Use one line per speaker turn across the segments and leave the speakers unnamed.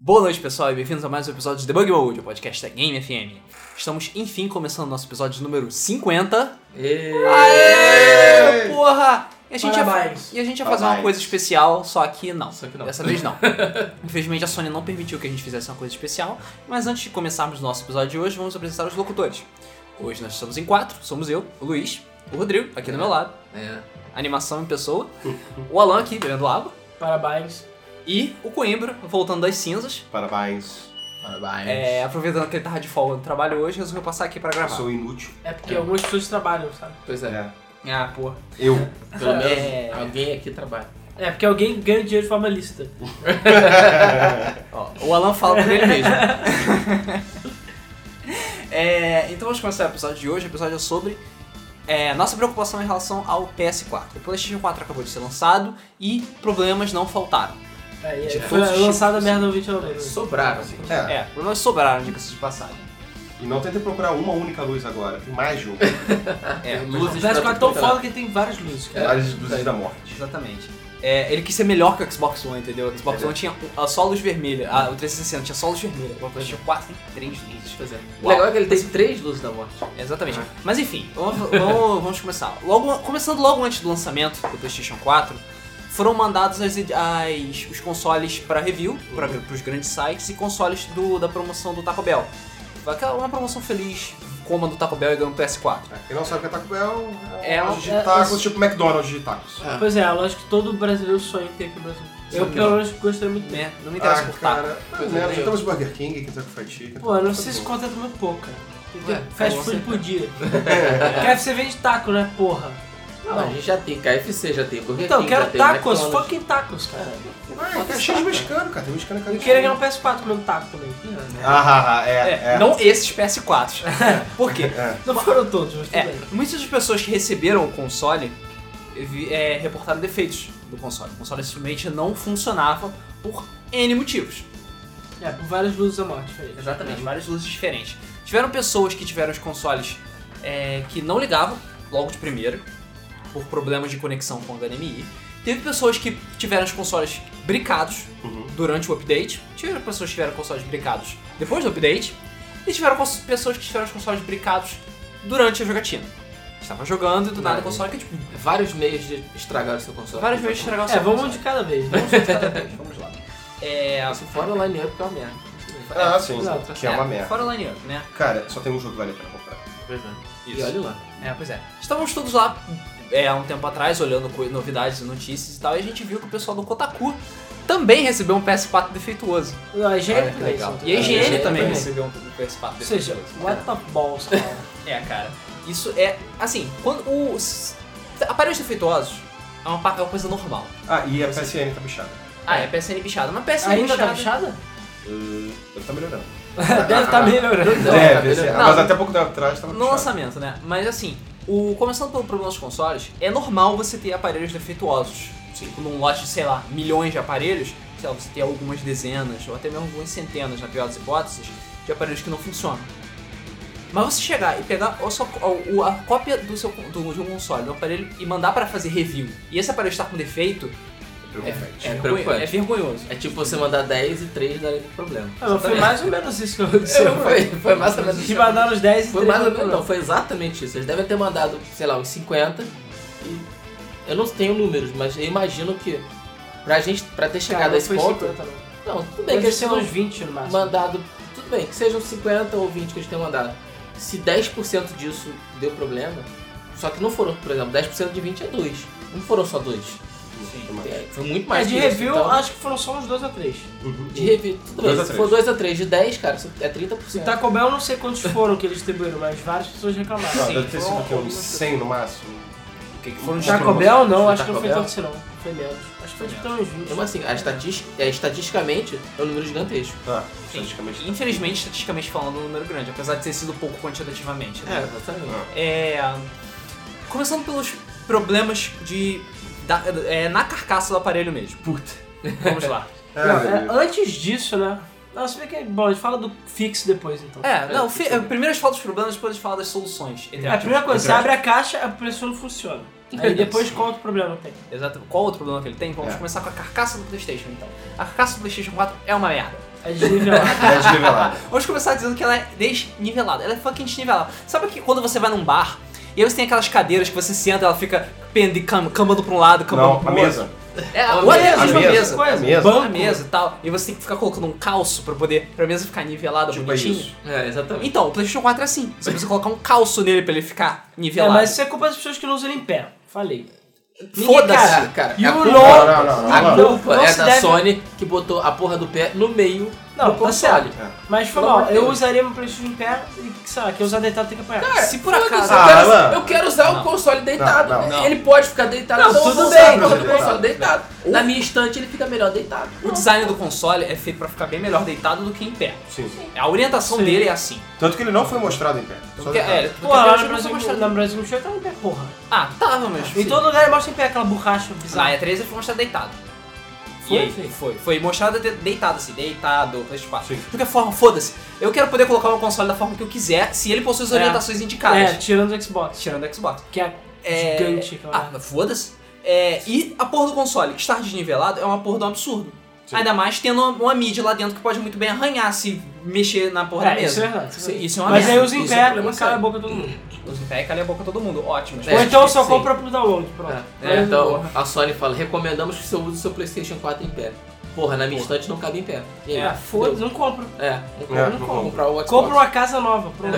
Boa noite, pessoal, e bem-vindos a mais um episódio de Debug Mode, o podcast da Game FM. Estamos, enfim, começando nosso episódio número 50. Aê! Porra! E a gente
Parabéns.
Ia, e a gente ia
Parabéns.
fazer uma coisa especial, só que não.
Só que não.
Dessa vez não. Infelizmente, a Sony não permitiu que a gente fizesse uma coisa especial, mas antes de começarmos o nosso episódio de hoje, vamos apresentar os locutores. Hoje nós estamos em quatro, somos eu, o Luiz, o Rodrigo, aqui do meu lado,
É.
animação em pessoa, o Alan aqui, bebendo água,
Parabéns.
e o Coimbra, voltando das cinzas,
Parabéns.
Parabéns.
É, aproveitando que ele tava de folga no trabalho hoje, resolveu passar aqui pra
Eu
gravar.
Ah, sou inútil.
É porque algumas pessoas trabalham, sabe?
Pois é,
É.
Ah, porra.
Eu.
pelo menos
É.
alguém aqui trabalha.
É porque alguém ganha dinheiro de forma lícita.
Ó, o Alan fala por ele mesmo. É, então vamos começar o episódio de hoje. O episódio é sobre é, nossa preocupação em relação ao PS4. O PlayStation 4 acabou de ser lançado e problemas não faltaram.
É, é,
De
foi
todos os
lançada a merda no 29.
Sobraram, assim.
É.
É, problemas sobraram, diga-se de passagem.
E não tentei procurar uma única luz agora. Tem mais de uma.
É,
O
luzes pra
PS4 é tão
tudo quanto é
foda que ele tem várias luzes, cara.
Várias luzes da morte.
Exatamente. É, ele quis ser melhor que o Xbox One, entendeu? O Xbox One tinha a só luz vermelha, a, o 360 tinha só luz vermelha, o PlayStation 4 tem três luzes.
Pois é. O
Uau.
legal é que ele tem três luzes da morte.
Exatamente. Mas enfim, vamos, vamos- vamos começar. Logo, começando logo antes do lançamento do PlayStation 4, foram mandados as ed- as- os consoles para review, para os grandes sites, e consoles do- da promoção do Taco Bell. Aquela, uma promoção feliz, como a do Taco Bell e ganha um PS4.
Quem não sabe que é Taco Bell
É
é
um-
um de
é-
tacos,
é-
tipo McDonald's de tacos.
É.
Pois é, eu acho que todo brasileiro sonha em ter aqui no Brasil.
Sim.
Eu, pelo menos, gostaria muito bem.
Né? Não me interessa
tipo
por taco.
Ah, cara. Mas, né, já temos Burger King, Kentucky Fried Chicken.
é, Pô, eu não
tá
sei se
bom.
contenta muito pouco, cara. Tem que ter
Ué,
Fast
com
food
certeza.
por dia. KFC vende taco, né, porra?
Não, a gente já tem KFC, já tem Burger
Então,
King, já
quero
tem
tacos,
McDonald's.
fucking tacos, cara.
Ah, é cheio de mexicano, cara. Tem mexicano que
Eu queria ganhar um PS4 comendo taco também.
Ah, ah, ah, é,
É,
é.
Não esses PS4. por quê?
Não foram todos, mas tudo
É,
bem.
muitas das pessoas que receberam o console vi- é, reportaram defeitos do console. O console simplesmente não funcionava por N motivos.
É, por várias luzes a morte, foi isso.
Exatamente, várias luzes diferentes. Tiveram pessoas que tiveram os consoles é, que não ligavam logo de primeira, por problemas de conexão com o HDMI. Teve pessoas que tiveram os consoles bricados
Uhum.
durante o update. Tiveram pessoas que tiveram consoles bricados depois do update. E tiveram cons- pessoas que tiveram os consoles bricados durante a jogatina. Estava jogando e do nada o
Maravilha.
console que tipo,
Vários meios de estragar o seu console.
várias vezes estragou o
É,
seu
vamos de
console.
cada vez, né?
Vamos lá. É,
Se fora o line-up é uma merda.
Ah, sim.
Não,
Que é uma merda.
Fora o line-up, né?
Cara, só tem um jogo que vale a pena comprar.
Pois é. E olha lá.
É, pois é. Estávamos todos lá é, há um tempo atrás, olhando coi- novidades e notícias e tal, e a gente viu que o pessoal do Kotaku também recebeu um PS4 defeituoso.
Não, é
Olha
higiene
que
também.
legal.
são
E a
É,
IGN
é,
também
também.
recebeu um PS4
Ou seja,
defeituoso.
what the balls, cara.
É, cara. Isso é, assim, quando os aparelhos defeituosos é uma, pa- é uma coisa normal.
Ah, e a PSN tá bichada.
Ah, é PSN bichada, mas PSN
Ainda
bichada...
tá fechada?
Uh, Deve tá melhorando. ah.
Deve tá melhorando.
Deve, ser.
Não.
mas até pouco tempo atrás tava
No
bichada.
lançamento, né? Mas assim, o, começando pelo problema dos consoles, é normal você ter aparelhos defeituosos. Tipo, num lote de, sei lá, milhões de aparelhos, sei lá, você ter algumas dezenas ou até mesmo algumas centenas, na pior das hipóteses, de aparelhos que não funcionam. Mas você chegar e pegar a, sua, a- o- a cópia do seu do, de um console, do aparelho, e mandar pra fazer review, e esse aparelho estar com defeito,
Preocupante.
é,
É
vergonho-
preocupante.
é vergonhoso.
É tipo você mandar 10 e 3 darem problema.
Ah, mas foi mais ou menos isso que aconteceu.
Foi, foi mais ou menos assim.
Eles mandaram os 10 e
Foi mais ou
13 no
menos, então, não,
programa.
foi exatamente isso. Eles devem ter mandado, sei lá, uns 50 e. Eu não tenho números, mas eu imagino que pra gente, pra ter chegado a
Cara, não
esse
foi
ponto. um
50, não.
Não, tudo bem
Deve
que eles
ser
tenham
uns 20 no máximo.
mandado. Tudo bem, que sejam 50 ou 20 que eles tenham mandado. Se 10% disso deu problema, só que não foram, por exemplo, 10% de 20 é 2. Não foram só 2.
É.
Foi muito mais
Mas É, de
que isso,
review,
então-
acho que foram só uns 2 ou 3.
Uhum.
De review, tudo
Dois
bem.
a
Se
três.
for 2 a 3 de 10, cara, isso é 30%.
Se Taco Bell, eu não sei quantos foram que eles distribuíram, mas várias pessoas reclamaram.
Não,
Sim,
deve ter sido
foram
o quê? Uns
algumas
100 no máximo?
O É que que foram os
Taco
Foi
Bell, não,
Foi
acho que
Taco
não foi
Bell?
tanto assim, não. Foi menos. Acho que foi tipo uns 20.
Mesmo assim, a estatis- é, estatisticamente é um número gigantesco.
Ah,
Sim.
estatisticamente.
Infelizmente, estatisticamente falando, é um número grande, apesar de ter sido pouco quantitativamente. né?
exatamente.
É, começando pelos problemas de da- é, na carcaça do aparelho mesmo. Puta. Vamos lá.
Ah,
Não,
meu
é,
Deus.
antes disso, né? Não, se bem que. Bom, a gente fala do fix depois então.
É, não, fi, é, primeiro a gente fala dos problemas, depois a gente fala das soluções. entre
É, a
aspas.
primeira coisa, você
Verdade.
abre a caixa, a pressão não funciona. Aí depois
Sim.
conta o problema que tem.
Exato. Qual outro problema que ele tem? Vamos
É.
começar com a carcaça do PlayStation então. A carcaça do PlayStation 4 é uma merda.
É É desnivelado.
É desnivelada.
Vamos começar dizendo que ela é desnivelada. Ela é fucking desnivelada. Sabe que quando você vai num bar e aí você tem aquelas cadeiras que você senta, ela fica pende, cam, cambando pra um lado, cambando
Não,
pro
a
outro.
mesa.
É, a,
A
ou a
mesa,
mesa,
a
tipo, a
mesa.
mesa.
A mesa.
Banco. É,
A mesa e tal. E você tem que ficar colocando um calço pra poder pra mesa ficar nivelada,
Tipo, é
bonitinha.
isso.
É, exatamente.
Então, o PlayStation 4 é assim. Você precisa colocar um calço nele pra ele ficar
É,
nivelado.
mas isso é culpa das pessoas que não usam ele em pé. Falei.
Foda-se.
Cara, cara,
You
a culpa,
know-
Não, não, não. não,
a
não.
Não,
culpa
não
é
se
da
deve-
Sony que botou a porra do pé no meio
Não,
do
tá certo.
console.
É.
Mas foi
Pelo
mal.
amor de
Eu
Deus.
usaria meu Playstation em pé e que, que sei lá, quem usar deitado tem que apanhar.
Cara,
Se por
foda-se,
acaso-
Eu,
Ah,
quero,
Alan.
eu quero usar
Não.
o console deitado.
Não,
não.
Ele pode ficar deitado.
Não,
então eu vou
tudo
usar
bem,
a porra
tudo
do
bem.
console deitado.
Ou-
Na minha estante ele fica melhor deitado.
O design do console é feito pra ficar bem melhor deitado do que em pé.
Sim.
A orientação
Sim.
dele é assim.
Tanto que ele não foi mostrado em pé. Só
Porque, é,
detalhe.
porque
Pô, lá
até
no
hoje eu não
Brasil,
fui mostrado.
na Brasil não chega, tá em pé, porra.
Ah, tava, mas.
Em todo lugar mostra em pé aquela borracha bizarra.
Na E3 ele foi mostrado deitado.
Foi?
E aí, foi. Foi mostrado de- deitado, assim, deitado, PlayStation 4.
Sim.
De qualquer forma, foda-se. Eu quero poder colocar meu console da forma que eu quiser, se ele possui as
É.
orientações
É,
indicadas.
tirando o Xbox.
Tirando o Xbox.
Que é,
É,
gigante aquela. merda.
Ah, foda-se. É, e a porra do console, que estar desnivelado, é uma porra de um absurdo.
Sim.
Ainda mais tendo uma, uma mídia lá dentro que pode muito bem arranhar se mexer na porra da
é, isso é
mesa.
verdade.
Isso, isso é uma
Mas aí
merda.
usa em
isso é
pé,
problema
cala a
sério.
boca todo mundo.
Usa em pé e calha a boca todo mundo. Ótimo.
É,
Ou então só
sim.
compra pro download, pronto.
É,
Aí,
então
porra.
a Sony fala, recomendamos que você use o seu Playstation 4 em pé. Porra, na minha
Porra.
estante não cabe em pé. E aí?
É, foda-se, não compra.
É, não compra,
É,
não compra.
não compra.
Comprar o Xbox.
Compra uma casa nova, pronto.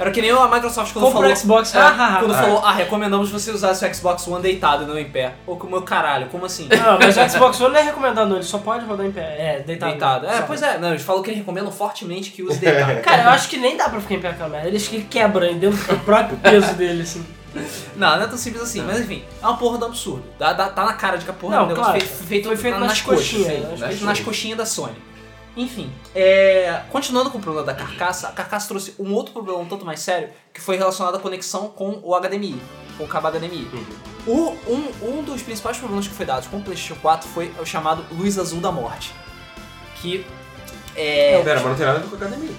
Era que nem a Microsoft quando
Compra
falou...
o Xbox,
É,
ah, ah, ah.
quando
Ah.
falou, ah, recomendamos você usar seu Xbox One deitado e não em pé. Ou como meu caralho, como assim?
Não, mas o Xbox One não é recomendado, não. Ele só pode rodar em pé. É, deitado.
Deitado. É,
Só.
pois é. Não, eles falam que eles recomendam fortemente que use deitado.
Cara, eu acho que nem dá pra ficar em pé com a merda. Eles que quebram dentro do próprio peso dele, assim.
Não, não é tão simples assim, mas enfim, é uma porra do absurdo. Dá, dá- tá na cara de que a porra
Não,
do negócio
claro.
feito, feito,
Foi feito
na-
nas
coxas,
coxinhas,
sim, né?
nas
feito
coxinhas.
nas coxinhas da Sony. Enfim, é, continuando com o problema da carcaça, a carcaça trouxe um outro problema um tanto mais sério, que foi relacionado à conexão com o HDMI, com o cabo HDMI.
Uhum.
O- um, um dos principais problemas que foi dado com o PlayStation 4 foi o chamado luz azul da morte. Que é.
Pera, mas não tem nada a ver com a academia.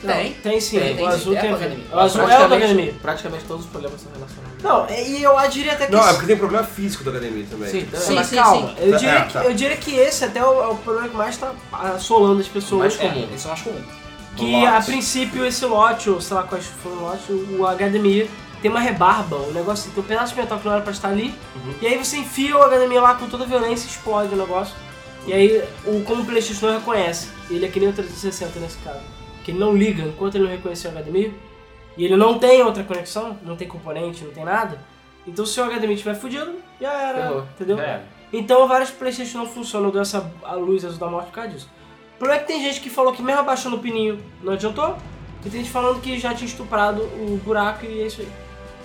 Tem.
Tem sim,
Tem,
o
tem
azul
sim, é
tem.
com HDMI.
o azul é o da HDMI.
Praticamente todos os problemas são relacionados.
Não, e eu diria até que.
Não, é porque tem problema físico da academia também. Tipo,
Sim, então
Sim,
é
mas
mais
calma. Eu,
Tá,
diria
é,
que,
tá.
eu diria que esse até é o, é o problema que mais tá assolando as
Mais
pessoas.
comum.
É, isso é mais comum.
Que
Lote.
a princípio esse lote, ou sei lá quais foram o lote, o HDMI tem uma rebarba, o negócio assim, tem um pedaço de metal que não era pra estar ali, e aí você enfia o HDMI lá com toda a violência e explode o negócio. E aí, o, como o Playstation não reconhece, ele é que nem o 360 nesse caso, que ele não liga enquanto ele não reconhecer o HDMI, e ele não tem outra conexão, não tem componente, não tem nada, então se o HDMI estiver fudido, já era,
Ferrou.
entendeu? Então vários Playstation não funcionam, deu essa a luz azul da morte por causa disso. O problema é que tem gente que falou que mesmo abaixando o pininho não adiantou, e tem gente falando que já tinha estuprado o buraco e é isso aí.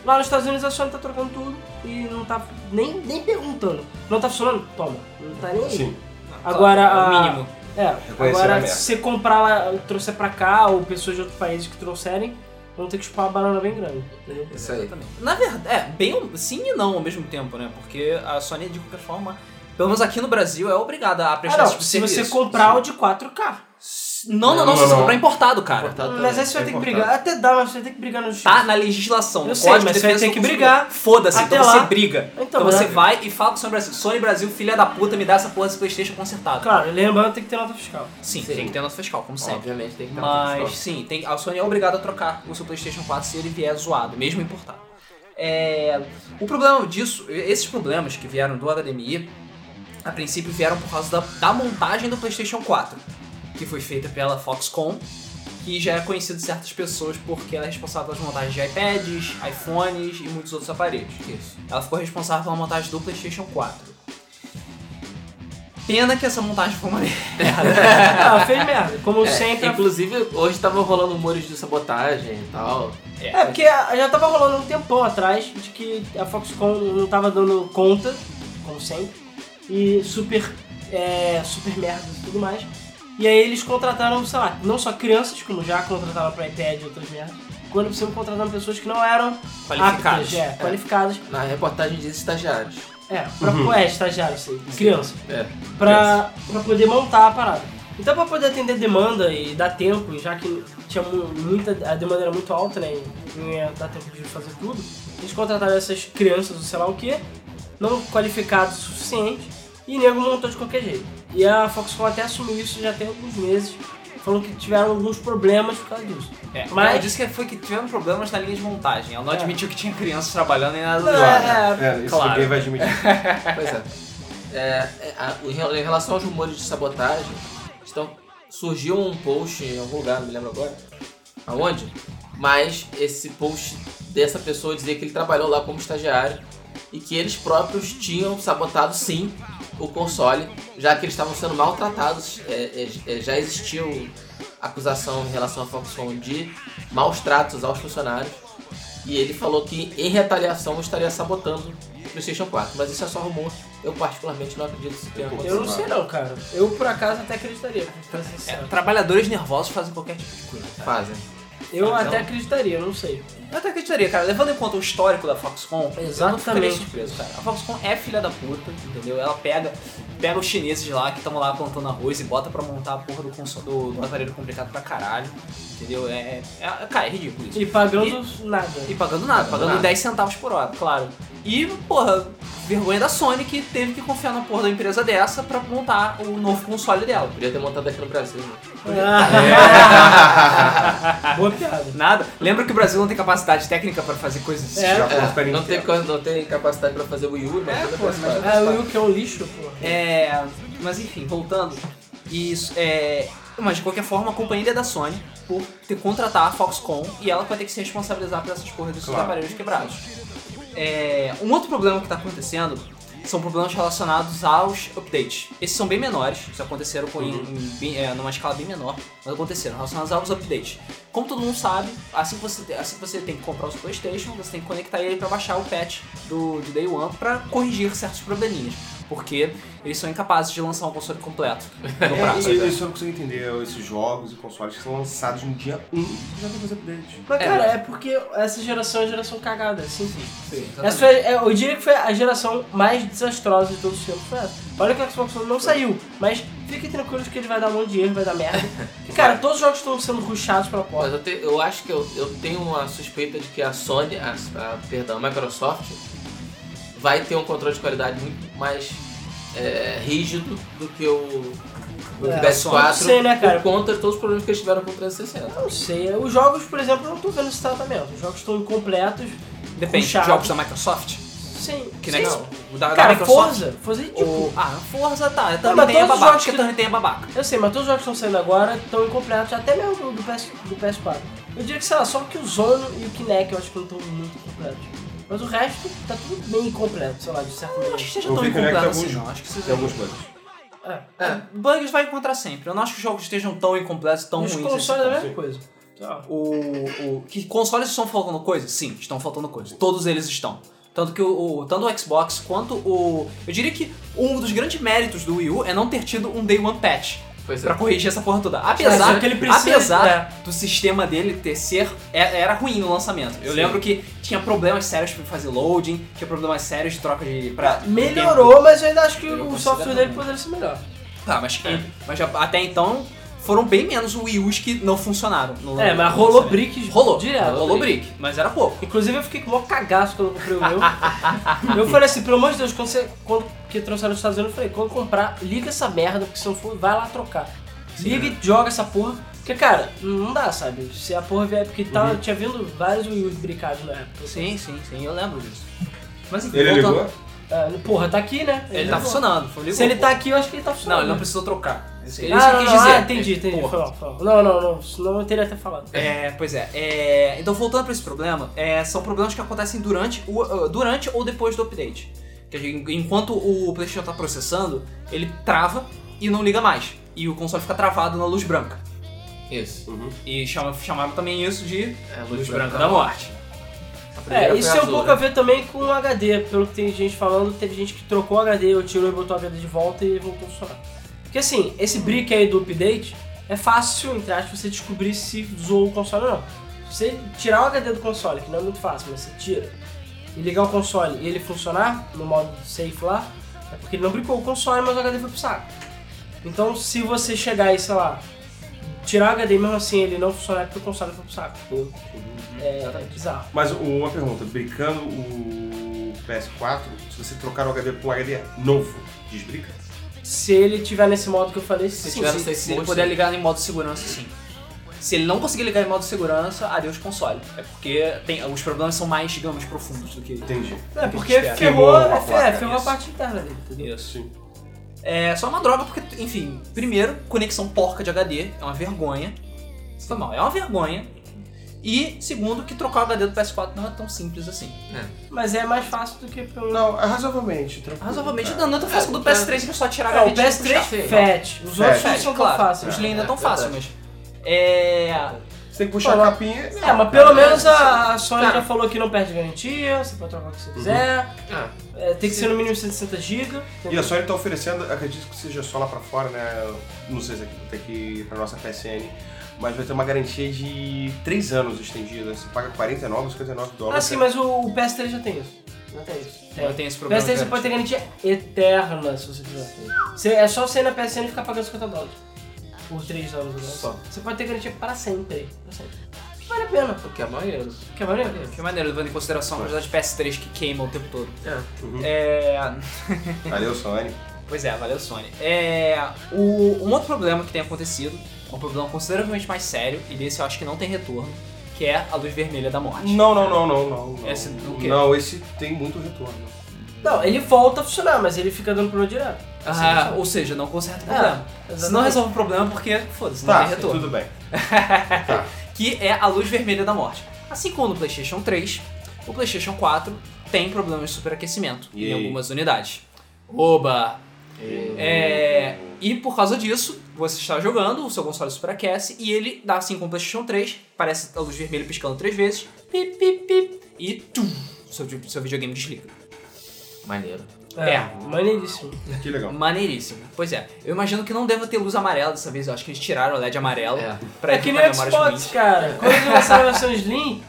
Lá nos Estados Unidos a Sony tá trocando tudo e não tá nem, nem perguntando. Não tá funcionando? Toma. Não tá nem aí.
Sim.
Agora,
É o
a-
mínimo.
É,
Reconhecer a
agora
merda.
se você comprar lá, trouxer pra cá, ou pessoas de outro país que trouxerem, vão ter que chupar uma banana bem grande. entendeu?
Isso aí.
Na verdade, é, bem sim e não ao mesmo tempo, né? Porque a Sony, de qualquer forma, pelo menos aqui no Brasil, é obrigada a
Ah,
prestar
não,
esse tipo de
se
serviço.
você comprar o de 4K.
S- Não, não, não, se você
Não, não.
comprar importado, cara.
Importado
Mas aí
também.
você vai
é
ter que
importante.
brigar. Até dá, mas você vai ter que brigar no justiça.
Tá na legislação.
Eu
no
sei,
Código
mas
de
você vai
Defesa
ter
do
que
Consumidor.
brigar.
Foda-se,
Até
então você
lá.
briga.
Então,
Então você
né?
vai e fala pro Sony Brasil, Sony Brasil, filha da puta, me dá essa porra desse Playstation consertado.
Claro, lembrando tem que ter nota fiscal.
Sim,
Sim.
tem que ter nota fiscal, como sempre.
Obviamente tem que estar
Mas sim, tem, a Sony é obrigada a trocar o seu PlayStation 4 se ele vier zoado, mesmo importado. É, o problema disso, esses problemas que vieram do HDMI, a princípio vieram por causa da, da montagem do PlayStation 4, que foi feita pela Foxconn, que já é conhecido de certas pessoas porque ela é responsável pelas montagens de iPads, iPhones e muitos outros aparelhos.
Isso.
Ela ficou responsável pela montagem do PlayStation 4. Pena que essa montagem foi uma merda.
Ah, fez merda. Como
É,
sempre. a-
Inclusive, hoje tava rolando rumores de sabotagem e tal.
É, porque a- já tava rolando um tempão atrás de que a Foxconn não tava dando conta, como sempre, e super, é, super merda e tudo mais. E aí eles contrataram, sei lá, não só crianças, como já contrataram pra iPad e outras merdas, quando precisam contrataram pessoas que não eram
Qualificadas.
aptas, é, qualificadas,
Na reportagem diz estagiários.
é, pra, é, estagiários, sei, crianças.
É.
pra, pra poder montar a parada. Então, pra poder atender demanda e dar tempo, já que tinha mu- muita, a demanda era muito alta, né? e Não ia dar tempo de fazer tudo. Eles contrataram essas crianças, ou sei lá o que, não qualificadas o suficiente, e nego montou de qualquer jeito. E a Foxconn até assumiu isso já tem alguns meses. Falou que tiveram alguns problemas por causa disso.
É,
Mas-
mas ela disse que foi que tiveram problemas na linha de montagem. Ela não
É.
admitiu que tinha crianças trabalhando nem nada do
Não,
lado.
é,
É, isso
Claro.
ninguém vai admitir.
Pois é. É, é, a- o- em relação aos rumores de sabotagem, estão, Então, surgiu um post em algum lugar, não me lembro agora, aonde, mas esse post dessa pessoa dizia que ele trabalhou lá como estagiário e que eles próprios tinham sabotado sim o console, já que eles estavam sendo maltratados, é, é, é, já existiu acusação em relação à Foxconn de maus tratos aos funcionários. E ele falou que em retaliação estaria sabotando o PlayStation 4, mas isso é só rumor. Eu particularmente não acredito que isso tenha
Eu
acontecido.
não sei não, cara. Eu por acaso até acreditaria. pra ser
É,
sincero.
trabalhadores nervosos fazem qualquer tipo de coisa. cara.
Fazem.
Eu
Ah,
até
não?
acreditaria, não sei.
Eu até acreditaria, cara, levando em conta o histórico da Foxconn, eu não ficaria
Exatamente.
surpreso, cara. A Foxconn é filha da puta, entendeu? Ela pega, pega os chineses lá que estão lá plantando arroz e bota pra montar a porra do, cons- do, do aparelho complicado pra caralho, entendeu? É, é- cara, é ridículo isso.
E pagando nada.
E pagando nada, pagando
nada.
10 centavos por hora, claro. E, porra, vergonha da Sony que teve que confiar na porra da empresa dessa pra montar o novo console dela.
Podia ter montado aqui no Brasil. né?
Ah. Boa piada.
Nada. Lembra que o Brasil não tem capacidade técnica pra fazer coisas desse
É.
tipo?
Já
É,
fica
não, tem,
inteiro.
coisa- não tem capacidade pra fazer o Wii U, mas
É,
tudo
pô,
bem.
mas-
É, o Will que é um lixo, pô.
É, mas enfim, voltando. Isso, é, mas de qualquer forma, a companhia é da Sony por ter contratar a Foxconn e ela vai ter que se responsabilizar por essas porras desses
Claro.
aparelhos quebrados. É, um outro problema que está acontecendo são problemas relacionados aos updates. Esses são bem menores, isso aconteceram com, em, em bem- é, numa escala bem menor, mas aconteceram relacionados aos updates. Como todo mundo sabe, assim que você, te- assim que você tem que comprar o seu PlayStation, você tem que conectar ele para baixar o patch do, do Day One para corrigir certos probleminhas, porque eles são incapazes de lançar um console completo no
É,
prazo. né?
isso eu só não consigo entender esses jogos e consoles que são lançados no dia 1 e já tem fazer update.
Mas,
É.
cara, é porque essa geração é a geração cagada, assim, sim.
Sim,
Essa foi, é, eu diria que foi a geração mais desastrosa de todos os tempos. Foi essa. Olha que o Xbox One não saiu, mas fiquem tranquilos que ele vai dar um monte de erro, vai dar merda. E, cara, todos os jogos estão sendo rushados pra porta.
Mas eu, te- eu acho que eu, eu tenho uma suspeita de que a Sony, a, a- perdão, a Microsoft vai ter um controle de qualidade muito mais é, rígido do que o, o
É,
PS4
Sony, sei, né, cara?
por conta de todos os problemas que eles tiveram com o 360.
Não sei, os jogos, por exemplo, eu não tô vendo esse tratamento. Os jogos estão incompletos.
Depende,
puxado.
jogos da Microsoft?
Sem.
Que
sem-
não, o da, da
Cara,
Microsoft.
Forza. Forza é ridículo.
O... Ah, Forza tá.
Não,
Também
mas
tem a
todos os
babaca.
jogos
Acho que
que-
também tem a babaca.
Eu sei, mas todos os jogos que estão saindo agora estão incompletos, até mesmo do, PS, do PS4. Eu diria que, sei lá, só que o Zono e o Kinect eu acho que não estão muito completos. Mas o resto tá tudo bem completo, sei lá, de certa
Eu
maneira.
não acho que seja
Eu
tão
vi que ele é que
incompleto
tá
assim,
alguns-
não. Acho que
Tem
seja...
alguns bugs.
É.
É,
Bugs vai encontrar sempre. Eu não acho que os jogos estejam tão incompletos, tão
E os
ruins.
consoles é a
né?
assim.
mesma coisa. Sei lá.
O, o- Que consoles estão faltando coisa? Sim, estão faltando coisa. Todos eles estão. Tanto que o, o- tanto o Xbox quanto o. Eu diria que um dos grandes méritos do Wii U é não ter tido um Day One Patch
pois é.
pra corrigir essa porra toda. Apesar,
é que ele precisa-
apesar
é.
do sistema dele ter ser é- era ruim no lançamento. Eu
Sim.
lembro que tinha problemas sérios pra fazer loading, tinha problemas sérios de troca de pra de
Ah, Melhorou, mas eu ainda acho que
Eu não
o
considero
software dele
também.
poderia ser melhor.
tempo. Tá, mas,
É.
mas já- até então foram bem menos Wii U's que não funcionaram. no-
É, mas
no
rolou
lançamento.
bricks
Rolou,
direto.
rolou brick, mas era pouco.
Inclusive eu fiquei com o maior cagaço quando eu comprei o meu. eu falei assim, pelo amor de Deus, quando, você, quando que trouxeram nos Estados Unidos, eu falei, quando comprar, liga essa merda, porque se não for, vai lá trocar.
é.
Liga e joga essa porra. Porque, cara, não dá, sabe? Se a porra vier, porque tava, tinha vindo vários Wii U's bricados na época.
Uhum. Sim,
assim.
sim, sim, eu lembro disso. Mas enfim,
Ele
voltando-
ligou?
Ah, porra, tá aqui, né?
Ele tá
ligou.
funcionando. foi- ligou,
Se ele
pô.
tá aqui, eu acho que ele tá
Não,
funcionando.
ele não precisou trocar. Isso que
ah,
eu
não,
quis
não,
dizer.
ah, entendi, entendi.
Porra.
Foi mal, foi mal. Não, não, não. Senão eu teria até falado.
É, pois é. É, Então, voltando pra esse problema, é, são problemas que acontecem durante, o- uh, durante ou depois do update. Quer dizer, en- enquanto o PlayStation tá processando, ele trava e não liga mais. E o console fica travado na luz branca.
Isso.
Uhum.
E chama- chamaram também isso de
É, a
luz branca da morte.
A primeira
É,
foi
isso tem um
azul,
pouco
né?
a ver também com o HD, pelo que tem gente falando, teve gente que trocou o HD, ou tirou e botou o HD de volta e voltou a funcionar. Porque assim,
Hum.
esse brick aí do update é fácil, entre aspas, você descobrir se zoou o console ou não. Se você tirar o HD do console, que não é muito fácil, mas você tira, e ligar o console e ele funcionar, no modo safe lá, é porque ele não bricou o console, mas o HD foi pro saco. Então se você chegar e, sei lá, tirar o HD e mesmo assim ele não funcionar, é porque o console foi pro saco. entendeu? É, é bizarro.
Mas uma pergunta, brincando o PS4, se você trocar o HD por um HD novo, desbrica?
Se ele tiver nesse modo que eu falei, sim.
Se tiver
se,
no safe
se ele
mode,
puder
sim.
ligar em modo segurança, sim. Se ele não conseguir ligar em modo segurança, adeus console. É porque tem, os problemas são mais, digamos, profundos do que
Entendi.
É, porque
Ferrou
ferrou,
a
é,
placa,
ferrou a
isso.
parte interna dele, entendeu?
isso.
Sim.
É só uma droga porque, enfim, primeiro, conexão porca de HD, é uma vergonha. Isso Foi mal, é uma vergonha. E segundo, que trocar o HD do PS4 não é tão simples assim.
né?
Mas é mais fácil do que pelo.
Não, é razoavelmente, tranquilo.
Razoavelmente,
É.
não, não é tão fácil quanto o PS3 que é só tirar a
É, o
HD. e puxar.
PS3 fat. Os
Fat,
outros não
Fat,
são tão
claro.
fáceis.
Os Lean ainda
É,
tão
é
é fácil, mas. É.
Você tem que puxar a capinha.
É, mas
Cara,
pelo menos
cara,
a a Sony
cara.
já falou que não perde garantia, você pode trocar o que você quiser,
Ah,
é, tem que
Sim.
ser no mínimo 160 GB.
E a Sony tá oferecendo, acredito que seja só lá pra fora, né? Não sei se aqui tem que ir pra nossa PSN. Mas vai ter uma garantia de 3 anos estendida. Você paga 49, 59
Ah,
dólares.
sim, mas o, o PS3 já tem isso. Não tem isso. Tem.
Eu tenho esse
O
problema.
PS3 você
cara.
pode ter garantia eterna se você quiser. Você- é só você ir na PSN e ficar pagando 50 dólares. Por 3 anos. Né?
Só.
Você pode ter garantia para sempre. Para sempre. Vale a pena.
porque é a maioria.
Quer maneiro?
Que maneiro, levando em consideração a quantidade de PS3 que queima o tempo todo.
É.
Uhum.
É.
Valeu, Sony.
Pois é, valeu Sony. É, o, um outro problema que tem acontecido, um problema consideravelmente mais sério, e desse eu acho que não tem retorno, que é a luz vermelha da morte.
Não, não, não, não, não. não.
Esse o quê?
Não, esse tem muito retorno.
Não, ele volta a funcionar, mas ele fica dando problema direto. Assim,
Ah, ou seja, não conserta o problema.
É,
Se não resolve o problema porque, foda-se, não
tá,
tem retorno.
tudo bem.
Que é a luz vermelha da morte. Assim como no PlayStation 3, o PlayStation 4 tem problemas de superaquecimento em
Yay.
algumas unidades. Oba! É, e por causa disso, você está jogando, o seu console superaquece e ele dá assim com o PlayStation 3, parece a luz vermelha piscando três vezes, pip, pip, pip, e tum, seu, seu videogame desliga.
Maneiro.
É.
maneiríssimo.
Que legal.
Maneiríssimo. Pois é, eu imagino que não deva ter luz amarela dessa vez, eu acho que eles tiraram o LED amarelo
É.
pra
é que
evitar
nem o
memórias
Xbox,
ruins.
cara. Quando eles lançaram a versão Slim,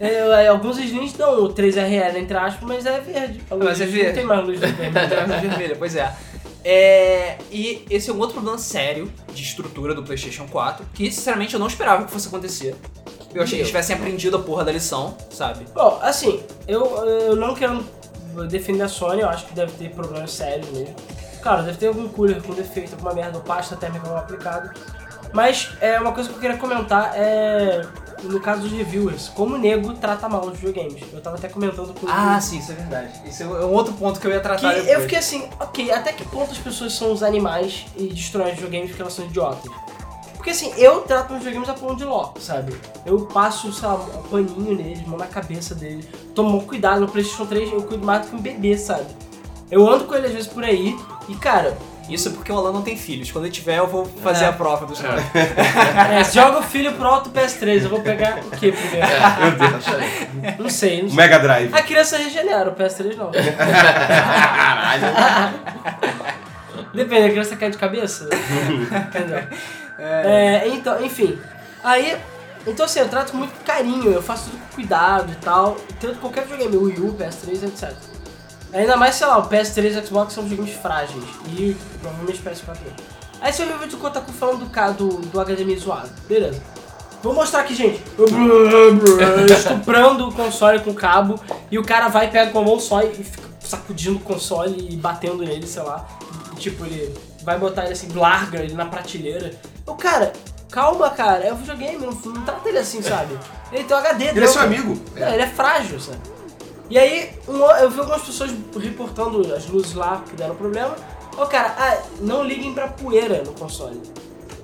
é, é, alguns Slims dão o 3RL, entre aspas, mas é verde. Alguns
Mas é
Slims
verde.
Não tem mais luz né? vermelha.
Então, luz vermelha, pois é. É, e esse é um outro problema sério de estrutura do PlayStation 4, que sinceramente eu não esperava que fosse acontecer. Eu achei que eles tivessem aprendido a porra da lição, sabe?
Bom, assim, eu, eu não quero defender a Sony, eu acho que deve ter problemas sérios mesmo. Claro, deve ter algum cooler com defeito, alguma merda, ou pasta térmica mal aplicada. Mas é uma coisa que eu queria comentar é. No caso dos reviewers, como o nego trata mal os videogames. Eu tava até comentando com o
Ah, sim, isso é verdade. Isso é um outro ponto que eu ia
Que
tratar depois.
eu fiquei assim, ok, até que ponto as pessoas são os animais e destroem os videogames porque elas são idiotas? Porque assim, eu trato meus videogames a pão de ló, sabe? Eu passo, sei lá, um paninho neles, mão na cabeça deles, tomo maior cuidado. No PlayStation 3 eu cuido mais do que um bebê, sabe? Eu ando com ele às vezes por aí e, cara,
Isso porque o Alan não tem filhos. Quando ele tiver, eu vou fazer
É.
a prova dos caras.
é, joga o filho pro alto PS3, eu vou pegar o quê primeiro?
Meu Deus.
Não sei, não sei.
Mega Drive.
A criança regenera, o PS3 não.
Caralho.
Depende, a criança cai de cabeça? Entendeu? É, então, enfim. Aí, então assim, eu trato com muito carinho, eu faço tudo com cuidado e tal. Tanto qualquer videogame, Wii U, PS3, etc. Ainda mais, sei lá, o PS3 e o Xbox são videogames frágeis. E provavelmente o PS4 também. Aí você ouviu de conta com falando do, ca- do, do HDMI zoado. Beleza. Vou mostrar aqui, gente. Eu brrr, brrr, Estuprando o console com o cabo. E o cara vai, pega com a mão só e e fica sacudindo o console e batendo nele, sei lá. E, tipo, ele vai botar ele assim, larga ele na prateleira. Eu, cara, calma, cara. É um videogame, não, não trata ele assim, sabe? Ele tem um HD
Ele é
dentro.
seu amigo.
Não, ele é frágil, sabe? E aí, um o- eu vi algumas pessoas reportando as luzes lá que deram problema. Ô, cara, ah, não liguem pra poeira no console.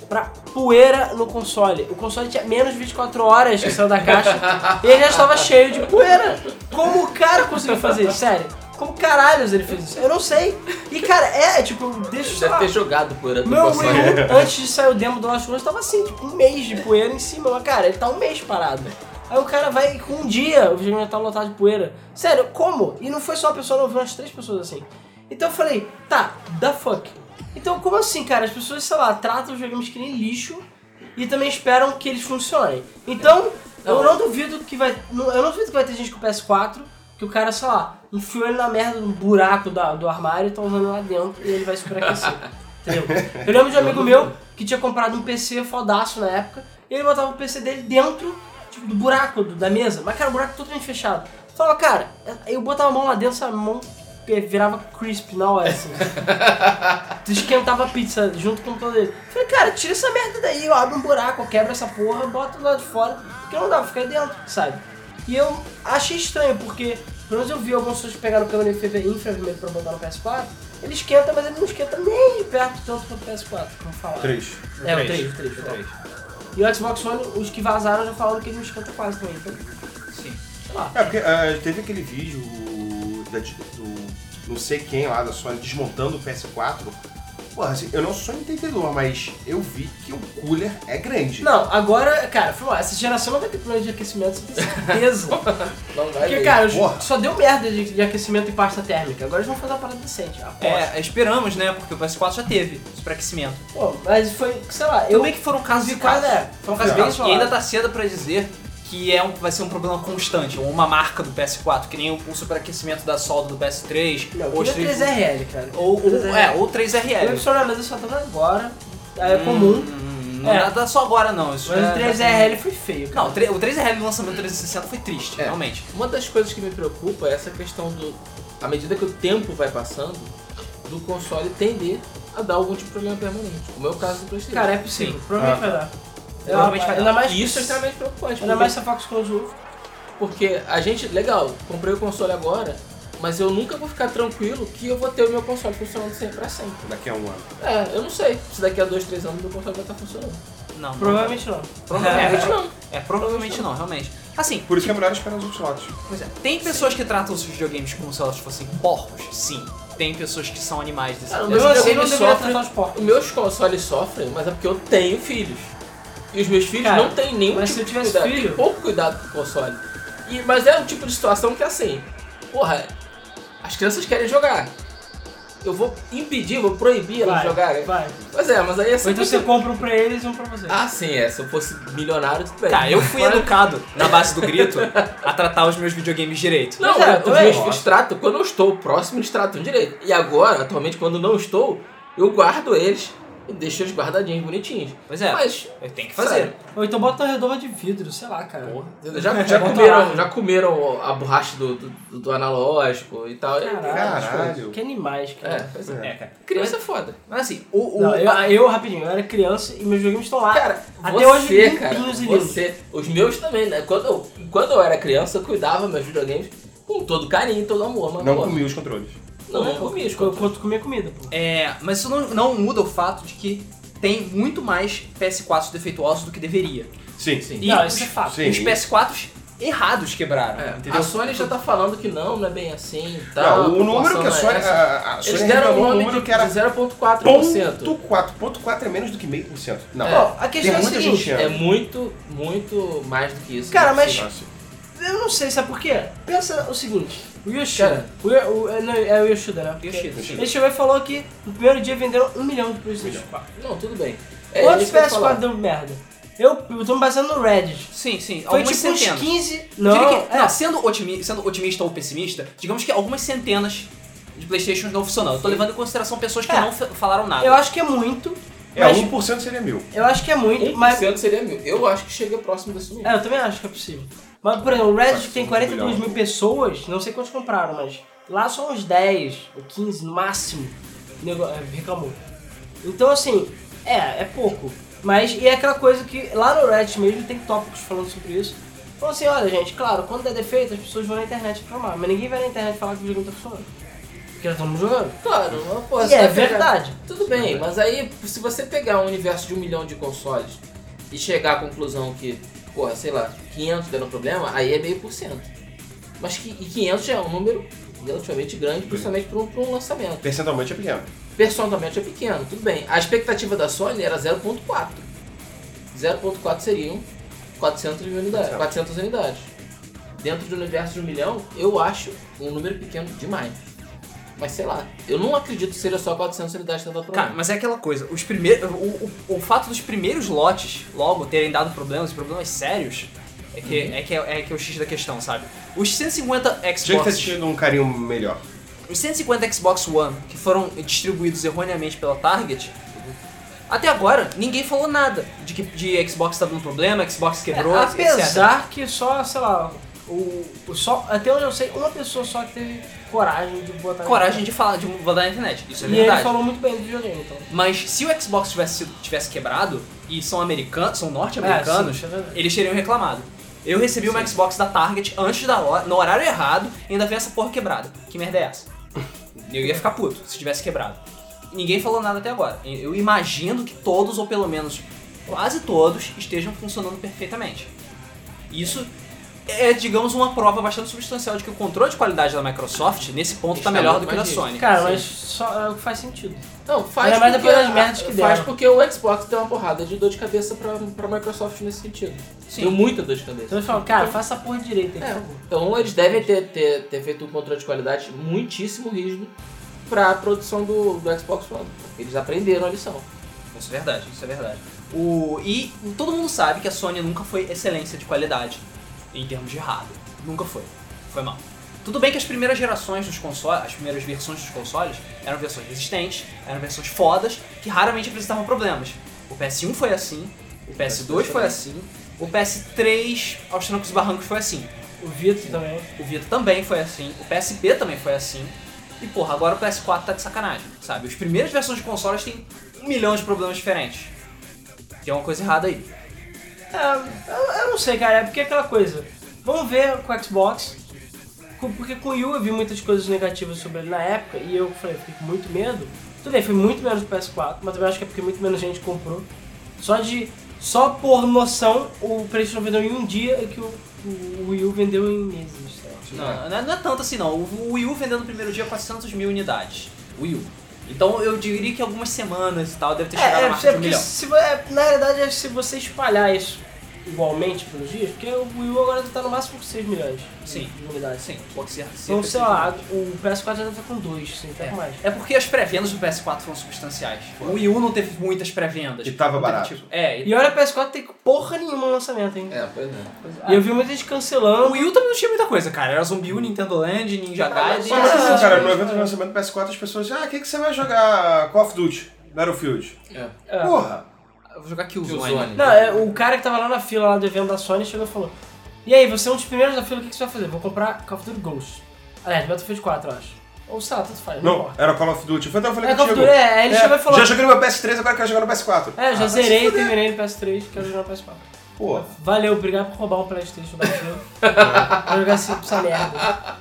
Pra poeira no console. O console tinha menos de 24 horas que saiu da caixa e ele já estava cheio de poeira. Como o cara conseguiu fazer isso? Sério. Como caralhos ele fez isso? Eu não sei. E, cara, é, tipo, deixa eu sei
Deve
lá,
ter jogado por aqui.
meu Wii U, antes de sair o demo do Last Ones, tava assim, tipo, um mês de poeira em cima. Mas, cara, ele tá um mês parado. Aí o cara vai com um dia, o videogame já tá lotado de poeira. Sério, como? E não foi só uma pessoa, não, foi umas três pessoas assim. Então eu falei, tá, da fuck. Então como assim, cara? As pessoas, sei lá, tratam os videogames que nem lixo e também esperam que eles funcionem. Então, eu não duvido que vai. não- Eu não duvido que vai ter gente com PS4 que o cara, sei lá, enfiou ele na merda do buraco da- do armário e tá usando lá dentro e ele vai superaquecer. Entendeu? Eu lembro de um amigo meu que tinha comprado um PC fodaço na época, e ele botava o PC dele dentro tipo, do buraco do- da mesa, mas cara, o buraco totalmente fechado. Eu Falava, cara, eu botava a mão lá dentro, sabe, a mão eh, virava crisp na hora, assim. tu esquentava a pizza junto com todo ele. Falei, cara, tira essa merda daí, ó, abre um buraco, quebra essa porra, bota do lado de fora, porque não dá pra ficar dentro, sabe? E eu achei estranho, porque pelo menos eu vi algumas pessoas que pegaram pelo NFV infravermelho pra botar no PS4, ele esquenta, mas ele não esquenta nem de perto tanto quanto o PS4, como falar.
Três.
É, o 3, o 3, E o Xbox One, os que vazaram já falaram que ele não esquenta quase também, então,
Sim.
sei lá.
É, porque ah, teve aquele vídeo da- do não sei quem lá da Sony desmontando o PS4. Porra, assim, eu não sou entendedor, mas eu vi que o cooler é grande.
Não, agora, cara, falou, ah, essa geração não vai ter problema de aquecimento, você tem certeza.
Não vai
Porque,
ver.
cara, os-
Porra.
só deu merda de, de aquecimento e pasta térmica. Agora eles vão fazer uma parada decente, aposto.
É, esperamos, né? Porque o PS4 já teve superaquecimento.
Pô, mas foi, sei lá, eu
Também é que foram casos
vi
de
quase,
casos.
é, foi um caso
É.
bem
E ainda
isolado.
tá cedo pra dizer que é um, vai ser um problema constante, ou uma marca do PS4, que nem o, o superaquecimento da solda do PS3,
Não,
ou,
eu queria 3RL, cara.
ou, ou,
3RL.
é, ou
Eu
3RL.
adicionei, mas eu só tava agora, é comum.
Hum, não
É.
é. nada só agora não. Isso
Mas
é- assim.
o 3RL foi feio, cara.
Não, o tre- o 3RL no lançamento do 360 foi triste,
É.
realmente.
Uma das coisas que me preocupa é essa questão do. À medida que o tempo vai passando, do console tender a dar algum tipo de problema permanente. Como é o caso do PlayStation.
Cara, é possível,
Sim.
provavelmente
Ah.
vai dar.
Provavelmente
Ah,
vai
ainda
dar.
mais
e isso é extremamente preocupante.
Ainda
porque-
mais se a Fox Console.
Porque a gente, legal, comprei o console agora, mas eu nunca vou ficar tranquilo que eu vou ter o meu console funcionando sempre pra sempre.
Daqui a um ano.
É, eu não sei se daqui a dois, três anos meu console vai estar funcionando.
Não, não.
Provavelmente não.
Provavelmente
É,
não. É, provavelmente não, realmente. Assim,
Por isso que é melhor esperar os outros lotes.
pois é, tem pessoas que tratam os videogames como se elas fossem porcos? Sim. Tem pessoas que são animais desse tipo.
Cara, o
dessa
meu
forma.
Você
Ele
não deveria
sofre-
tratar os porcos.
Os meus consoles sofrem, mas é porque eu tenho filhos. E os meus filhos
Cara,
não têm nenhum
mas
tipo
se eu
de
tivesse
cuidado.
filho-
Tem pouco cuidado com o console. E, mas é um tipo de situação que assim, porra, as crianças querem jogar. Eu vou impedir, vou proibir elas de jogarem.
Vai.
Pois é, mas aí assim.
Ou então você compra um pra eles e um pra você.
Ah, sim, é. Se eu fosse milionário, tudo bem.
Tá,
Cara, Tá, eu fui
Mas-
educado na base do grito a tratar os meus videogames direito.
Não,
Mas é,
eu, os
ué.
meus filhos tratam, quando eu estou próximo, eles tratam direito. E agora, atualmente, quando não estou, eu guardo eles e deixo eles guardadinhos, bonitinhos.
Pois é.
Mas,
Tem que fazer.
Sério.
Ou então bota uma redoma de vidro, sei lá, cara.
Já, já
Bota lá.
comeram, já comeram a borracha do, do, do analógico e tal.
Caralho.
Que animais,
É,
cara.
pois é.
É, cara.
Criança é foda.
Mas assim, o. o
Não, eu, eu, rapidinho, eu era criança e meus joguinhos estão lá.
Cara,
até
você,
hoje limpinhos
cara,
e lindos.
você, os meus também, né? Quando eu, quando eu era criança, eu cuidava meus videogames com todo carinho, todo amor, mas
Não
pô,
comi os controles.
Não, não comi,
eu, eu, eu comia comida, pô.
É, mas isso não, não muda o fato de que tem muito mais PS4 defeituosos do que deveria.
Sim.
Sim.
E
não,
os,
isso é fato.
Sim.
os PS4 errados quebraram,
É,
entendeu?
a Sony já tá falando que não, não é bem assim e tal.
Não, o
a
número que a
população
Sony.
é essa.
A, a Sony
Eles deram o
revelou um
nome
número
de
que era
0,4%.
ponto 4. Ponto 4 é menos do que meio por cento. Não.
É.
Ó, a questão é a
Tem muita
seguinte,
gente
É muito, muito mais do que isso.
Cara,
não é
mas-
possível.
Nossa.
eu não sei, sabe por quê? Pensa o seguinte, o Yoshida,
Cara.
o, o, é, não, é o Yoshida, né?
Yoshida, sim.
Ele chegou e falou que no primeiro dia venderam um milhão de PlayStation 4.
Não, tudo bem.
Quantos
É, isso que eu ia
PS4
falar.
deu merda? Eu, eu tô me baseando no Reddit.
Sim, sim.
Foi
algumas
tipo
centenas.
uns 15...
Eu diria
Não, é,
que- um não, é. sendo, otimi- sendo otimista ou pessimista, digamos que algumas centenas de Playstations não funcionaram. Eu tô levando em consideração pessoas que
É.
não fa- falaram nada.
Eu acho que é muito.
É,
mas
1% seria mil.
Eu acho que é muito,
1%
mas.
seria mil. Eu acho que chega próximo desse mil.
É, eu também acho que é possível. Mas, por exemplo, o Reddit tem
um
42
milhão.
mil pessoas, não sei quantos compraram, mas lá só uns 10 ou 15 no máximo nego- é, reclamou. Então, assim, é, é pouco. Mas, e é aquela coisa que lá no Reddit mesmo tem tópicos falando sobre isso. Então, assim, olha, gente, claro, quando der defeito, as pessoas vão na internet reclamar, mas ninguém vai na internet falar que o jogo não tá funcionando. Porque nós estamos jogando.
Claro, uma porra,
E
você
é
vai pegar-
verdade.
Tudo bem, mas aí se você pegar um universo de um milhão de consoles e chegar à conclusão que, porra, sei lá, 500 deram problema, aí é meio por cento. Mas que, e 500 já é um número relativamente grande, principalmente para um, pra um lançamento.
Percentualmente é pequeno.
Personalmente é pequeno, tudo bem. A expectativa da Sony era 0.4. 0.4 seriam 400 mil
Tá.
unidades, 400 unidades. Dentro do universo de um milhão, eu acho um número pequeno demais. Mas sei lá, eu não acredito que tá seja só 400 unidades dentro da
Cara, mas é aquela coisa, os primeiros, o, o, o fato dos primeiros lotes logo terem dado problemas, e problemas sérios, é que,
Uhum.
é, que é, é que é o X da questão, sabe? Os 150
Tinha que ter
Xbox,
tido um carinho melhor.
os 150 Xbox One que foram distribuídos erroneamente pela Target, até agora ninguém falou
É,
nada de que de Xbox tá dando problema, Xbox quebrou, etc.
Apesar que só, sei lá, O, o só, até onde eu sei, uma pessoa só que teve coragem de botar.
Coragem de falar, de mudar na internet. Isso é
E
verdade.
ele falou muito bem do videogame, então.
Mas se o Xbox tivesse, sido- tivesse quebrado, e são americanos, são norte-americanos,
É, sim, isso é verdade.
eles teriam reclamado. Eu recebi uma Xbox da Target antes da hora, no horário errado, e ainda veio essa porra quebrada. Que merda é essa? Eu ia ficar puto se tivesse quebrado. Ninguém falou nada até agora. Eu imagino que todos, ou pelo menos quase todos, estejam funcionando perfeitamente. Isso é, digamos, uma prova bastante substancial de que o controle de qualidade da Microsoft, nesse ponto,
Está
tá melhor do
muito
que o da
mais
Sony.
Cara,
Sim.
mas só é o que faz sentido.
Não, faz
Ainda mais
porque,
depois das merdas que
faz
deram.
porque o Xbox deu uma porrada de dor de cabeça pra, pra Microsoft nesse sentido.
Sim.
Deu muita dor de cabeça.
Então eles falam, cara, faça a porra direita aí, por
É,
favor.
então eles devem ter, ter, ter feito um controle de qualidade muitíssimo rígido pra produção do, do Xbox One. Eles aprenderam a lição.
Isso é verdade, isso é verdade. O, e todo mundo sabe que a Sony nunca foi excelência de qualidade em termos de hardware. Nunca foi. Foi mal. Tudo bem que as primeiras gerações dos consoles, as primeiras versões dos consoles, eram versões resistentes, eram versões fodas, que raramente apresentavam problemas. O PS1 foi assim, o PS2 foi assim, o PS3 aos trancos e barrancos foi assim.
O Vitor também.
O Vita também foi assim, o PSP também foi assim. E porra, agora o PS4 tá de sacanagem, sabe? As primeiras versões de consoles têm um milhão de problemas diferentes. Tem uma coisa errada aí.
É, eu, eu não sei, cara, é porque é aquela coisa. Vamos ver com o Xbox. com- Porque com o Yu eu vi muitas coisas negativas sobre ele na época e eu falei, fiquei com muito medo. Tudo bem, foi muito menos do PS4, mas também acho que é porque muito menos gente comprou. Só de. Só por noção, o PlayStation vendeu em um dia e que o, o Wii U vendeu em meses. sei lá.
Não, não é, não é tanto assim não. O Wii U vendeu no primeiro dia 400 mil unidades. Wii U. Então eu diria que algumas semanas e tal deve ter chegado
É,
a
é,
marca
é
de um
porque
milhão.
se, vo- é, na verdade é se você espalhar isso igualmente pelos dias, porque o Wii U agora tá no máximo com 6 milhões de-
Sim.
de unidades.
Sim, pode ser. cerca
Então,
de
sei
seis
lá,
milhões.
o PS4 já tá com dois, sem até mais.
É porque as pré-vendas do PS4 foram substanciais. O Wii U não teve muitas pré-vendas.
E tava
Não teve,
barato.
tipo- é,
E olha, o PS4 tem porra nenhuma no lançamento, hein?
É, pois é.
E eu vi muita gente
O
cancelando.
Wii U também não tinha muita coisa, cara. Era Zumbi
Hum.
U, Nintendo Land, Ninja Gaiden.
Só mais
Ah,
assim, cara,
mas-
no evento de lançamento do PS4 as pessoas ah, o que, que você vai jogar Call of Duty, Battlefield?
É.
Porra!
Eu vou jogar
Killzone.
Killzone.
Não, é, o cara que tava lá na fila lá do evento da Sony chegou e falou: E aí, você é um dos primeiros da fila, o que, que você vai fazer? Vou comprar Call of Duty Ghost. Aliás, Battlefield 4, eu acho. Ou sei lá, tanto faz, não,
Não,
importa.
era Call of Duty. Foi até eu falei
É Call of
contigo.
Duty, é, aí ele chegou e falou:
Já joguei no meu PS3, agora quero jogar no PS4.
É, já
Ah,
zerei, terminei no PS3, quero jogar no PS4.
Porra.
Valeu, obrigado por roubar um Playstation da fila. Vou jogar esse- essa merda.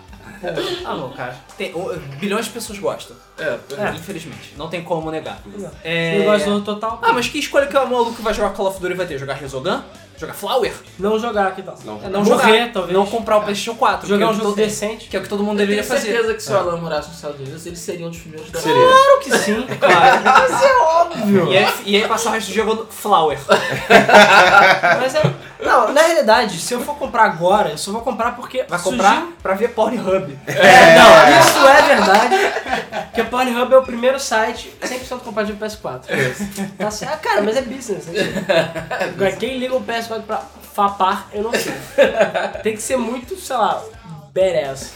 Ah, não, cara. Tem, o- bilhões de pessoas gostam,
É, pois é.
É.
infelizmente. Não tem como negar. É.
É... Negócio do total.
Ah, mas que escolha que o maluco que vai jogar Call of Duty vai ter? Jogar Resogun? Jogar Flower?
Não jogar aqui, tá?
Não,
É,
não.
não
Morrer,
jogar,
talvez.
Não comprar o PlayStation 4.
Jogar
que
um
é o que
jogo
todo-
decente.
Que é o que todo mundo
Eu
deveria
tenho
fazer. É.
certeza que se o Alan morasse nos Estados Unidos, eles seriam os primeiros da
Seria.
Claro que sim, claro. Mas é óbvio.
E aí, e aí passar o resto do jogo jogando Flower.
Mas é. Não, na realidade, se eu for comprar agora, eu só vou comprar porque.
Vai
surgiu-
comprar pra ver Pornhub.
É, não, isso é verdade. Porque o Pornhub é o primeiro site 100% compatível com o PS4. Tá certo. Ah, cara, mas é business. Né? Agora, quem liga o PS4 pra fapar, eu não sei. Tem que ser muito, sei lá, badass.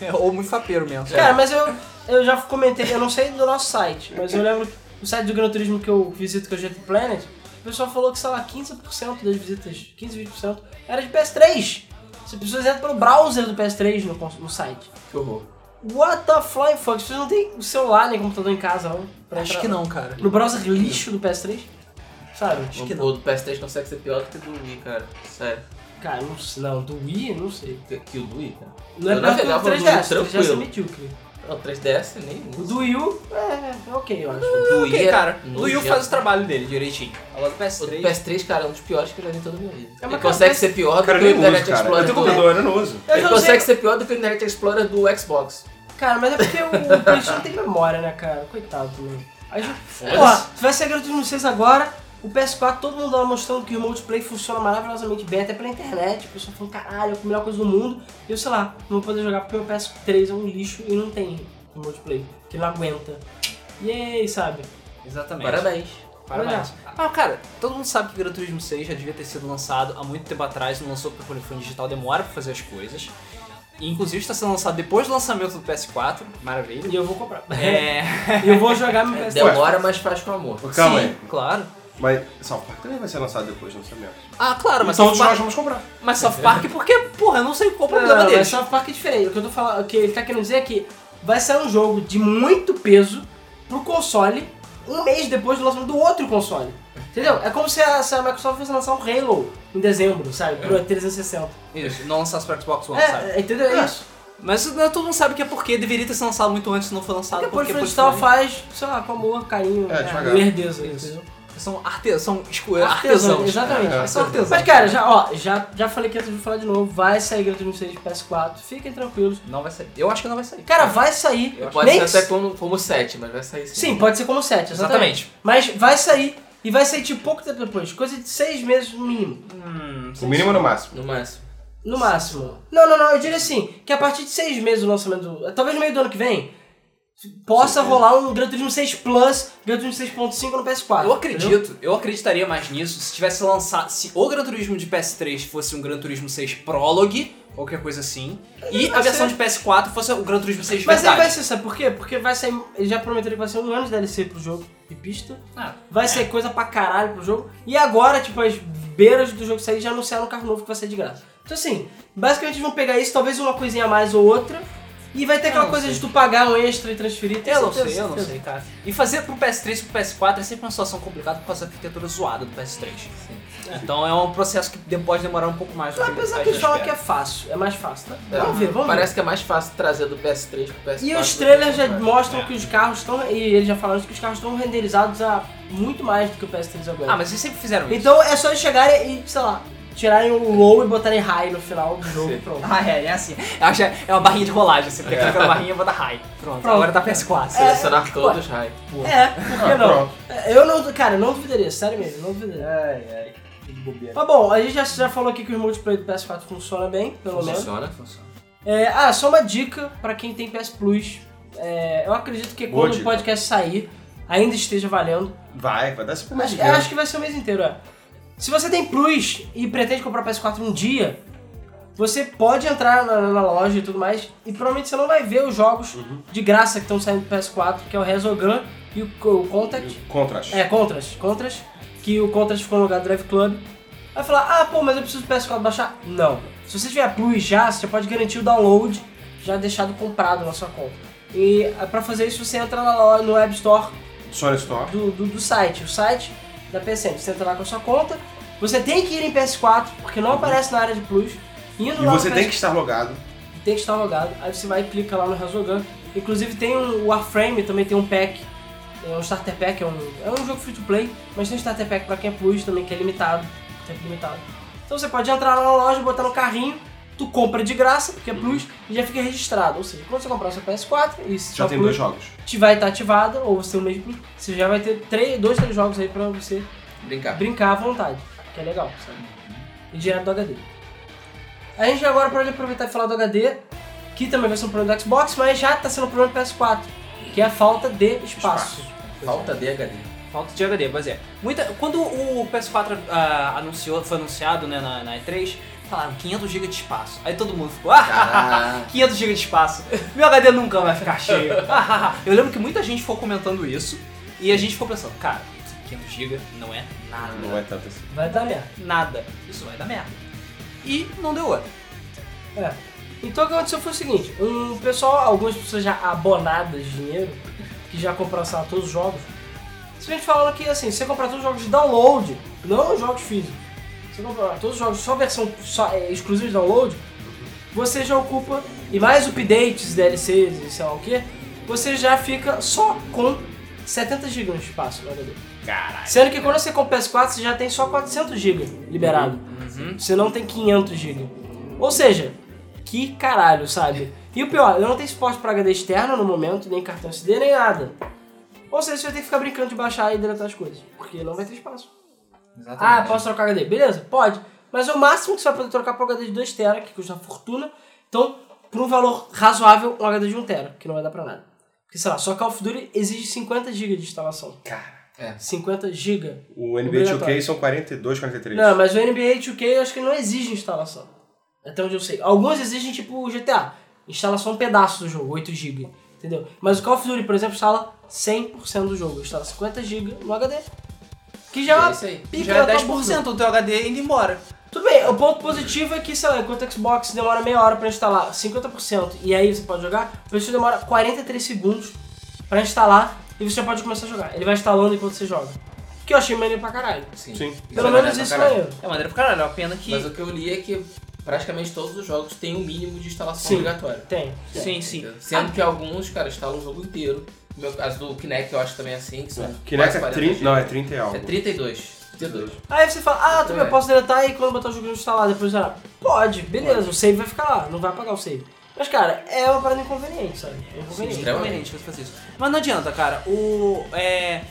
É, Ou muito fapeiro mesmo.
É. Cara, mas eu, eu já comentei, eu não sei do nosso site, mas eu lembro que o site do Gran Turismo que eu visito, que é o GT Planet, o pessoal falou que, sei lá, 15% das visitas, 15, 20% era de PS3. As pessoas entram pelo browser do PS3 no, cons- no site.
Que horror.
What the flying fuck? Vocês não tem o celular nem computador em casa, não? Pra
acho
entrar
que não, cara.
No browser lixo do PS3? Sabe?
Acho que
O-
não.
O do PS3 consegue ser pior do que o do Wii, cara. Sério.
Cara, não, sei- não, do Wii, não sei.
Que- Que o do Wii, cara.
Não é
Eu
pior que o
navegava
do
no
3DS, o
Wii
3DS é
tranquilo.
medíocre.
Não, O 3DS nem... nem
O do Wii U, é, é ok, eu acho.
do
Ok,
é
cara. O Wii U
nojento.
faz o trabalho dele direitinho. Agora do
O do
PS3.
PS3, cara, é um dos piores que eu já vi em toda a minha vida.
É uma
Ele
cara-
consegue ser pior do que
Cara,
o
eu nem uso,
Internet
cara. Eu
Explorer
tenho
do...
computador, eu não uso.
Eu
Ele
já
consegue
usei-
ser pior do que o Internet Explorer do Xbox.
Cara, mas é porque o o PlayStation tem memória, né, cara? Coitado também. Aí,
foda-se.
porra, se tivesse a Gran Turismo 6 agora, o PS4, todo mundo lá mostrando que o Remote Play funciona maravilhosamente bem, até pela internet. O pessoal falando, caralho, é a melhor coisa do mundo. E eu, sei lá, não vou poder jogar porque meu PS3 é um lixo e não tem Remote Play, que não aguenta. E aí, sabe?
Exatamente.
Parabéns.
Parabéns. Ah, cara, todo mundo sabe que Gran Turismo 6 já devia ter sido lançado há muito tempo atrás, não lançou porque o telefone digital demora pra fazer as coisas. E, inclusive está sendo lançado depois do lançamento do PS4, maravilha.
E eu vou comprar.
É.
E eu vou jogar meu PS3.
Demora, mas faz com amor.
Calma
Sim,
aí.
Claro.
Mas South Park também vai ser lançado depois do lançamento.
Ah, claro, mas
Todos
South
nós
Park.
vamos comprar.
Mas South Park, porque, porra, eu não sei qual o
Não,
problema
não, mas
deles.
South Park é diferente. O que, eu tô falando, o que ele tá querendo dizer é que vai sair um jogo de muito peso pro console um mês depois do lançamento do outro console. Entendeu? É como se a, se a Microsoft fosse lançar um Halo em dezembro, sabe? Pro 360.
Isso, não lançasse pra Xbox One, sabe?
É, é, entendeu? É
É.
isso.
Mas né, todo mundo sabe que é porque deveria ter sido lançado muito antes, não foi lançado
Depois o
porque
Florestal
foi-
faz, sei lá, com amor, carinho,
É,
é,
devagar.
lerdeza, isso.
Isso. São, arte... são escu-
Artesão,
artesãos.
exatamente.
É, são artesãos.
Mas cara, já, ó, já, já falei que antes de falar de novo, vai sair Gran Turismo 6 de PS4, fiquem tranquilos.
Não vai sair. Eu acho que não vai sair.
Cara, vai sair.
Eu acho
Pode
Nem
ser
que-
até como, como 7, mas vai sair sim.
Sim, pode ser como 7, exatamente.
Exatamente.
Mas vai sair, e vai sair tipo pouco tempo depois, coisa de 6 meses no mínimo,
Hum,
O mínimo ou
é.
no máximo.
No máximo.
no máximo. Não, não, não, eu diria assim, que a partir de 6 meses do lançamento, do- talvez no meio do ano que vem, possa rolar um Gran Turismo 6 Plus, Gran Turismo 6.5 no PS4.
Eu
entendeu?
acredito, eu acreditaria mais nisso se tivesse lançado. Se o Gran Turismo de PS3 fosse um Gran Turismo 6 Prologue, qualquer coisa assim, e
Não,
a
mas
versão
você-
de PS4 fosse o Gran Turismo 6 de
Mas ele
verdade.
vai ser, sabe por quê? Porque vai sair, eles já prometeram que vai ser um ano de DLC pro jogo, de pista.
Ah,
Vai ser coisa pra caralho pro jogo. E agora, tipo, as beiras do jogo sair já anunciaram um carro novo que vai ser de graça. Então, assim, basicamente eles vão pegar isso, talvez uma coisinha a mais ou outra. E vai ter aquela
É, não
coisa
sei.
de tu pagar um extra e transferir. tem
eu não
certeza,
sei, eu não
certeza.
sei, cara. E fazer pro PS3 e pro PS4 é sempre uma situação complicada por causa da arquitetura zoada do PS3. Então é um processo que de- pode demorar um pouco mais do que
Apesar
a
que
gente
eles falam que
espera.
é fácil, é mais fácil, tá?
É,
Vamos ver, vamos ver.
Parece que é mais fácil trazer do PS3 pro PS4.
E os
do
trailers já
PS4.
É.
mostram que os carros estão. E eles já falaram isso, que os carros estão renderizados a muito mais do que o PS3 agora.
Ah, mas eles sempre fizeram isso.
é- Então é só eles chegarem e, sei lá, tirarem o low e botarem high no final do jogo.
Sim.
Pronto.
Ah, é, é assim. Eu acho que é uma barrinha de rolagem. Você clica na barrinha e bota high. Pronto,
Pronto.
agora tá PS4.
É.
Selecionar todos, Rai.
É, por que
Ah,
não?
pronto.
Eu não. Cara, eu não duvidaria, sério mesmo, não duvidaria.
Ai, ai. Que bobeira.
Mas bom, a gente já, já falou aqui que os multiplayer do PS4 funciona bem, pelo menos.
Funciona.
Funciona.
É, ah, só uma dica pra quem tem PS Plus. É, eu acredito que
Boa
quando o
dica.
podcast sair, ainda esteja valendo.
Vai, vai dar esse primeiro
Acho, eu acho que vai ser o mês inteiro, é. Se você tem Plus e pretende comprar PS4 um dia, você pode entrar na, na loja e tudo mais, e provavelmente você não vai ver os jogos
Uhum.
de graça que estão saindo do PS4, que é o Resogun e o, o Contact.
Contrast.
É, Contras, Contras, que o Contras ficou no lugar do Drive Club. Vai falar, ah, pô, mas eu preciso do PS4 baixar. Não. Se você tiver Plus já, você já pode garantir o download já deixado comprado na sua conta. E ah, pra fazer isso, você entra na loja, no Web Store
Sony Store.
do, do, do site, o site da PSN. Você entra lá com a sua conta, você tem que ir em PS4, porque não aparece na área de Plus. Indo
Uhum. E
lá no
você
PS4,
tem que estar logado.
tem que estar logado. Aí você vai e clica lá no Razogun. Inclusive tem um Warframe, também tem um pack, é um starter pack, é um, é um jogo free to play, mas tem um starter pack pra quem é plus também, que é limitado, tempo limitado. Então você pode entrar lá na loja, botar no carrinho, tu compra de graça, porque é plus, e já fica registrado. Ou seja, quando você comprar o seu PS4, e se
Uhum. Já
tá
tem
plus,
dois jogos.
te vai estar ativada, ou você tem o mesmo plus, você já vai ter três, dois, três jogos aí pra você
Brincar.
brincar à vontade, que é legal, sabe? E direto do HD. A gente agora pode aproveitar e falar do HD, que também vai ser um problema do Xbox, mas já tá sendo um problema do PS4, que é a falta de espaço.
Falta de HD.
Falta de HD, mas é. Muita, quando o PS4 ah, anunciou, foi anunciado né, na, na E3, falaram 500 GB de espaço. Aí todo mundo ficou, ah,
Ah,
500 GB de espaço. Meu HD nunca vai ficar cheio. Ah, Eu lembro que muita gente foi comentando isso e a gente ficou pensando, cara, 500 GB não é nada.
Não é tanto assim.
Vai dar merda.
Nada. Isso vai dar merda. E não deu outra.
É. Então o que aconteceu foi o seguinte, um pessoal, algumas pessoas já abonadas de dinheiro, que já compraram sei lá, todos os jogos, simplesmente falaram que assim, você comprar todos os jogos de download, não os jogos físicos, você comprar todos os jogos só versão só, é, exclusiva de download, você já ocupa, e mais updates, DLCs e sei lá o que, você já fica só com 70 GB de espaço no HD.
Caralho.
Sendo que quando você compra o PS4, você já tem só 400 GB liberado. Você não tem 500 GB. Ou seja, que caralho, sabe? E o pior, ele não tem suporte para HD externo no momento, nem cartão SD, nem nada. Ou seja, você vai ter que ficar brincando de baixar e deletar as coisas, porque não vai ter espaço. Ah, posso trocar HD? Beleza, pode. Mas é o máximo que você vai poder trocar por um HD de 2 TB, que custa uma fortuna. Então, por um valor razoável, um HD de 1 TB, que não vai dar pra nada. Porque, sei lá, só Call of Duty exige 50 GB de instalação.
Cara.
é.
50 GB.
O NBA
Obrigatório.
2K são 42, 43.
Não, mas o NBA 2K eu acho que não exige instalação. Até onde eu sei. Alguns exigem, tipo o GTA. Instala só um pedaço do jogo, 8GB. Entendeu? Mas o Call of Duty, por exemplo, instala 100% do jogo. Instala 50GB no HD. Que já é uma
isso aí.
pica
Já
da
é
tua bunda.
10% do teu HD indo embora.
Tudo bem, o ponto positivo é que, sei lá, enquanto o Xbox demora meia hora pra instalar 50% e aí você pode jogar, o PlayStation demora 43 segundos pra instalar e você já pode começar a jogar. Ele vai instalando enquanto você joga. Que eu achei maneiro pra caralho.
Sim.
Sim.
Pelo
é
menos
maneiro pra
isso é
caralho.
maneiro.
É maneiro pra caralho, é uma pena que...
Mas o que eu li é que praticamente todos os jogos têm um mínimo de instalação
Sim. Ah.
obrigatória.
Tem.
Sim, sim.
Entendeu? Sendo que alguns, cara, instalam o jogo inteiro. No meu caso do Kinect, eu acho também assim, que são
Kinect
quase
é
40
30.
gigas.
Não, é 30 e algo.
É 32. 32.
Aí você fala, ah, tudo bem,
É.
eu posso deletar e quando botar o jogo no instalar, depois zerar. Pode, beleza, o save vai ficar lá, não vai apagar o save. Mas, cara, é uma parada inconveniente, sabe? É inconveniente.
extremamente.
Inconveniente você fazer isso. Mas não adianta, cara. O... É...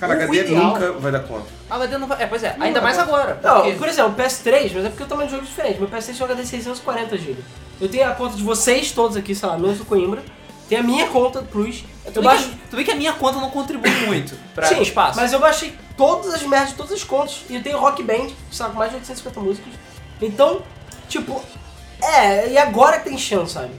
Cara,
o
HD
ideal-
nunca vai dar conta.
Ah, HD não vai... É, pois é. ainda mais agora.
Não,
porque-
por exemplo, o PS3, mas é porque o tamanho do jogo é diferente. Meu PS3 tem um HD 640GB. Eu tenho a conta de vocês todos aqui, sei lá, menos do Coimbra. Tem a minha conta Plus. Eu
Tudo bem,
baixo.
que, tudo bem que a minha conta não contribui muito pra
Sim,
espaço.
Mas eu baixei todas as merdas, de todas as contas. E eu tenho Rock Band, que sabe, com mais de 850 músicas. Então, tipo, é, e agora que tem chance, sabe?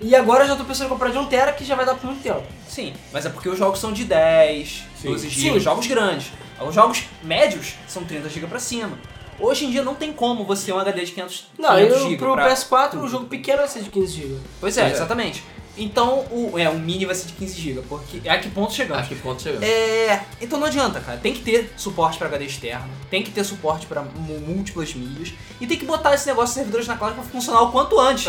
E agora eu já tô pensando em comprar de 1TB, que já vai dar por muito tempo.
Sim, mas é porque os jogos são de 10,
Sim.
12
Sim.
GB, jogos grandes. Os jogos médios são 30 GB pra cima. Hoje em dia não tem como você ter um HD de 500,
Não,
500
eu,
GB
pro
pra-
PS4, o jogo pequeno vai ser de 15GB.
Pois é,
Pois é.
exatamente. Então, o, é, o mini vai ser de 15 GB, porque é a que ponto chegamos.
Acho que ponto chegou.
É, então não adianta, cara. Tem que ter suporte pra HD externo, tem que ter suporte pra mu- múltiplas mídias e tem que botar esse negócio de servidores na cloud pra funcionar o quanto antes.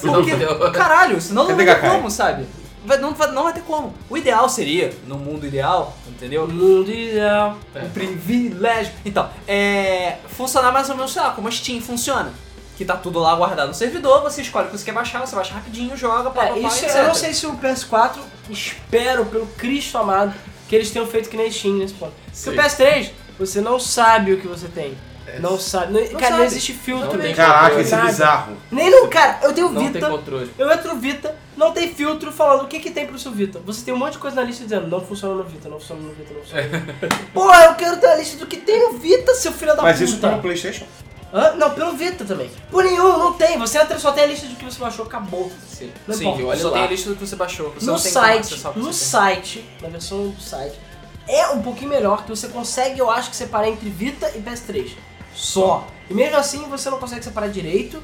Senão
Porque,
fudeu.
caralho, senão não
Cadê
vai ter
Gakai?
como, sabe? Vai- não, vai, não vai ter como. O ideal seria, no mundo ideal, entendeu?
Mundo ideal.
Um privilégio. Então, é. Funcionar mais ou menos, sei lá, como a Steam funciona. Que tá tudo lá guardado no servidor, você escolhe o que você quer baixar, você baixa rapidinho, joga, pá, pá,
É,
pá,
isso
etc.
eu não sei se o PS4, espero, pelo Cristo amado, que eles tenham feito que nem Steam nesse ponto. Porque o
Sim. É.
PS3, você não sabe o que você tem. Não sabe. Não- cara, não
sabe.
existe filtro.
Não tem.
Caraca, isso é
Nada.
bizarro.
Nem não, cara, eu tenho
Não tem
Vita,
controle.
eu entro no Vita, não tem filtro falando o que que tem pro seu Vita. Você tem um monte de coisa na lista dizendo, não funciona no Vita, não funciona no Vita, não funciona no Vita. Porra, eu quero ter a lista do que tem no Vita, seu filho da
Mas
puta.
isso tá no Playstation?
Hã? Não, pelo Vita também. Por nenhum, não tem. Você entra só tem a lista do que você baixou, acabou.
Sim.
Não
Sim,
importa.
eu olho
só
lá.
tem a lista do que você baixou. Você
é no
não tem como
site,
acessar o que
no
você tem.
site, na versão do site, é um pouquinho melhor que você consegue, eu acho, que separar entre Vita e PS3. Só. E mesmo assim você não consegue separar direito.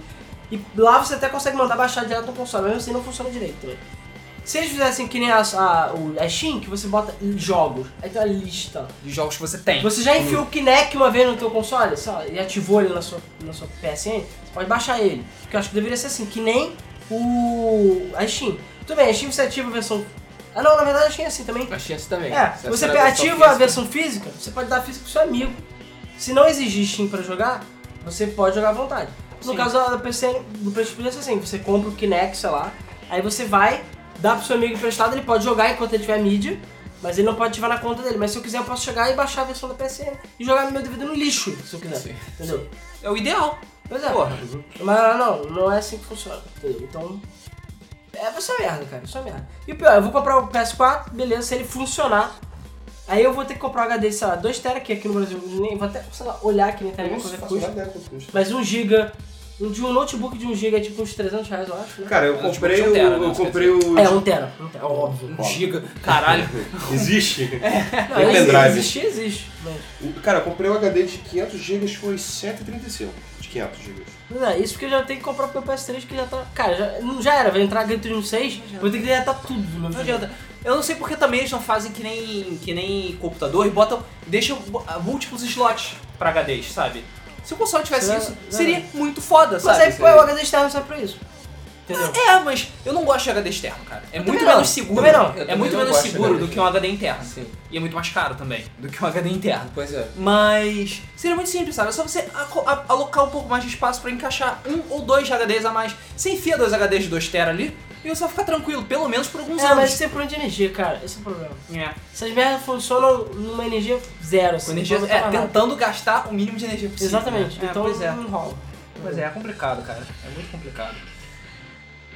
E lá você até consegue mandar baixar direto no console, mas mesmo assim não funciona direito também. Se eles fizessem que nem a, a, o- a Steam, que você bota jogos, aí tem uma lista.
De jogos que você tem.
Você já enfiou o Kinect uma vez no teu console, sei lá, e ativou ele na sua, na sua PSN, você pode baixar ele. Porque eu acho que deveria ser assim, que nem o a Steam. Tudo bem, a Steam você ativa a versão... Ah não, na verdade a Steam é assim também.
A chance também.
É,
Se
você
essa
pe-
era
ativa a
versão
versão física, você pode dar física pro seu amigo. Se não exigir Steam pra jogar, você pode jogar à vontade. No
Sim.
caso da PSN, do PlayStation é assim, você compra o Kinect, sei lá, aí você vai, dá pro seu amigo emprestado, ele pode jogar enquanto ele tiver mídia, mas ele não pode ativar na conta dele. Mas se eu quiser, eu posso chegar e baixar a versão da PSN e jogar no meu DVD no lixo, se eu quiser.
Sim.
Entendeu?
É o ideal.
Pois é.
Porra.
Mas não, não é assim que funciona. Entendeu? Então. É você é merda, cara. Isso é merda. E o pior, eu vou comprar o PS4, beleza, se ele funcionar. Aí eu vou ter que comprar o HD, sei lá, 2TB, que aqui no Brasil nem vou até, sei lá, olhar que nem tá
Eu não
ligado,
faço
quanto é que custa.
nada quanto custa.
Mas 1GB, um, de um notebook de 1GB é tipo uns 300 reais, eu acho. Né?
Cara, eu
Mas, tipo,
comprei
tinha um
o.
tera, né?
Eu comprei o.
É, 1TB. Um tera, óbvio.
Um giga. Caralho.
Existe?
Não,
Tem
existe,
pendrive.
existe, existe. Mas,
Cara, eu comprei o HD de 500 GB, foi 135 de 500 GB.
mas é, isso porque eu já tenho que comprar pro meu PS3 que já tá. Cara, já, não já era, vai entrar Gran Turismo 6, eu vou ter que deletar tudo né? do meu
Não
videogame.
adianta. Eu não sei porque também eles não fazem que nem, que nem computador e botam. deixam bo- ah, múltiplos slots pra HDs, sabe? Se o console tivesse
Será-
isso,
será?
seria muito foda,
Mas
sabe?
aí põe o HD externo só pra isso. é Entendeu?
É, mas eu não gosto de HD externo, cara. É muito
também não.
menos seguro.
Também não. Eu
É
também
muito
não
menos
gosto de
seguro
HD
do que um HD interno.
Ah, Sim.
E é muito mais caro também do que um HD interno.
Pois é.
Mas seria muito simples, sabe? É só você aco- a- alocar um pouco mais de espaço pra encaixar um ou dois HDs a mais. Você enfia dois HDs de 2 tera ali e você vai ficar tranquilo, pelo menos por alguns
É, mas
anos.
isso é problema de energia, cara. Esse é o problema.
É.
Essas merdas funcionam numa energia zero, assim.
Com energia,
não
é,
pra nada.
tentando gastar o mínimo de energia possível.
Exatamente.
né? É,
então
pois é.
não rola.
Pois é, é complicado, cara. É muito complicado.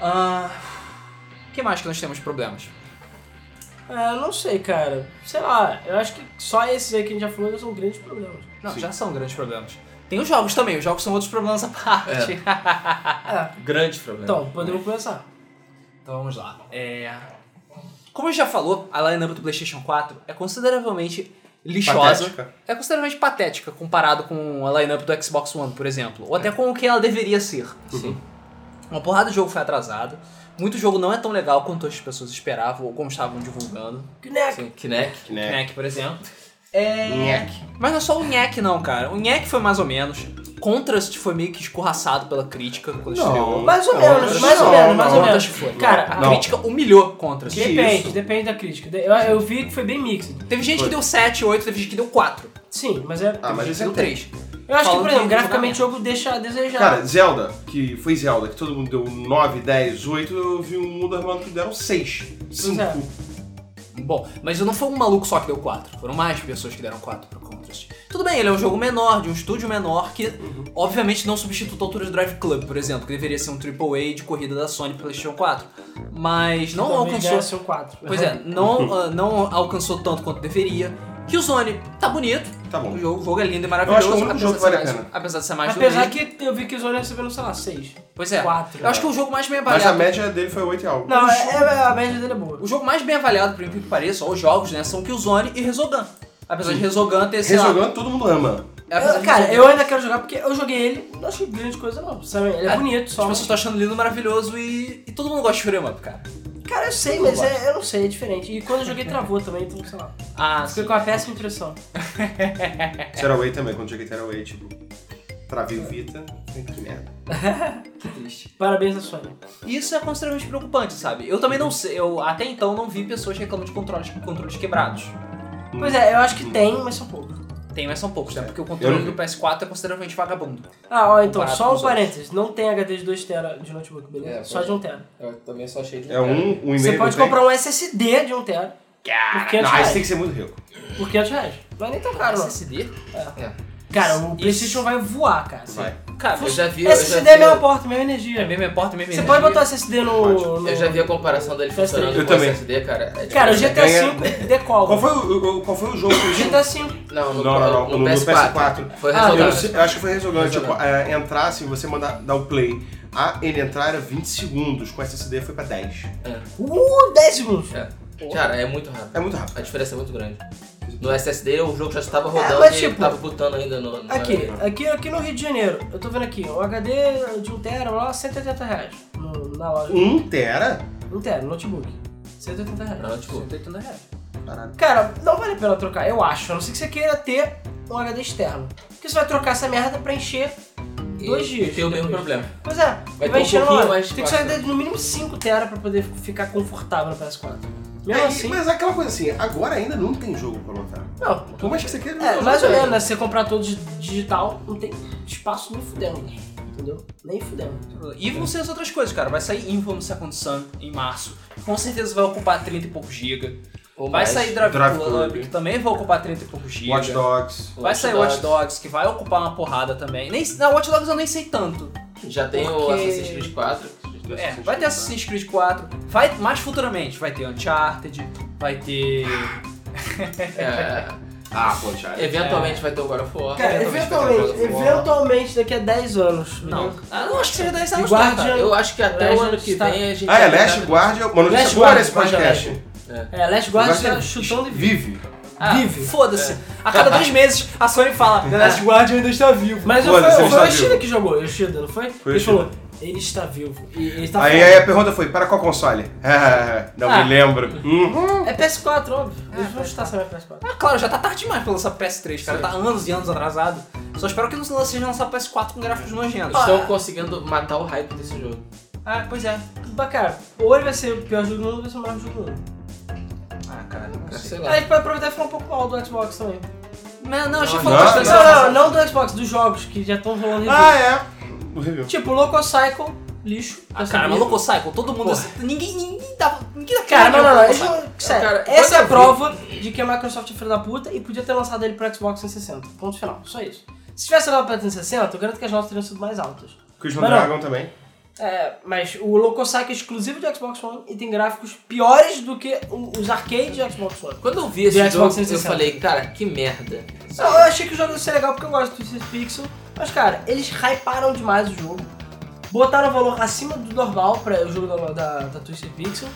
Ah, que mais que nós temos de problemas?
É, eu não sei, cara. Sei lá, eu acho que só esses aí que a gente já falou já são grandes problemas.
Não,
Sim.
já são grandes problemas. Tem os jogos também, os jogos são outros problemas à
É.
parte.
Grande problema.
Então, podemos começar.
Então vamos lá. É... Como a gente já falou, a lineup do PlayStation 4 é consideravelmente lixosa.
Patética.
É consideravelmente patética comparado com a lineup do Xbox One, por exemplo.
É.
Ou até com o que ela deveria ser.
Uhum.
Sim.
Uma porrada de jogo foi atrasada. Muito jogo não é tão legal quanto as pessoas esperavam ou como estavam divulgando.
Kinect.
Sim, Kinect.
Né?
Knack, por exemplo. É...
Nhaque.
Mas não é só o Nhack, não, cara. O Nhack foi mais ou menos. Contrast foi meio que escorraçado pela crítica quando estreou.
mais ou
Não,
menos, mais ou
não,
menos, mais ou
não.
menos.
Contrast foi.
Cara,
a
Não.
crítica humilhou Contrast.
Que
Depende,
isso?
depende da crítica. De- Eu, eu vi que foi bem mixed.
Teve gente
Foi.
que deu 7, 8, teve gente que deu 4.
Sim, mas é.
Ah, mas
teve gente
isso
que
é
deu 3.
eu acho que,
falando
por
que
exemplo,
o
graficamente o jogo deixa a desejar.
Cara, Zelda, que foi Zelda, que todo mundo deu 9, 10, 8, eu vi um mundo armando que deram 6, 5.
é.
Bom, mas não foi um maluco só que deu 4. Foram mais pessoas que deram 4 pro Contrast. Tudo bem, ele é um jogo menor, de um estúdio menor, que obviamente não substitui a altura do Drive Club, por exemplo, que deveria ser um AAA de corrida da Sony pro PlayStation 4. Mas
Então,
não alcançou.
seu 4.
Pois é, não, ah, não alcançou tanto quanto deveria. Que o Zone tá bonito,
Tá bom.
o jogo, o jogo é lindo e
Eu acho
maravilhoso,
que é o único
apesar,
jogo
de
que
ser
vale a
mais,
pena.
apesar de ser mais
Apesar
do mesmo.
que eu vi que os olhos receberam, sei lá, 6.
Pois é,
Quatro, né?
eu acho que é o jogo mais bem
Mas a
avaliado.
média dele foi 8 e algo.
Não, é, é- a média dele é boa.
O jogo mais bem avaliado, por incrível que pareça, ou os jogos, né, são Killzone e Resogun. Apesar de Resogun ter, sei lá, é,
Resogando, todo mundo ama.
apesar
Eu-
de
Ah, cara,
Resogun-
eu ainda quero jogar porque eu joguei ele, não achei grande coisa não. Sabe? Ele é
Ah,
bonito só.
As pessoas estão achando lindo, maravilhoso e, e todo mundo gosta de Frame Up, cara.
Cara, eu sei, mas é- eu não sei, é diferente. E quando eu joguei travou também, então sei lá.
Ah,
Fiquei com uma péssima impressão.
Tearaway também, quando cheguei Tearaway, tipo, travei o Vita, que merda.
que triste.
Parabéns a Sony.
Isso é consideravelmente preocupante, sabe? Eu também não sei, eu até então não vi pessoas reclamando de controles, controles quebrados.
Pois é, eu acho que tem, mas são poucos.
Tem, mas são poucos, né? Porque o
Eu
controle
não vi.
do PS4 é consideravelmente vagabundo.
Ah, ó, então,
Comparado
só
com os
um parênteses. Não tem HD de 2TB de notebook, beleza?
É,
só de 1TB.
Eu também só achei de
É um, um e meio.
Você pode
não tem?
comprar um SSD de 1TB por 500
Ah, isso tem
reais.
que ser muito rico.
Por 500 reais. Não é nem tão caro, não.
SSD?
É.
Cara, o PlayStation vai voar, cara.
Vai.
Cara,
Eu já vi. eu já
SSD é a
vi-
mesma porta, mesma
é
energia.
mesmo porta, mesmo
Você pode botar o SSD no.
Pode.
no-
Eu já vi a comparação dele
Festa
funcionando
aí.
Eu
com o
também.
SSD, cara. É de-
Cara, o GTA
Ganha-
V decola.
Qual foi o, o- qual foi o jogo que eu tinha?
GTA V.
Não,
Não, não, não. No, no PS4.
Foi
Ah,
Eu,
resolvido.
não sei- eu acho que foi resolvendo,
Resolvendo.
tipo, é, entrar, se você mandar dar o play, a ele entrar era 20 segundos, com SSD foi pra 10.
Uh, 10 segundos.
É. Cara, é muito rápido.
É muito rápido.
A diferença é muito grande. No SSD o jogo já estava rodando
mas,
e
tipo,
tava botando ainda no. no
Aqui, aqui, aqui no Rio de Janeiro, eu tô vendo aqui, um HD de 1TB, lá, 180 reais. no- na loja.
1 tera?
1TB, notebook. 180 reais.
No
tipo,
notebook.
Caralho.
Cara, não vale a pena trocar, eu acho. A não ser que você queira ter um HD externo. Porque você vai trocar essa merda pra encher.
E-
dois dias
E tem o mesmo
depois.
problema.
Pois é,
Vai
vai,
ter um
encher
pouquinho
uma hora.
mais
Tem que
espaço,
ser de- no mínimo 5 tera pra poder ficar confortável no PS4. Mesmo
É,
assim.
Mas é aquela coisa assim, agora ainda não tem jogo pra lotar.
Não,
Por mais que você queira, não
é,
tem
mais ou
jogo.
menos, né? Se você comprar todo di- digital, não tem espaço nem fudendo. Entendeu? Nem fudendo.
E vão ser as outras coisas, cara. Vai sair Infamous Second Sun em março. Com certeza vai ocupar 30 e poucos giga.
Ou
Vai
mais.
sair Drive,
Drive
Club,
Club.
que também vai ocupar 30 e poucos giga.
Watch Dogs.
Vai
Watch
sair
Dogs.
Watch Dogs, que vai ocupar uma porrada também. Nem, na Watch Dogs eu nem sei tanto.
Já tem o
Porque-
Assassin's Creed 4.
É, vai ter Assassin's Creed 4. Vai, mais futuramente, vai ter Uncharted, vai ter...
É,
assim.
Ah, pô, já.
eventualmente vai ter o God of War.
Cara, eventualmente,
vai ter o God of War.
eventualmente daqui a 10 anos.
Não,
entendeu?
ah, não acho que seja 10 anos
Guardian-
não, cara.
Eu acho que até o ano que
Está-
vem a gente.
Ah, é,
vai
Last
dar-
Guard é uma notícia
Last
boa
Guard,
nesse podcast.
É, Last Guard
Guardian-
tá chutando e vindo.
Vive.
Ah,
Vive.
Foda-se. A cada dois meses a Sony fala: The Last Guardian ainda está vivo.
Mas eu
Olha,
foi,
você
foi
está
o Yoshida
vivo.
que jogou, Yoshida, não foi?
Foi o
ele
Yoshida.
falou, ele está vivo. E ele tá está
Aí,
foda.
aí a pergunta foi, para qual console? Ah, não
Ah.
me lembro. Uhum.
É PS4, óbvio.
É,
Eles vão chutar sabendo PS4.
Ah, claro, já tá tarde demais pra lançar pro PS3, cara. Tá anos e anos atrasado. Só espero que não se lance- seja lançar pro PS4 com gráficos nojentos.
Estão conseguindo matar o hype desse jogo.
Ah, pois é.
Mas, cara, ou ele vai ser o pior jogo do mundo, ou vai ser o melhor jogo do mundo.
Ah, cara, não
Cara,
sei.
sei lá.
Aí a gente pode aproveitar e falar um pouco mal do Xbox também.
Não, não, achei
Não,
falta de
não,
atenção.
Não, não, não do Xbox, dos jogos que já estão rolando review.
Ah, é. O review.
Tipo, Loco Cycle, lixo.
Ah, cara,
Loco
maluco Cycle, todo mundo. assim,
Porra.
Ninguém, ninguém dá. Ninguém dá
Cara, não, não, não.
Loco
eles
Cycle.
não- sério,
Cara,
essa é
quando
a
eu
prova de que a Microsoft é filha da puta e podia ter lançado ele pro Xbox 360. Ponto final. Só isso. Se tivesse lançado pra 360, eu garanto que as notas teriam sido mais altas.
Chris
Mas não.
Dragon também.
É, mas o Locosai é exclusivo de Xbox One e tem gráficos piores do que o- os arcades de Xbox One.
Quando eu vi esse
Do
jogo,
Xbox
eu
360.
falei, cara, que merda.
Não, eu achei que o jogo ia ser legal porque eu gosto do 6 Pixel, mas cara, eles hyparam demais o jogo. Botaram o valor acima do normal para o jogo da, da, da Twisted Pixel.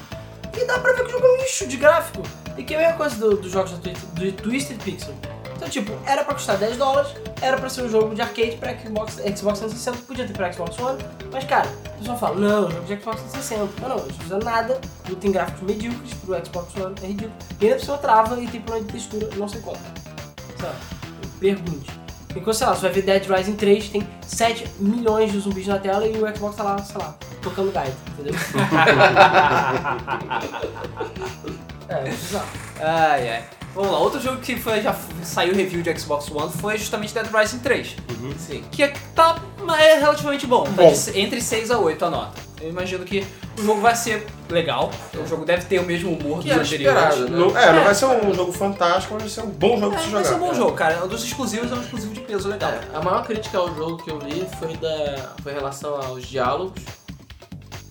E dá pra ver que o jogo é um lixo de gráfico. E que é a mesma coisa do- dos jogos da Twi- do Twisted Pixel. Então, tipo, era pra custar 10 dólares, era pra ser um jogo de arcade pra Xbox, Xbox 360, podia ter pra Xbox One, mas, cara, o pessoal fala, não, jogo de Xbox 360. Mas não, eles não fizeram nada, não tem gráficos medíocres pro Xbox One, é ridículo. E ainda a pessoa trava e tem problema de textura, não sei como. Sabe? Pergunte. Enquanto, sei lá, você vai ver Dead Rising 3, tem 7 milhões de zumbis na tela e o Xbox tá lá, sei lá, tocando guide, entendeu? é, é bizarro.
Ai, ai. Vamos lá, outro jogo que foi- já f- saiu review de Xbox One foi justamente Dead Rising 3.
Sim.
Que é- tá é relativamente bom, tá
Bom.
de se- entre 6 a 8 a nota. Eu imagino que o jogo vai ser legal, o jogo deve ter o mesmo humor
Que
dos
era
anteriores.
esperado, né?
Não, é, não vai ser um jogo fantástico, mas vai ser um bom jogo pra se
É,
jogar.
vai ser um bom jogo, cara. Um dos exclusivos é um exclusivo de peso legal.
É, a maior crítica ao jogo que eu li foi, da, foi em relação aos diálogos,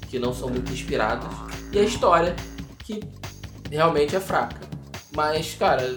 que não são muito inspirados, e a história, que realmente é fraca. Mas, cara,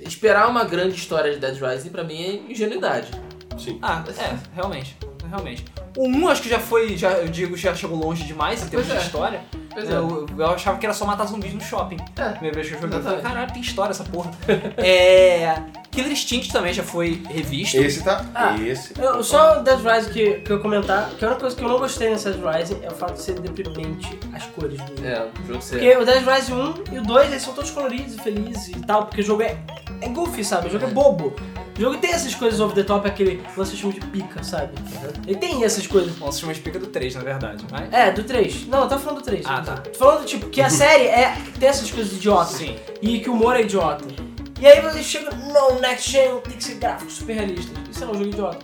esperar uma grande história de Dead Rising pra mim é ingenuidade.
Sim.
Ah, é, realmente. Realmente. O 1 acho que já foi, já, eu digo, já chegou longe demais em termos
Pois é.
de história.
Pois é.
Eu, eu achava que era só matar zumbis no shopping.
É.
Primeira vez que eu joguei, eu falei,
Exatamente.
caralho, tem história essa porra. é. Killer Instinct também já foi revisto.
Esse tá.
Ah,
esse.
Eu, só o Dead Rising que, que eu comentar, que a única coisa que eu não gostei nesse Dead Rising é o fato de ser deprimente as cores do jogo.
É, o jogo ser.
Porque o Dead Rising 1 e o 2, eles são todos coloridos e felizes e tal, porque o jogo é, é goofy, sabe? O jogo é bobo. O jogo tem essas coisas over the top, aquele lance que chama de pica, sabe? Ele tem essas coisas.
Bom, se chama de pica do 3, na verdade. né? Mas...
É, do 3. Não, eu tava falando do 3.
Ah, tá.
Tô falando, tipo, que a série é, tem essas coisas idiotas.
Sim.
E que o humor é idiota. E aí você chega, não, Next Gen tem que ser gráfico super realista. Isso é um jogo idiota.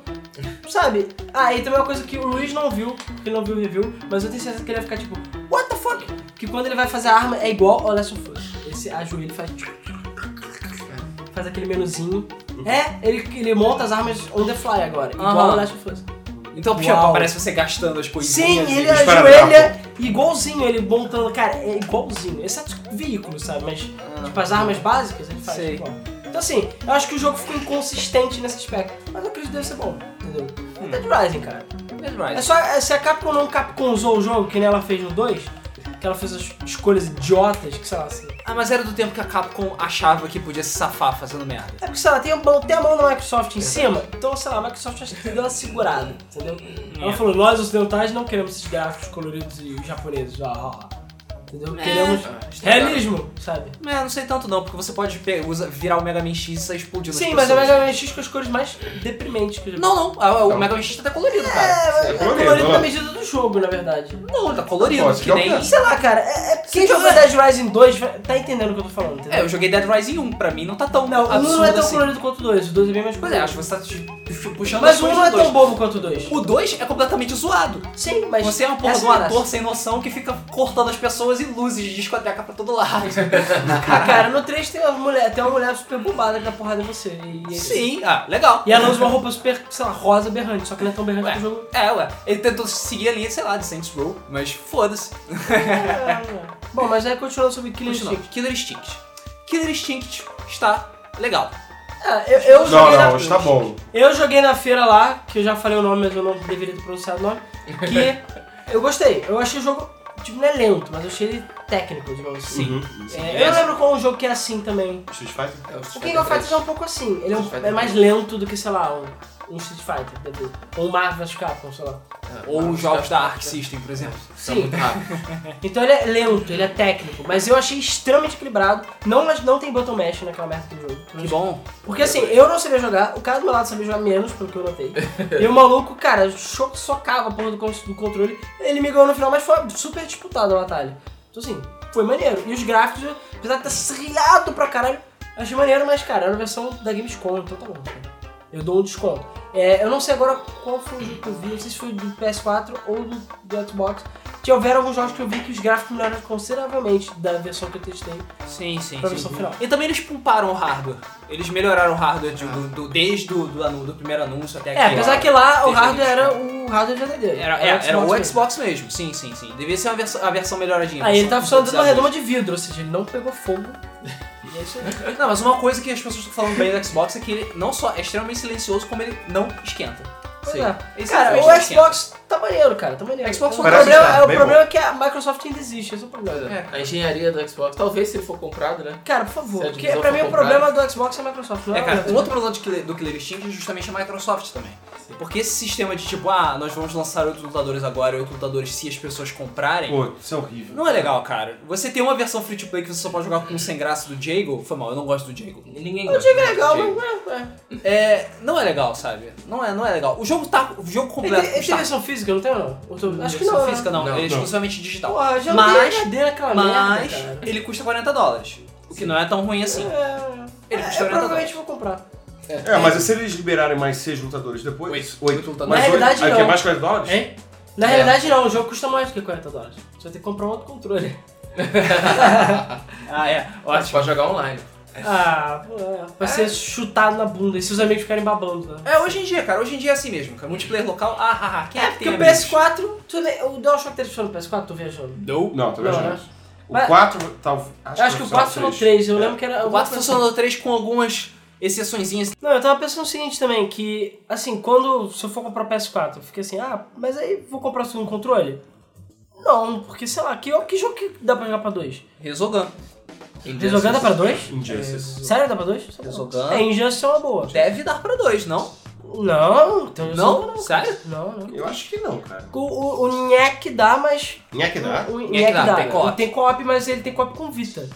Sabe? Ah, e também uma coisa que o Luiz não viu, porque ele não viu o review, mas eu tenho certeza que ele vai ficar tipo, what the fuck? Que quando ele vai fazer a arma é igual ao Last of Us. Esse ajoelho ele faz. tipo, Faz aquele menuzinho. É, ele, ele monta as armas on the fly agora, igual
Uhum. Aham.
ao Last of Us.
Então,
Uau.
pior, aparece você gastando as coisinhas.
Sim,
e-
ele é-
dispara
ajoelha igualzinho, ele montando. Cara, é igualzinho. Exceto veículos, sabe? Mas, tipo, as armas básicas ele faz
Sei.
igual. Então, assim, eu acho que o jogo ficou inconsistente nesse aspecto. Mas eu acredito que deve ser bom, entendeu? É Dead Rising, cara.
Dead
É
Rising.
só. é, Se a Capcom não capcomzou o jogo, que nem ela fez no 2, que ela fez as escolhas idiotas, que sei lá, assim.
Ah, mas era do tempo que a Capcom achava que podia se safar fazendo merda.
É porque, sei lá, tem a mão, tem a mão da Microsoft em cima, então, sei lá, a Microsoft acho que deu uma segurada, entendeu?
Hum, é.
Ela falou, nós ocidentais não queremos esses gráficos coloridos e os japoneses, ó, ó, ó. Entendeu? Queremos
Ah,
É
estragado.
realismo, sabe?
Mas não sei tanto não, porque você pode pe- usa- virar o Mega Man X e sair explodindo
Sim,
as
mas é o
pessoas.
Mega Man X com as cores mais deprimentes que eu já vi.
Não, não, ah, o
Não.
Mega Man X tá até colorido, cara.
É
Então. é
colorido,
colorido
né?
na medida do jogo, na verdade.
Não, ele tá colorido,
Pode,
que
que é o
nem...
que é.
Sei lá, cara, é, é porque quem
Sim,
jogou
é.
Dead Rising 2 vai- tá entendendo o que eu tô falando, entendeu?
É, eu joguei Dead Rising 1, pra mim não tá tão
Não, o 1
absurdo
não é tão
assim.
colorido quanto o 2, o 2 é bem mais
Pois é,
colorido.
acho que você tá tipo, puxando as coisas
Mas o 1 não é
do dois.
tão bobo quanto o 2.
O 2 é completamente zoado.
Sim, mas.
Você é uma porra
essa
de um
é a graça.
ator sem noção que fica cortando as pessoas e luzes de discoteca pra todo lado.
Ah, cara, no 3 tem uma mulher, tem uma mulher super bombada que dá porrada em você. E,
Sim, ah, legal.
e ela usa uma roupa super, sei lá, rosa berrante, só que não é tão berrante
Ué.
que o jogo.
É, ué, ele tentou seguir a linha, sei lá, de Saints Row, mas foda-se.
é, Bom, mas aí continuando sobre Killing
Continua.
Instinct.
Killer Instinct. Killer Instinct está legal.
Ah, eu, eu
Não,
joguei
não,
na,
hoje tá bom.
Eu joguei na feira lá, que eu já falei o nome, mas eu não deveria ter pronunciado o nome. Que eu gostei. Eu achei o jogo, tipo, não é lento, mas eu achei ele técnico, digamos assim.
Uhum.
É, eu não lembro qual um jogo que é assim também.
Street Fighter?
É,
O King of Fighters é um pouco assim. Ele é, um-
Street Fighter
é mais lento do que, sei lá, um, um Street Fighter, deve ter. Ou um Marvel vs Capcom, sei lá.
É,
Ou os jogos da Arc System, por exemplo.
Sim.
Sim. Então ele é lento, ele é técnico, mas eu achei extremamente equilibrado. Não, mas não tem button mash naquela merda do jogo.
Que bom.
Porque assim, eu não sabia jogar, o cara do meu lado sabia jogar menos, pelo que eu notei. e o maluco, cara, cho- socava a porra do, con- do controle. Ele me ganhou no final, mas foi super disputado a batalha. Então assim, foi maneiro. E os gráficos, apesar de estar serrilhado pra caralho, achei maneiro, mas cara, era a versão da Gamescom, então tá bom. cara. Eu dou um desconto. É, eu não sei agora qual foi o jogo que eu vi, não sei se foi do PS4 ou do, do Xbox. Que houveram alguns jogos que eu vi que os gráficos melhoraram consideravelmente da versão que eu testei
Sim, sim,
pra versão final.
E também eles pumparam o hardware. Eles melhoraram o hardware de- do, do- desde o do, anu- do primeiro anúncio até
Ah. É,
aqui.
apesar que lá o
Teve
hardware
isso,
era o hardware verdadeiro.
Era, é, era o
mesmo.
Xbox mesmo. Sim, sim, sim. Devia ser uma vers- a versão melhoradinha. assim,
Aí ele tá funcionando dentro de uma
redoma
redoma de vidro, ou seja, ele não pegou fogo. E é isso aí.
Não, mas uma coisa que as pessoas estão falando bem do Xbox é que ele não só é extremamente silencioso, como ele não esquenta.
Pois
Sim.
é.
Isso
Cara,
é
o
verdade.
Xbox tá maneiro, cara, tá maneiro.
Xbox
o
One
problema,
tá,
é, o
bem
problema é que a Microsoft ainda existe, esse é o problema.
É.
A engenharia do Xbox, talvez se ele for comprado, né?
Cara, por
Se
favor,
a
porque
divisão
pra
for
mim o
comprada.
problema do Xbox é a Microsoft, não é,
É, cara,
o
um outro problema do Killer, do Killer Instinct é justamente a Microsoft também. Porque esse sistema de tipo, ah, nós vamos lançar oito lutadores agora e oito lutadores se as pessoas comprarem,
Pô, isso é horrível.
não é legal, cara. Você tem uma versão free to play que você só pode jogar com um sem graça do Jago, foi mal, eu não gosto do Jago.
Ninguém
O
gosta.
Diego é legal,
Diego.
mas é, é.
É, não é legal, sabe? Não é, não é legal. O jogo tá, o jogo
Ele tem,
completo
ele tem
está-
versão física, não tem ou não? Eu tô- acho que
versão
não. né?
física não,
Não,
ele é
não.
exclusivamente digital.
Porra, já é
Mas-
mas, HD naquela
Mas
merda, cara.
ele custa 40 dólares, o que não é tão ruim assim.
É,
Ele
é,
custa 40
eu provavelmente vou comprar.
É, mas se eles liberarem mais seis lutadores depois.
Oito. Oito
Oito.
lutadores.
Na
Mas oito.
realidade,
Aí
não.
que é mais 40 dólares?
Hein? Na
É.
realidade não, o jogo custa mais do que 40 dólares. Você vai ter que comprar um outro controle.
Ah, é,
Pode pode jogar online.
Ah, pô, é. vai ser chutado na bunda e seus amigos ficarem babando, né?
É, hoje em dia, cara, hoje em dia é assim mesmo, cara. Multiplayer local, ah, ah, ah, quem é,
É,
que
porque
tem
o
amigos?
PS4, tu, le- o DualShock teve só no PS4, tô viajando.
Não.
Não, talvez
Não,
não.
né? Mas-
O 4, talvez.
Eu acho que o 4 funcionou 3,
É.
eu lembro que era...
É,
assim.
O 4 funcionou 3 com algumas exceçõezinhas.
Não, eu tava pensando o seguinte também, que assim, quando se eu for comprar o PS4, eu fiquei assim, ah, mas aí vou comprar o segundo controle? Não, porque sei lá, que, que jogo que dá pra jogar pra dois?
Resolgan.
Resolgan dá pra dois?
Injustice.
Sério, dá pra dois? Sei lá.
Resolgan.
É, Injustice é uma boa.
Deve dar pra dois, não?
Não, então eu
Não?
sou-
Sério?
Não, não.
Eu acho que não, cara.
O, o, o Nhaque dá, mas.
Nem é que dá.
O, o
Nhaque dá, tem co-op.
Ele Tem co-op, mas ele tem co-op com Vita.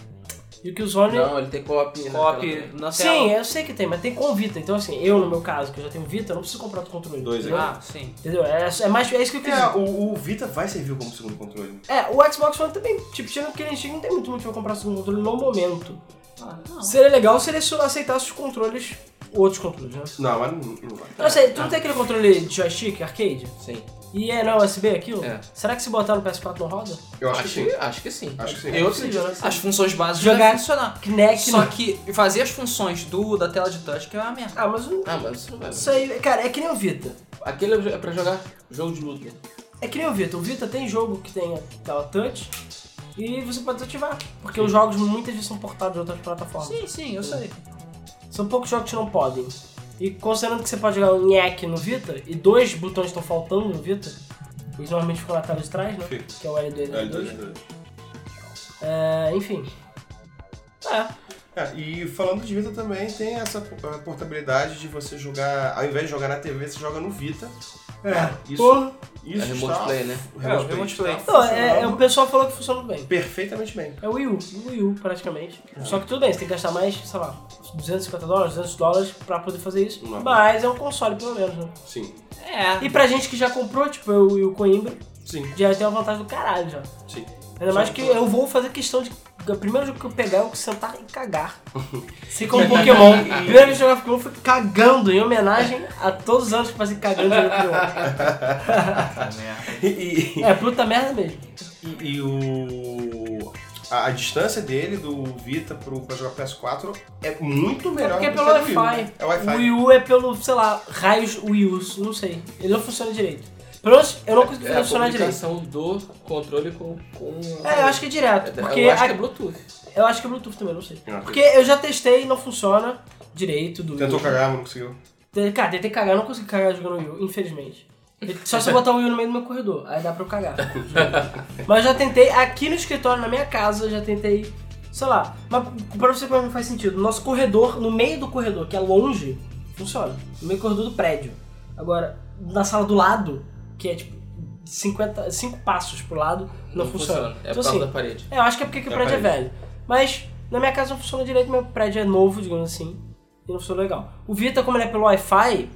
E o Killzone.
Não, ele tem co-op. né, na
Cop
tela.
na tela.
Sim, eu sei que tem, mas tem com Vita. Então, assim, eu no meu caso, que eu já tenho Vita, eu não preciso comprar outro controle.
Dois
entendeu?
Ah, sim.
Entendeu? É, é mais, é isso que eu quis dizer.
É, o, o Vita vai servir como segundo controle.
É, o Xbox One também, tipo, chega que ele chega, não tem muito motivo pra comprar segundo controle no momento.
Ah, não.
Seria legal se ele só aceitasse os controles, outros controles, né?
Não, mas não, não vai.
Não sei, tu não tem aquele controle de joystick, arcade?
Sim.
E é na USB aquilo?
É.
Será que se botar no PS4 não roda?
Eu acho,
Acho
que sim.
que, acho que sim.
Acho que sim.
Eu
Acho que
acredito.
As funções básicas
Jogar-
devem funcionar.
Kinect
Só
não.
que fazer as funções do da tela de touch que é uma merda.
Ah, mas o-
Ah, mas isso não vai.
isso aí, cara, é que nem o Vita.
Aquele é pra jogar jogo de luta.
É que nem o Vita. O Vita tem jogo que tem a tela touch e você pode desativar. Porque os jogos muitas vezes são portados de outras plataformas.
Sim, sim, eu sei.
São poucos jogos que não podem. E considerando que você pode jogar um nhaque no Vita, e dois botões estão faltando no Vita, eles normalmente ficam na tela de trás, né?
Fica.
Que é o L2 e
É,
L2.
dois, dois.
É, enfim. É.
É, e falando de Vita também, tem essa eh, portabilidade de você jogar, ao invés de jogar na TV, você joga no Vita. É, isso,
Porra.
isso
É remote
está-
play, né?
É, o remote play.
está
Não, é, é, o
funcionando
pessoal falou que funciona bem.
perfeitamente bem.
É o Wii U, o Wii U praticamente.
É.
Só que tudo bem, você tem que gastar mais, sei lá, 250 dólares, 200 dólares pra poder fazer isso.
Não.
Mas é um console pelo menos, né?
Sim.
É.
E pra gente que já comprou, tipo eu e o Coimbra,
Sim,
já tem uma vantagem do caralho já.
sim.
Ainda mais que eu vou fazer questão de. O primeiro jogo que eu pegar, eu vou sentar e cagar. Se como Pokémon. O primeiro jogo que eu jogar Pokémon foi cagando, em homenagem a todos os anos que eu passei cagando jogando Pokémon.
E, e-
É, puta merda mesmo.
e- e o. A, a distância dele do Vita pro, pra jogar PS4 é muito melhor
porque é
do
pelo
que a do Wii U,
Wi-Fi.
né? É
O
Wi-Fi.
Wii U é pelo, sei lá, raios Wii U, não sei. Ele não funciona direito. Pelo menos eu não consegui
É
fazer
a
funcionar direito.
comunicação do controle com... com...
É, eu acho que é direto. Porque
eu acho que é
a-
Bluetooth.
eu acho que é Bluetooth também, não sei.
Eu não
Porque eu já testei e não funciona direito do Wii U.
Tentou cagar, mas não conseguiu.
Te- Cara, tentei cagar, eu não consegui cagar jogando Wii U, infelizmente. É Só se eu botar o Wii U no meio do meu corredor, aí dá pra eu cagar. mas eu já tentei, aqui no escritório, na minha casa, eu já tentei, sei lá. Mas pra você ver não faz sentido, nosso corredor, no meio do corredor, que é longe, funciona. No meio do corredor do prédio. Agora, na sala do lado, que é tipo 50, 5 passos pro lado, não, funciona.
É
Então,
por causa
assim,
da parede.
é, eu acho que é porque que o
É
prédio é
parede.
velho. Mas na minha casa não funciona direito, meu prédio é novo, digamos assim, e não funciona legal. O Vita, como ele é pelo Wi-Fi,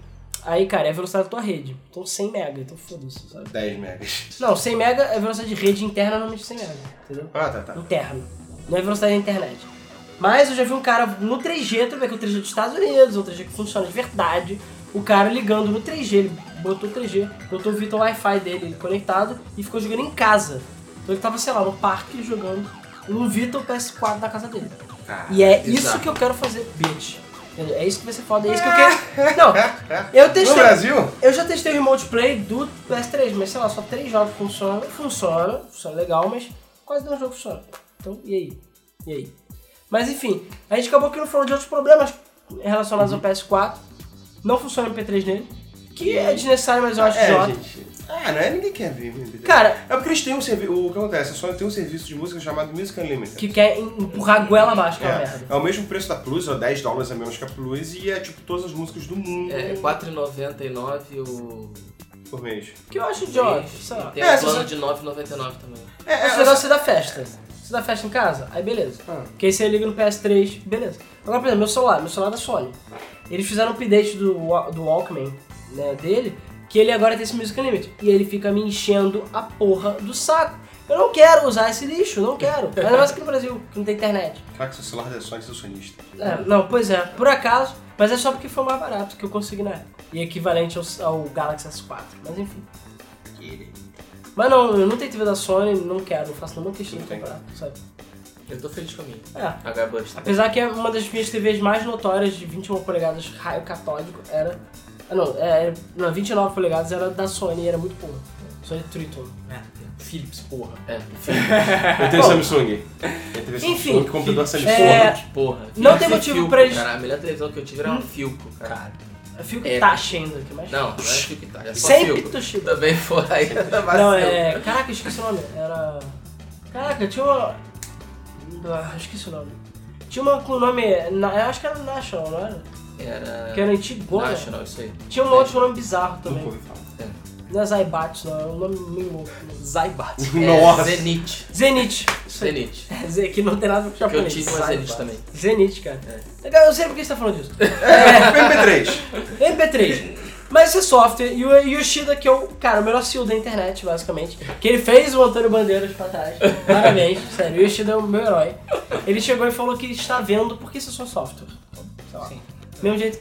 aí, cara, é a velocidade da tua rede. Então 100 mega, então foda-se, sabe?
10 megas.
Não, 100 mega é a velocidade de rede interna, normalmente 100 mega, entendeu?
Ah, tá, tá.
Interno. Não é velocidade da internet. Mas eu já vi um cara no 3G, tudo bem que é o 3G dos Estados Unidos, é um 3G que funciona de verdade. O cara ligando no 3G, ele botou o 3G, botou o Vitor Wi-Fi dele ele conectado e ficou jogando em casa. Então ele tava, sei lá, no parque jogando no Vitor PS4 da casa dele. E é isso
bizarro.
que eu quero fazer, bitch. Entendeu? É isso que vai ser foda, é isso que eu quero. Não, eu
É? No
testei.
Brasil?
Eu já testei o Remote Play do PS3, mas sei lá, só três jogos funcionam. Funciona, funciona legal, mas quase nenhum jogo funciona. Então, e aí? E aí? Mas enfim, a gente acabou que não falou de outros problemas
Uhum.
relacionados ao PS4. Não funciona o MP3 nele, que é desnecessário, mas eu acho
é,
idiota.
gente. Ah, não é? Ninguém quer ver MPT.
Cara,
É porque eles têm um serviço. O que acontece? A Sony tem um serviço de música chamado Music Unlimited.
que quer empurrar a goela abaixo, que é uma
É,
merda.
é o mesmo preço da Plus, ou 10 dólares a menos que a Plus, e é tipo todas as músicas do
hum.
mundo
É, 4,99 o.
por mês.
Que eu acho
o
idiota,
mês.
sei lá.
Tem
É,
um
se
plano
você-
de 9,99 também.
É, é,
Acho legal você dar festa. Você dá festa em casa, aí beleza.
Ah.
Porque aí você liga no PS3, beleza. Agora, por exemplo, meu celular, meu celular é da Sony. Eles fizeram um update do, Wa- do Walkman né, dele, que ele agora tem esse Music Unlimited. E ele fica me enchendo a porra do saco. Eu não quero usar esse lixo, não quero. Ainda mais aqui no Brasil, que não tem internet.
Cara, que seu celular da Sony é seu sonista.
É, não, pois é, por acaso, mas é só porque foi mais barato que eu consegui na época. E equivalente ao, ao Galaxy S4, mas enfim. Mas não, eu não tenho TV da Sony, não quero, não faço nenhuma questão de
Não tem.
comprar, sabe?
Eu tô feliz com a minha.
É.
HBust.
Apesar que é uma das minhas TVs mais notórias de 21 polegadas raio catódico era. Ah, não, é, não, 29 polegadas era da Sony e era muito boa. Sony Triton.
Philips, porra.
É,
Eu tenho Samsung. Eu tenho um
Enfim,
Samsung, computador Samsung.
é-
Filco, porra.
Não
Philips
tem
e
motivo
Philco,
pra eles- Hum.
Cara, a melhor televisão que eu tive era uma Filco, cara.
Eu fico
É.
taxando aqui, mas.
Não, não é Filco Itália, é só
Sempre
Philco.
Toshiba.
Também foi aí, tá da
Não, é. Caraca, eu esqueci o nome. Era. Caraca, tinha uma. Ah, eu esqueci o nome. Tinha uma com o nome. na- Eu acho que era National, não era?
Era...
Que era antigo, né?
É. National, isso aí.
Tinha um outro nome bizarro
Nunca
também.
ouvi falar.
Não é Zaibatsu, não. É um nome meio louco.
Zaibatsu.
É,
Nossa.
Zenith.
Zenith. Isso aí.
Zenith.
Zé, É, que não tem nada com
Que eu É.
japonês.
tive uma
Sai,
Zenith
pá.
também.
Zenith, cara. Legal, eu sei por que você tá falando disso.
MP3.
MP3. Mas esse software, e o Yoshida, que é o, cara, o melhor CEO da internet, basicamente, que ele fez o Antônio Bandeiras pra trás. Parabéns, sério, o Yoshida é o meu herói. Ele chegou e falou que está vendo porque isso é só software. Sei lá.
Sim.
Mesmo jeito.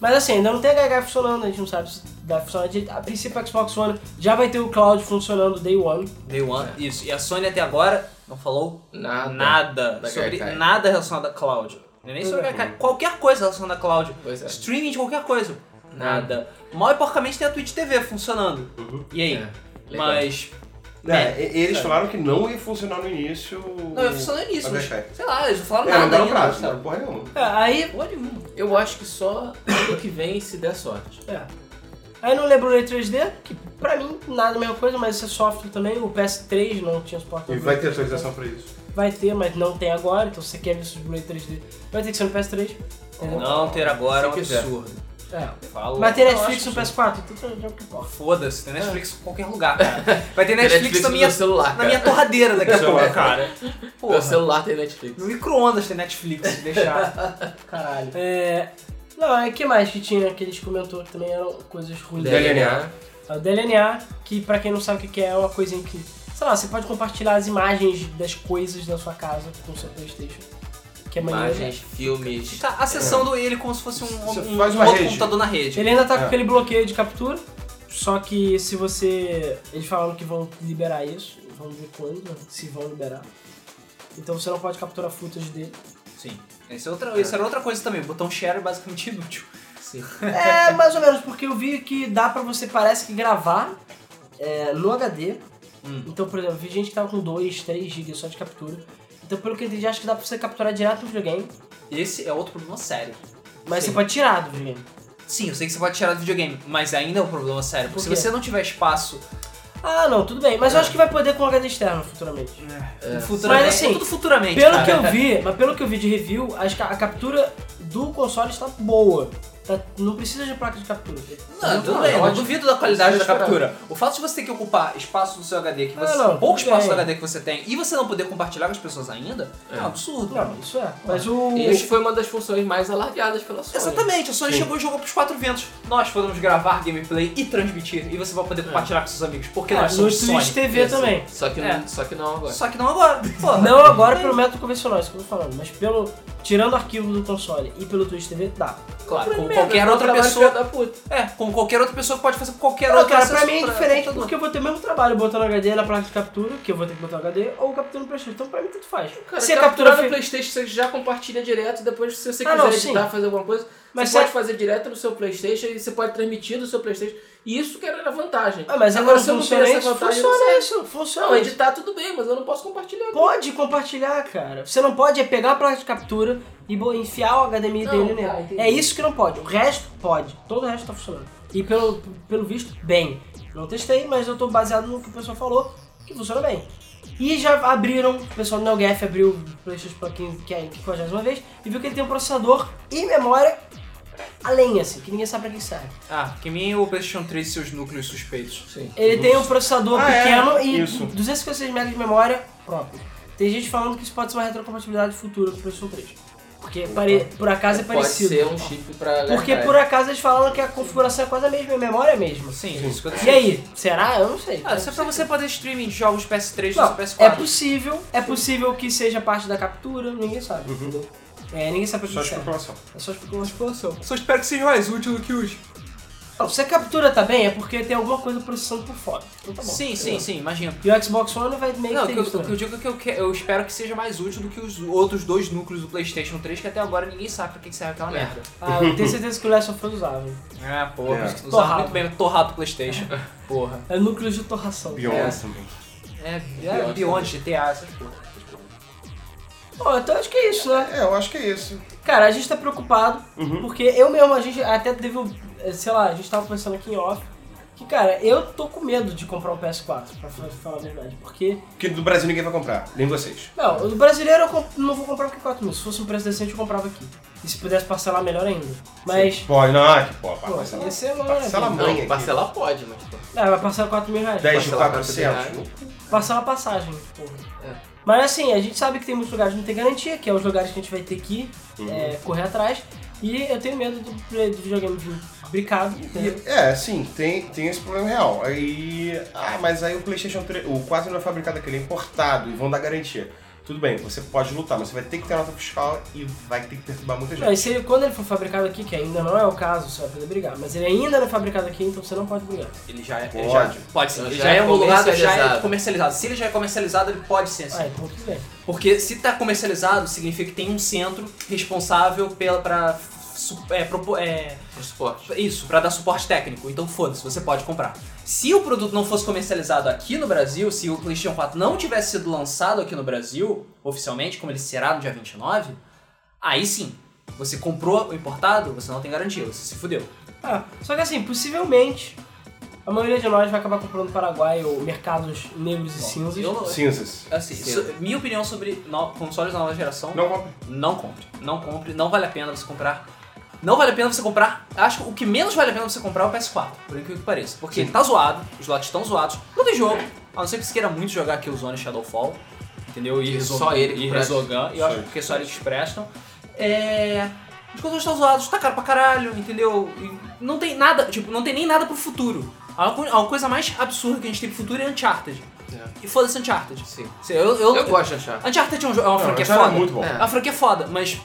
Mas assim, ainda não tem HH funcionando, a gente não sabe se vai funcionar direito. A princípio, o Xbox One já vai ter o cloud funcionando day one.
Day One, isso. E a Sony até agora não falou
Nada.
nada
Da
sobre
Gaikai. Uhum.
nada relacionado a cloud. Não é nem sobre Gaikai, qualquer coisa relacionada a cloud.
Pois é. Uhum.
Streaming de qualquer coisa. Nada. Mal e porcamente tem a Twitch TV funcionando. E aí?
É, legal.
Mas.
É, e- eles falaram que não ia funcionar no início.
Não, ia funcionando nisso.
a
Mas,
Gaikai.
sei lá, eles não falaram
É, não
nada.
um
deram
ainda,
prazo, não
sabe?
né?
deram porra nenhuma.
É, aí
Porra nenhuma.
Eu acho que só ano que vem, se der sorte.
É. Aí no LeBron 3D, que pra mim nada a mesma coisa, mas esse software também, o PS3 não tinha suporte.
E
ao
vai
Blu-ray
ter
3D.
atualização pra isso.
Vai ter, mas não tem agora, então se você quer ver esses Blu-ray 3D, vai ter que ser no PS3. entendeu?
Não ter agora é um
Isso é
absurdo.
É.
Fala.
Mas tem
Eu
Netflix
acho
no PS4, então tá- já que importa.
Foda-se, tem Netflix em qualquer lugar, cara. Vai ter Netflix, na,
no
minha,
meu celular,
na
cara.
minha torradeira daqui a pouco,
Celular.
cara. Porra.
Meu celular tem Netflix.
No micro-ondas tem Netflix, se deixar.
Caralho. É. Não, é que mais que tinha que eles comentou que também eram coisas ruins.
DLNA.
É o DLNA, que pra quem não sabe o que que é, é uma coisinha que, sei lá, você pode compartilhar as imagens das coisas da sua casa com o seu Playstation. Que é maneiro.
Imagens, filmes.
Tá acessando ele como se fosse um,
Você
um
faz uma
outro
rede.
computador na rede.
Ele ainda tá com
É.
aquele bloqueio de captura, só que se você. Eles falaram que vão liberar isso, vamos ver quando, né, se vão liberar. Então você não pode capturar footage dele.
Sim. Esse é outra, Isso era outra coisa também. O botão share é basicamente inútil.
Sim.
É, mais ou menos, porque eu vi que dá pra você, parece que gravar é, no HD.
Hum.
Então, por exemplo, vi gente que tava com 2, 3 GB só de captura. Então, pelo que eu entendi, acho que dá pra você capturar direto do videogame,
Esse é outro problema sério.
mas
Sim.
você pode tirar do videogame.
Sim, eu sei que você pode tirar do videogame, mas ainda é um problema sério. Porque
Por quê?
se você não tiver espaço
Ah, não, tudo bem, mas eu acho que vai poder com HD externo futuramente.
É.
no futuramente.
Mas, assim,
tudo futuramente.
Pelo
cara.
que eu vi, mas pelo que eu vi de review, acho que a captura do console está boa. Tá- não precisa de placa de captura.
Não, tudo
Não,
bem,
é
eu não
ótimo.
duvido da qualidade da
Isso é
captura. O fato de você ter que ocupar espaço no seu HD, que
Ah,
você,
não,
pouco
tudo
espaço
bem.
do HD que você tem, e você não poder compartilhar com as pessoas ainda, é, um absurdo.
Não, isso é. Mas o.
E isso foi uma das funções mais alargadas pela Sony.
Exatamente, a Sony chegou e jogou pros quatro ventos. Nós podemos gravar gameplay e transmitir, e você vai poder compartilhar com seus amigos, porque
é,
nós
no
somos Sony.
Twitch TV
Isso.
também.
Só que,
É.
não, só que não agora.
Só que não agora. Porra.
Não agora pelo método convencional, isso que eu tô falando, mas pelo. Tirando o arquivo do console e pelo Twitch TV, dá.
Claro, com
Merda,
qualquer
dá
outra
trabalho,
pessoa.
filha Da puta.
É, com qualquer outra pessoa que pode fazer qualquer
Não,
outra
cara, pra mim é
acesso
diferente,
computador.
porque eu vou ter o mesmo trabalho botando HD na placa de captura, que eu vou ter que botar o HD, ou captura no PlayStation. Então pra mim tudo faz.
Cara,
Se
captura
a captura
no
fe-
Playstation, você já compartilha direto, depois se você
Ah,
quiser
não, sim.
editar, fazer alguma coisa,
Mas
você
se-
pode fazer direto no seu Playstation e você pode transmitir do seu Playstation. E isso que era a vantagem.
Ah, mas
agora
agora, se
se eu não
funciona
tenho
isso,
essa vantagem, eu não
funciona
sei.
isso, funciona.
Não, é editar tudo bem, mas eu não posso compartilhar.
Pode compartilhar, cara. Você não pode é pegar a placa de captura e bo- enfiar o HDMI
Não,
dele
tá,
nele.
entendi.
É isso que não pode. O resto pode. Todo o resto tá funcionando. E pelo, pelo visto, bem. Não testei, mas eu tô baseado no que o pessoal falou, que funciona bem. E já abriram, o pessoal do NeoGaf abriu o PlayStation Pro 15, que é que foi a 50ª vez, e viu que ele tem um processador e memória além, assim, que ninguém sabe pra que serve.
Ah, que nem o PlayStation 3 e seus núcleos suspeitos.
Sim.
Ele tem um processador
Ah, é?
pequeno e
Isso.
256 MB de memória próprio. Tem gente falando que isso pode ser uma retrocompatibilidade futura pro PlayStation 3. Porque pare- por acaso é
Pode
parecido.
ser um chip pra...
Porque por acaso eles falaram que a configuração é quase a mesma, a memória é a mesma.
Sim,
Sim.
56.
E aí, será? Eu não sei.
Ah, isso é pra você poder streaming de jogos PS3
Não,
do PS4.
é possível, é possível que seja parte da captura, ninguém sabe. entendeu? É, ninguém sabe o
Uhum. Só
que serve.
especulação.
É só especulação.
Só espero que seja mais útil do que os.
Não, se a captura tá bem, é porque tem alguma coisa processando por fora. Então tá bom.
sim, sim,
entendeu?
sim, imagina.
E o Xbox One vai meio
Não, o
que
que,
ter
eu,
isso
o que eu
também.
digo é que eu, que- eu espero que seja mais útil do que os outros dois núcleos do PlayStation 3, que até agora ninguém sabe pra que que serve aquela
É.
merda.
Ah, eu tenho certeza que o Last of Us usava.
Ah, porra,
É.
por isso que não
Torrado.
usava muito bem torrado do PlayStation. Porra.
É núcleo de torração.
Beyond também.
É, é
Beyond
Beyond, GTA, essas porra.
Bom, então acho que é isso, né?
É, eu acho que é isso.
Cara, a gente tá preocupado, porque eu mesmo, a gente até teve, um- eh, sei lá, a gente tava conversando aqui em off, que, cara, eu tô com medo de comprar um PS4, pra fa- falar a verdade, porque...
Porque do Brasil ninguém vai comprar, nem vocês.
Não, o brasileiro eu comp- não vou comprar porque 4 mil, se fosse um preço decente eu comprava aqui. E se pudesse parcelar, melhor ainda. Mas,
Pô, não, que pô,
pô,
parcela.
ia ser uma
Parcela
maravilha.
mãe
Não,
aqui.
parcelar pode, mas... pô,
Ah, vai parcelar 4 mil reais.
10 de
Parcela
400.
Passar uma passagem, porra.
É.
Mas assim, a gente sabe que tem muitos lugares que não tem garantia, que é os lugares que a gente vai ter que
Uhum.
é, correr atrás. E eu tenho medo do, play- do videogame de bricado. né?
E, é, sim, tem, tem esse problema real. Aí. Ah, mas aí o PlayStation 3. O 4 não é fabricado aqui, ele é importado e vão dar garantia. Tudo bem, você pode lutar, mas você vai ter que ter nota fiscal e vai ter que perturbar muita
Não,
gente.
e se ele- quando ele for fabricado aqui, que ainda não é o caso, você vai poder brigar. Mas ele ainda não é fabricado aqui, então você não pode brigar.
Ele já é.
Pode.
ele já- pode ser.
Então
Ele
já
já
é
é homologado, já é
comercializado.
comercializado. Se ele já é comercializado, ele pode ser assim.
Ah, então tudo bem.
Porque se tá comercializado, significa que tem um centro responsável pela, pra. su- é, propo- é,
Pro suporte.
isso, pra dar suporte técnico. Então foda-se, você pode comprar. Se o produto não fosse comercializado aqui no Brasil, se o PlayStation 4 não tivesse sido lançado aqui no Brasil, oficialmente, como ele será no dia 29, aí sim, você comprou o importado, você não tem garantia, você se fudeu.
Ah, só que assim, possivelmente, a maioria de nós vai acabar comprando no Paraguai ou mercados negros e cinzas.
Eu não-
Cinzas.
assim, so- minha opinião sobre no- consoles da nova geração
Não compre.
Não compre. Não compre. Não vale a pena você comprar. Não vale a pena você comprar. Acho que o que menos vale a pena você comprar é o PS4, por incrível que pareça. Porque ele tá zoado, os lotes estão zoados, não tem jogo. A não ser que você queira muito jogar Killzone e Shadowfall, entendeu? E Resogun.
Só ele que
E
presta.
Resogun. E eu
Só
acho
ele.
que só eles que prestam. É. Os controles estão zoados, tá caro pra caralho, entendeu? E não tem nada, tipo, não tem nem nada pro futuro. A, a coisa mais absurda que a gente tem pro futuro é Uncharted.
É.
E foda-se Uncharted.
Sim.
Eu, eu,
Eu gosto de achar.
Uncharted é, um, jo- é uma
Não,
franquia
Uncharted é
foda.
muito bom.
É.
A franquia é foda, mas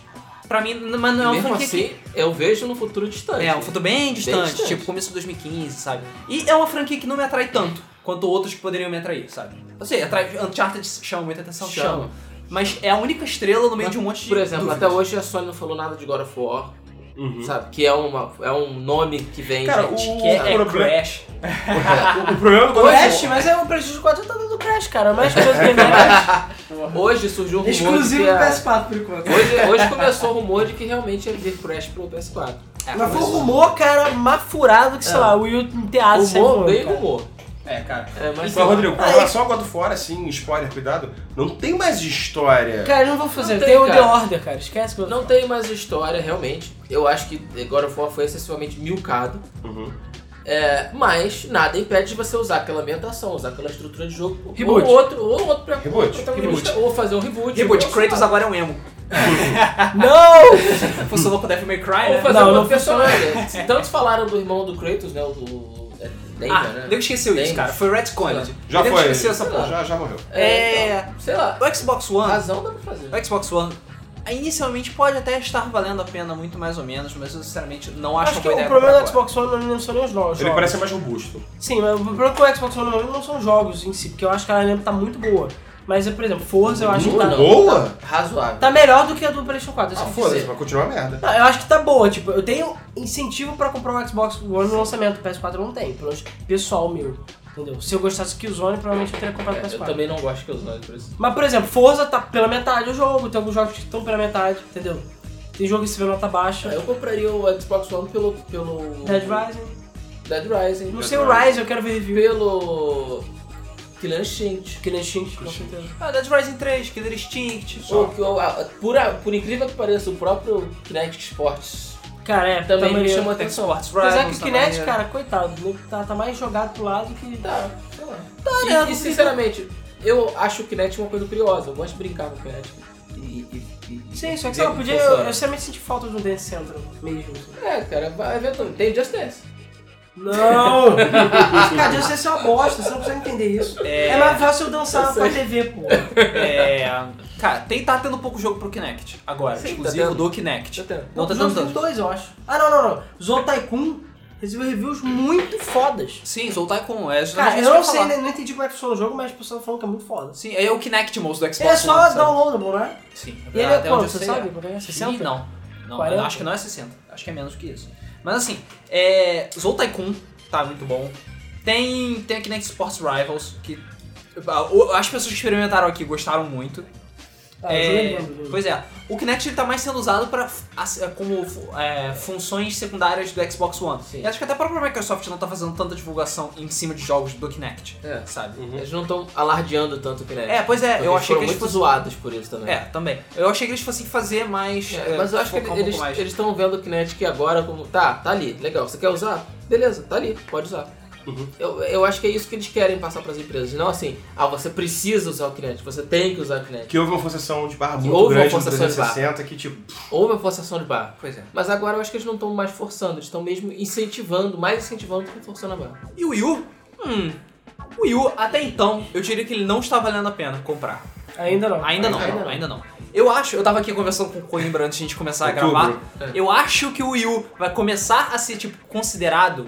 pra mim n- mas não é
E
uma
mesmo
franquia
assim, eu vejo no futuro distante.
que... É, um futuro bem distante,
distante.
tipo começo de 2015, sabe? E é uma franquia que não me atrai tanto quanto outras que poderiam me atrair, sabe? Eu sei, atrai, Uncharted chama muita atenção, chama.
Chama.
Mas é a única estrela no meio
Mas,
de um monte de
Por exemplo,
dúvidas.
até hoje a Sony não falou nada de God of War,
Uhum.
sabe? Que é, uma, é um nome que vem,
Cara,
gente.
o-
Que é, é
problema-
Crash.
O, o problema do
Crash, mas é o prejuízo 4 tá dando Crash, cara. Mais coisa que é
Hoje surgiu um rumor de
Exclusivo do
que a-
PS4 por enquanto.
Hoje, hoje começou o rumor de que realmente ia vir Crash pro PS4.
É,
Mas foi um
mas-
rumor, cara, mais furado que, sei
É.
lá, o Will em teatro
Rumor,
foi,
bem
cara.
rumor.
É, cara.
É, mas
Mas, Rodrigo, com
Aí-
relação ao God of War, assim, spoiler, cuidado, não tem mais história.
Cara, não vou fazer.
Não tem,
Tem o The
cara.
Order, cara. Esquece que eu
não tem mais história, realmente. Eu acho que God of War foi excessivamente milcado.
Uhum.
É, mas nada impede de você usar aquela ambientação, usar aquela estrutura de jogo.
Reboot.
Ou outro, ou outro pra,
Reboot.
protagonista, ou fazer um reboot.
Reboot,
ou-
Kratos agora é um emo.
Ah,
tá.
Não!
Funcionou com Devil May Cry,
Ou
né?
fazer
Não,
um
não
outro personagem. Se Tantos falaram do irmão do Kratos, né? O do. É, Dengar,
Ah,
né?
nego esqueceu isso,
Dengar.
cara. Foi Retconned.
Já
Nego
foi.
esqueceu essa porra.
já, já morreu.
É,
É.
então, sei lá.
O Xbox
A
One
razão dá pra fazer.
O Xbox One ah, inicialmente pode até estar valendo a pena muito mais ou menos, mas eu sinceramente não acho, uma
Acho
é
que
boa
o
ideia comprar
problema do
agora.
Xbox One não são nem os jogos.
Ele parece mais robusto.
Sim, mas o problema com o Xbox One no momento não são os jogos em si, porque eu acho que a lembra tá muito boa. Mas, por exemplo, Forza eu acho que tá...
Boa?
Tá razoável.
Tá melhor do que a do PlayStation 4, isso
Ah,
que eu quis
foda-se,
dizer.
vai continuar uma merda.
Não, eu acho que tá boa, tipo, eu tenho incentivo pra comprar um Xbox One no lançamento, o PS4 eu não tem, pelo menos pessoal meu, entendeu? Se eu gostasse do Killzone, provavelmente eu teria comprado o
É,
PS4.
eu também não gosto que eu use por isso.
Mas, por exemplo, Forza tá pela metade do jogo, tem alguns jogos que estão pela metade, entendeu?
Ah,
Tem jogo que se vê nota baixa,
Eu compraria o Xbox One pelo. pelo
Dead Rising,
Dead Rising.
No seu Rise eu quero ver review.
Pelo. Killer Instinct.
Que nem Shinx, com certeza.
Ah, Dead Rising 3, Killer Instinct.
Ou, que- ou, ah, por, a- por incrível que pareça, o próprio Kinect Sports.
Cara, é,
Também me
maneiro.
chamou a
Tem
atenção.
Sports
Apesar que
Rivals,
o
tá
Kinect,
maneiro.
cara, coitado, né? tá, tá mais jogado pro lado que.
Tá, sei lá. E-
né,
E,
não
sinceramente, eu acho o Kinect uma coisa curiosa. Eu gosto de brincar com o Kinect. E, e- e-
Sim, só que
ver
sei lá,
como
podia.
funciona.
Eu, eu sinceramente senti falta de um Dance Central mesmo. assim.
É, cara, vai eventualmente. Tem Just Dance.
Não! cara, Dance Central é uma bosta, você não precisa entender isso.
É.
É, mais fácil eu dançar
Eu
pra
sei.
TV, pô.
É. Cara, tem tá tendo pouco jogo pro Kinect agora.
Sim,
exclusivo
tá tendo.
do Kinect.
Tá tendo.
Não tá
Os outros
dando
tem
tanto.
dois, eu acho. Ah, não, não, não. Zon Tycoon recebeu reviews muito fodas.
Sim, Soul Tycoon. É,
Cara,
justamente
eu não
isso que
sei,
ia falar.
né, não entendi como é que funciona o jogo, mas as pessoas falam que é muito foda.
Sim, é o Kinect Mouse do Xbox.
Ele é só
One, sabe?
downloadable, né?
Sim.
E ele
Ah,
é
até
quanto,
onde eu
você
sei,
sabe?
é.
Quanto é?
Ih,
60?
Não. Não,
40?
eu acho que não é 60. Acho que é menos que isso. Mas assim, é... Soul Tycoon tá muito bom. Tem, tem a Kinect Sports Rivals, que ah, o- as pessoas que experimentaram aqui gostaram muito.
Tá,
Ah, eu
É,
joguei, joguei.
pois é, o Kinect ele tá mais sendo usado pra, as- como é, funções secundárias do Xbox One.
Sim.
E acho que até a própria Microsoft não tá fazendo tanta divulgação em cima de jogos do Kinect,
É.
sabe?
Eles não estão alardeando tanto o Kinect.
É, pois é,
Porque
eu achei que
foram
eles
muito
fossem.
zoados por isso também.
É, também. Eu achei que eles fossem fazer mais.
É,
é,
mas eu acho que
focar um
eles
pouco mais.
estão vendo o Kinect que agora como. Tá, tá ali, legal. Você quer usar? Beleza, tá ali, pode usar.
Uhum.
Eu, eu acho que é isso que eles querem passar pras empresas. Não assim, ah, você precisa usar o Kinect, você tem que usar o Kinect.
Que houve uma forçação de barra
Que
muito
houve uma
grande no
forçação de barra.
360 que, tipo,
Houve a forçação de barra.
Pois é.
Mas agora eu acho que eles não estão mais forçando, eles estão mesmo incentivando, mais incentivando do que forçando a barra.
E o Wii U? Hum. O Wii U, até então, eu diria que ele não está valendo a pena comprar.
Ainda não.
Ainda não,
Ainda não.
ainda não. Eu acho, eu tava aqui conversando com o Coimbra antes de a gente começar a
Outubro.
gravar.
É.
Eu acho que o Wii U vai começar a ser, tipo, considerado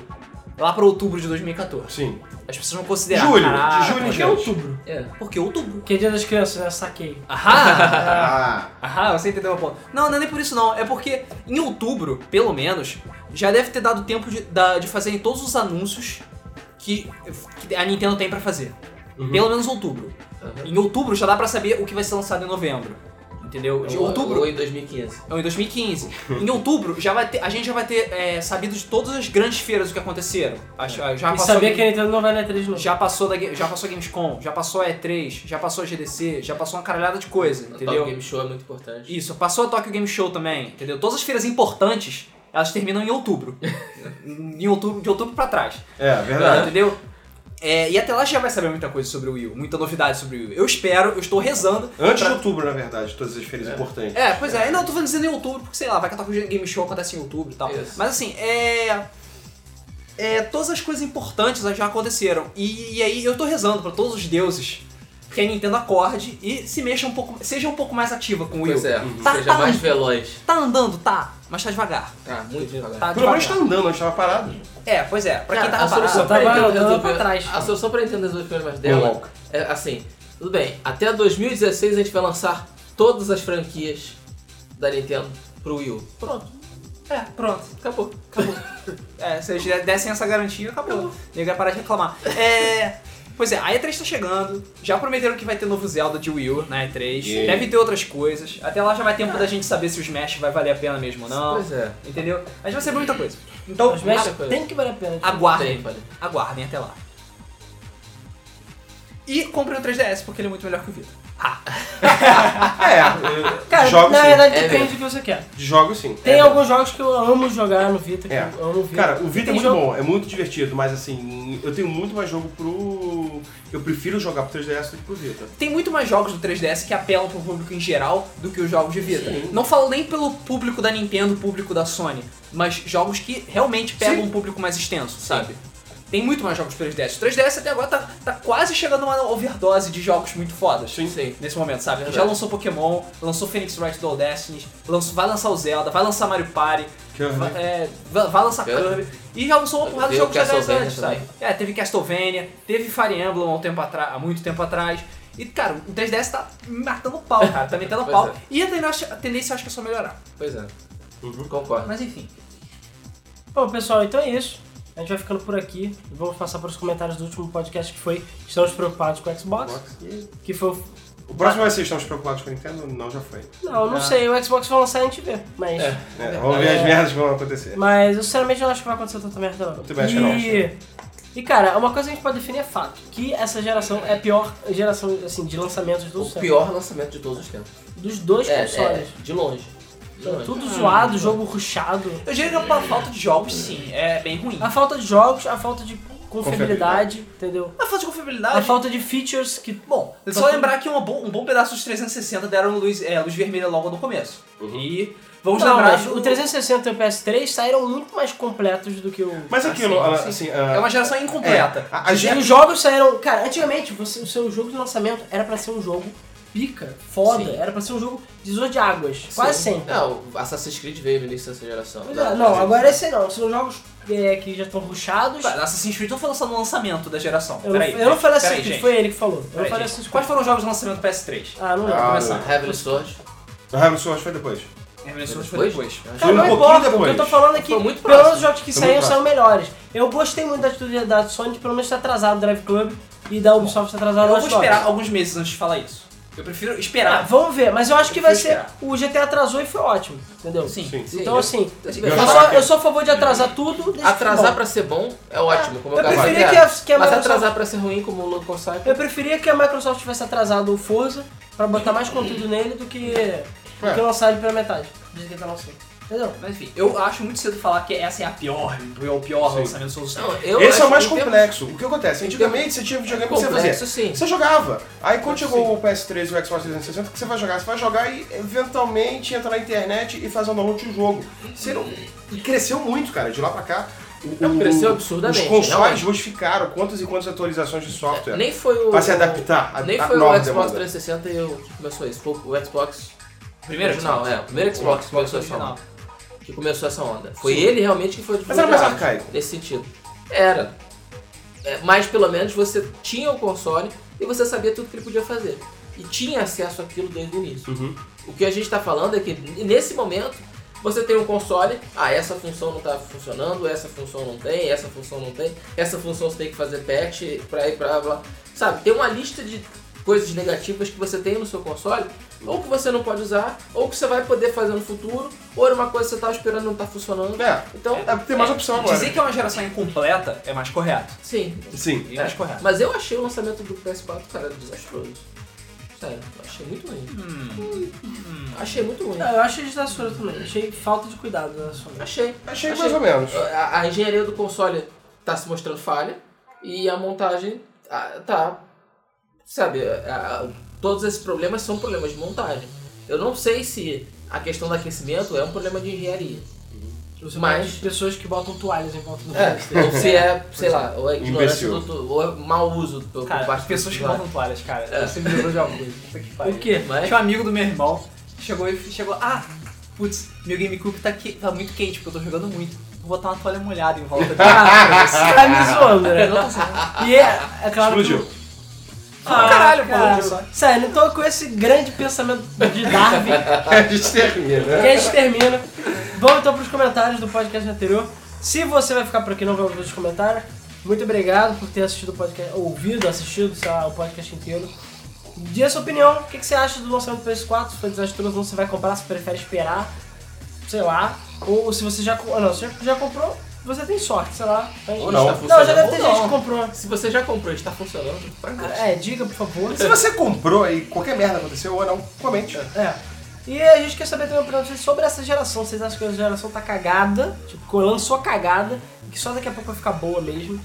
lá pra outubro de 2014.
sim.
As pessoas vão considerar.
Julho, de
"Caraca,
julho em
porque
Porque é
eu-
outubro.
É.
Porque outubro.
Que é dia das crianças, né? Saquei.
Ahá!
Ah,
Aham, você entendeu o ponto. Não, não é nem por isso não. É porque em outubro, pelo menos, já deve ter dado tempo de, da- de fazerem todos os anúncios que, que a Nintendo tem pra fazer. Pelo menos outubro.
Uhum.
Em outubro já dá pra saber o que vai ser lançado em novembro. Entendeu? De
Ou-
outubro.
Uhum. Ou em 2015.
Ou em 2015. em outubro, já vai ter, a gente já vai ter é, sabido de todas as grandes feiras o que aconteceram. Acho- ah, Já
e
passou
sabia
a-
que a Nintendo não vai na E3 de novo.
já passou, da, já passou a Gamescom, já passou a E3, já passou a GDC, já passou uma caralhada de coisa,
O
entendeu?
Top Game Show é muito importante.
Isso, passou a Tokyo Game Show também, entendeu? Todas as feiras importantes, elas terminam em outubro. em outubro, de outubro pra trás,
é, verdade.
entendeu? É, e até lá já vai saber muita coisa sobre o Wii U, muita novidade sobre o Wii U. Eu espero, eu estou rezando.
Antes de
pra-
outubro, na verdade, todas as feiras importantes.
É, pois é, não, eu tô falando dizendo em outubro, porque sei lá, vai que a Tokyo Game Show acontece em outubro e tal.
Isso.
Mas assim, é... é, Todas as coisas importantes já aconteceram. E, e aí eu tô rezando pra todos os deuses que a Nintendo acorde e se mexa um pouco, seja um pouco mais ativa com o Wii U.
Pois é,
Tá-
seja
tá-
mais veloz.
Tá andando, tá, mas tá devagar.
Tá, muito devagar.
Tá
Pelo menos tá
devagar.
andando, a gente tava parado.
É, pois é. Pra quem
Cara,
tá
a solução
parado,
pra
tá parado,
Nintendo
ela
resolver-
pra trás.
A solução pra Nintendo resolver os problemas dela
Walk.
é assim, tudo bem, até 2016 a gente vai lançar todas as franquias da Nintendo pro Wii U. Pronto,
É, pronto.
acabou.
Acabou. é, se eles dessem essa garantia, acabou. Ninguém vai parar de reclamar. É. Pois é, a E3 tá chegando, já prometeram que vai ter novo Zelda de Wii U na E3,
Yeah.
deve ter outras coisas, até lá já vai tempo da gente saber se o Smash vai valer a pena mesmo ou não,
Pois é.
entendeu? Mas vai ser muita coisa. Então,
Mas mexe,
outra coisa.
tem que valer a pena.
a- aguardem,
Tem, falei.
aguardem até lá. E comprem o 3DS, porque ele é muito melhor que o Vita. Ah,
É,
Cara,
jogo
na
sim.
verdade
É
depende
mesmo.
do que você quer.
Jogo sim.
Tem
É.
alguns jogos que eu amo jogar no Vita, que
É.
eu amo o Vita.
Cara, o Vita
Tem
é muito
jogo-
bom, é muito divertido, mas assim, eu tenho muito mais jogo pro. Eu prefiro jogar pro 3DS do que pro Vita.
Tem muito mais jogos do 3DS que apelam pro público em geral do que os jogos de vida.
Sim.
Não falo nem pelo público da Nintendo, público da Sony, mas jogos que realmente pegam um público mais extenso, sabe? Tem muito mais jogos do 3DS. O 3DS até agora tá, tá quase chegando a uma overdose de jogos muito fodas.
Sim, sim.
Nesse momento, sabe?
Verdade.
Já lançou Pokémon, lançou Phoenix Wright Dual Destiny, lançou, vai lançar o Zelda, vai lançar Mario Party,
Kirby.
vai, é, vai- vai lançar
Kirby.
Kirby. E já lançou uma porrada de
Teve
jogos legais
Castlevania
antes, sabe?
também.
É, teve Castlevania, teve Fire Emblem há, um tempo atra- há muito tempo atrás. E, cara, o 3DS tá matando pau, cara. Tá metendo
Pois
pau.
é.
E a tendência, a tendência eu acho que é só melhorar.
Pois é,
Uhum.
concordo.
Mas enfim.
Bom, pessoal, então é isso. A gente vai ficando por aqui. Vamos passar para os comentários do último podcast que foi Estamos Preocupados com o Xbox,
Xbox.
que foi o
O próximo vai ser Estamos Preocupados com a Nintendo? Não, já foi.
Não, eu não
É.
sei. O Xbox vai lançar e a gente vê. Mas,
É.
É, vamos ver as merdas que vão acontecer.
mas eu sinceramente não acho que vai acontecer tanta merda não.
Muito bem, acho que não,
E... E cara, uma coisa que a gente pode definir é fato, que essa geração é a pior geração assim, de lançamentos do
O
céu.
pior lançamento de todos os tempos.
dos dois
É, Ah. é,
consoles.
de longe. De longe.
Tudo zoado, jogo ruchado.
Eu diria que
Hum.
a falta de jogos, sim, é bem ruim.
A falta de jogos, a falta de confiabilidade, entendeu?
A falta de confiabilidade.
A falta de features que.
Bom, é só lembrar que um bom, um bom pedaço dos 360 deram luz, é, luz vermelha logo no começo.
Uhum.
E vamos
Não,
lembrar.
mas
do-
o 360 e o PS3 saíram muito mais completos do que o.
Mas aquilo,
Assim,
ah,
sim.
assim...
É
ah,
uma geração incompleta.
a- a
E
gente-
os jogos saíram. Cara, antigamente você- o seu jogo de lançamento era pra ser um jogo pica, foda,
Sim.
era pra ser um jogo divisor de águas, quase sempre.
Não, o Assassin's Creed veio no início dessa geração.
Pois é, não, agora esse não, são jogos é, que já estão ruchados.
Tá, Assassin's Creed não foi lançado no lançamento da geração.
Eu, não-
peraí,
eu não falei assim,
peraí,
que
gente.
foi ele que falou. Eu não
Peraí,
falei
gente.
assim.
Quais foram os jogos de lançamento do PS3?
Ah, não lembro.
Ah,
Começar. Heavenly Sword.
Ah, mas eu acho que foi depois.
É, mas isso
Foi
foi
depois?
depois.
Cara, não
Foi um
importa,
pouquinho
o que eu tô
depois.
falando é que
Foi muito
pelo menos
próximo.
os jogos que
Foi
saíram
muito
são melhores. Eu gostei muito da atitude da Sony de pelo menos ter atrasado o Drive Club e da Ubisoft ter
Eu
atrasado
vou
o Watch Dogs.
esperar alguns meses antes de falar isso. Eu prefiro
Ah,
esperar.
vamos ver, mas eu acho que
Eu
vai
fui
ser.
esperar.
O GTA atrasou e foi ótimo, entendeu?
Sim.
Sim.
Sim,
Então,
eu-
assim,
eu-
eu,
eu-
sou, eu sou a favor de atrasar tudo. deixa
Atrasar
que
pra ser bom é ótimo, como eu
eu
acabei de
preferia
falar.
que a- que a
Mas
Microsoft-
atrasar pra ser ruim, como o Lobo consegue.
Eu preferia que a Microsoft tivesse atrasado o Forza pra botar mais conteúdo nele do que, do
É.
que lançar ele pela metade.
Ah,
Diz que ele tá lançando. Entendeu?
Mas enfim, eu acho muito cedo falar que essa é a pior, é o pior lançamento de solução.
Não, eu
Esse é o
acho
mais
que em termos-
complexo. O que acontece? Antigamente você tinha videogame que você fazia.
Complexo, sim.
Você jogava. Aí quando chegou o PS3 e o Xbox 360, o que você vai jogar? Você vai jogar e eventualmente entra na internet e faz um download de um jogo. Você não... E cresceu muito, cara, de lá pra cá. O-
Não,
o-
cresceu absurdamente,
Os consoles
realmente.
modificaram quantas e quantas atualizações de software.
Nem foi o.
Pra se adaptar à-
Nem
à
foi o
nova
Xbox
demanda.
360 e eu começou isso. Foi o Xbox.
Primeiro
original,
Xbox.
é. O primeiro Xbox é que começou essa
original.
onda. Que começou essa onda. Foi ele realmente que foi
Mas era mais
divulgado
arcaico.
Nesse sentido. Era. É, mas pelo menos você tinha o console e você sabia tudo que ele podia fazer. E tinha acesso àquilo desde o início.
Uhum.
O que a gente está falando é que nesse momento você tem um console, ah, essa função não está funcionando, essa função não tem, essa função não tem, essa função você tem que fazer patch pra ir pra blá. Sabe, tem uma lista de coisas negativas que você tem no seu console, ou que você não pode usar, ou que você vai poder fazer no futuro, ou era uma coisa que você estava esperando e não tá funcionando.
É.
Então,
É, tem mais opção agora.
Dizer que é uma geração incompleta é mais correto.
sim.
Sim.
É mais correto.
Mas eu achei o lançamento do PS4, cara, desastroso. Sério, eu achei muito ruim. Achei muito ruim.
Não, eu achei desastroso também. Achei falta de cuidado da Sony.
Achei.
Achei mais ou menos.
A, a engenharia do console tá se mostrando falha e a montagem ah, tá. Sabe, a- a- todos esses problemas são problemas de montagem. Eu não sei se a questão do aquecimento é um problema de engenharia.
Você
Mas-
mas... pessoas que botam toalhas em volta do
É, ou se é, sei lá, ou é ignorância
Um Imbecil.
do, do- ou é mau uso do
Cara, as pessoas que
vão
botam toalhas, cara.
É.
Você me lembrou de alguma coisa. Puta que pariu.
O quê?
Mas,
Tinha um amigo do meu irmão, chegou e chegou, ah, putz, meu GameCube tá, que, tá muito quente, porque eu tô jogando muito. Vou botar uma toalha molhada em volta dele.
Ah, você tá me zoando, né?
Eu não tô zoando.
E é, é claro que-
Explodiu.
Ah,
Caralho, pô,
cara.
olha só.
Sério, então com esse grande pensamento de Darwin,
A gente termina,
que
né?
a gente termina. Vamos então pros comentários do podcast anterior. Se você vai ficar por aqui e não vai ouvir os comentários, muito obrigado por ter assistido o podcast, ouvido, assistido sei lá, o podcast inteiro. Dê a sua opinião, o que, que você acha do lançamento do PS4? Se foi desastroso, não você vai comprar, se prefere esperar, sei lá. Ou se você já, co- ah, não, se já comprou, você tem sorte, sei lá.
ou está
não. Não,
Não,
funcionando,
já deve ter
ou
gente que
não.
comprou.
Se você já comprou e está funcionando, parabéns.
É, diga por favor.
Se você comprou e qualquer merda aconteceu ou não, comente.
É. E a gente quer saber também pra vocês sobre essa geração. Vocês acham que a geração tá cagada? Tipo, lançou a cagada e que só daqui a pouco vai ficar boa mesmo.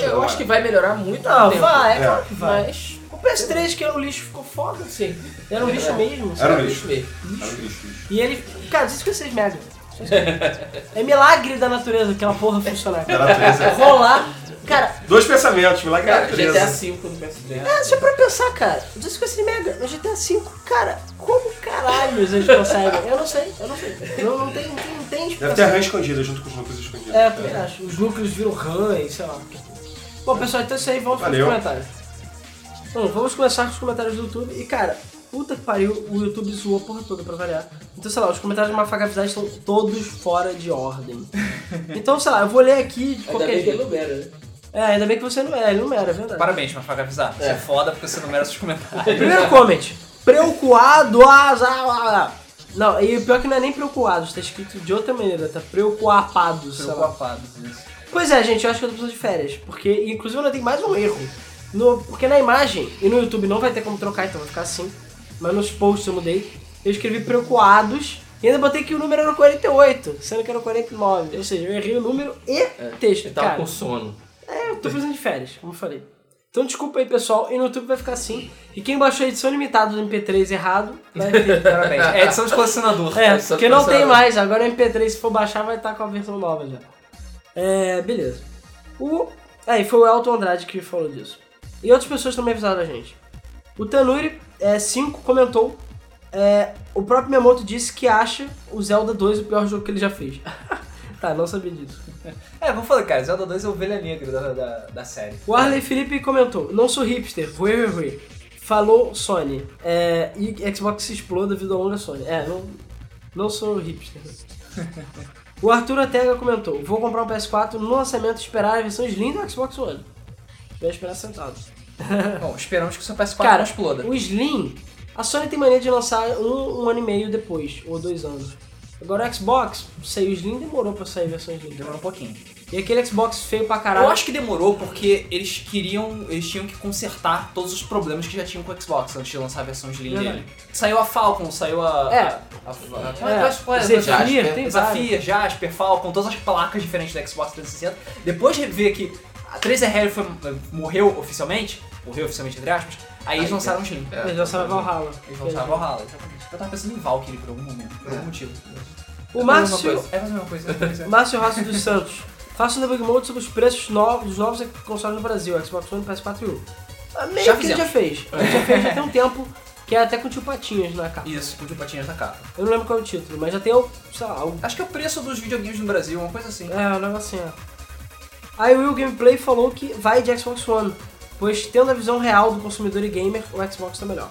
Eu acho que vai melhorar muito com o
Não,
tempo.
vai, é
É.
claro que vai.
Mas,
O PS3, que era um lixo, ficou foda.
sim.
Era um lixo
É.
mesmo.
Era
sabe?
um
é
lixo.
mesmo.
E ele. Cara, isso que vocês mega. É milagre da natureza aquela porra funcionar.
Da natureza.
Rolar. Cara,
é. Dois pensamentos, milagre né? da
Cara, GTA
natureza.
V no PS3.
é só pra pensar, cara. Diz que esse mega no GTA V, cara, como caralhos eles conseguem? Eu não sei, eu não sei. Não, não tem, não tem, não tem
Deve
explicação.
ter RAM escondida junto com os núcleos escondidos.
É, eu também acho. Os núcleos viram RAM e sei lá. Bom, pessoal, então é isso aí. Vamos para os
Valeu.
comentários. Bom, vamos começar com os comentários do YouTube. E, cara, puta que pariu, o YouTube zoou a porra toda pra variar. Então, sei lá, os comentários de Mafagavidade estão todos fora de ordem. Então, sei lá, eu vou ler aqui de
Ainda
qualquer
bem que ele
jeito.
libera, né?
É, ainda bem que você não é, ele não era, é verdade.
Parabéns, mas pra avisar, você é foda porque você não merece os comentários.
Primeiro comment. Preocuado! Ah, ah, ah. Não, e o pior é que não é nem preocupado, está escrito de outra maneira, tá preocupado, sei lá.
Preocupado, isso.
Pois é, gente, eu acho que eu tô precisando de férias. Porque, inclusive, eu notei mais um erro. No- porque na imagem, e no YouTube não vai ter como trocar, então vai ficar assim. Mas nos posts eu mudei. Eu escrevi preocupados e ainda botei que o número era 48, sendo que era 49. Ou seja, eu errei o número e o texto.
Ele É, tava
cara.
com sono.
É, eu tô precisando de férias, como eu falei. Então desculpa aí, pessoal, e no YouTube vai ficar assim. E quem baixou a edição limitada do MP3 errado, vai ter.
Parabéns. É edição de colecionador.
É,
Essa
porque não
coisa-
tem mais. Agora o MP3, se for baixar, vai estar com a versão nova já. É, beleza. O... Aí foi o Elton Andrade que falou disso. E outras pessoas também avisaram a gente. O Tanuri 5 comentou. é, o próprio Miyamoto disse que acha o Zelda 2 o pior jogo que ele já fez. tá, não sabia disso.
É, vou falar, cara, Zelda 2 é a ovelha negra da, da, da série.
O Arley Felipe comentou: Não sou hipster, ruê, ruê, ruê. Falou Sony. É, e Xbox se exploda, vida longa Sony. É, não, não sou hipster. o Arthur Ortega comentou: Vou comprar um PS4 no lançamento e esperar a versão Slim do Xbox One. Vai esperar sentado.
Bom, esperamos que o seu PS4
Cara,
não exploda.
o Slim, a Sony tem mania de lançar um, um ano e meio depois, ou dois anos. Agora o Xbox, não sei, o Slim demorou pra sair a versão Slim.
Demorou um pouquinho.
E aquele Xbox feio pra caralho.
Eu acho que demorou porque eles queriam, eles tinham que consertar todos os problemas que já tinham com o Xbox antes de lançar a versão Slim
Verdade.
dele. Saiu a Falcon, saiu a.
É.
A, a, a,
É,
quais foram as
Zephyr,
outras?
Jasper.
tem vários.
Zafia, Jasper, Falcon, todas as placas diferentes da Xbox 360. Depois de ver que a 3RL foi, morreu oficialmente, morreu oficialmente entre aspas, aí eles
Aí,
lançaram o Slim.
É,
Eles lançaram Valhalla.
tá Eles lançaram Valhalla, exatamente. Eu tava pensando em Valkyrie por algum momento, por algum motivo.
O Márcio
É a mesma coisa, é a mesma coisa.
Márcio Rossi dos Santos. Faça um debug mode sobre os preços novos, dos novos consoles no Brasil, Xbox One, PS4 e U. Ah, Meio
Já
que
fizemos. É.
ele já fez. Ele já fez já tem um tempo, que é até com o tio Patinhas na capa.
Isso, com o patinhas na capa.
Eu não lembro qual é o título, mas já tem, o- sei lá, o,
Acho que é o preço dos videogames no Brasil, uma coisa assim.
é, um negocinho. é. Aí o Will Gameplay falou que vai de Xbox One, pois tendo a visão real do consumidor e gamer, o Xbox tá melhor.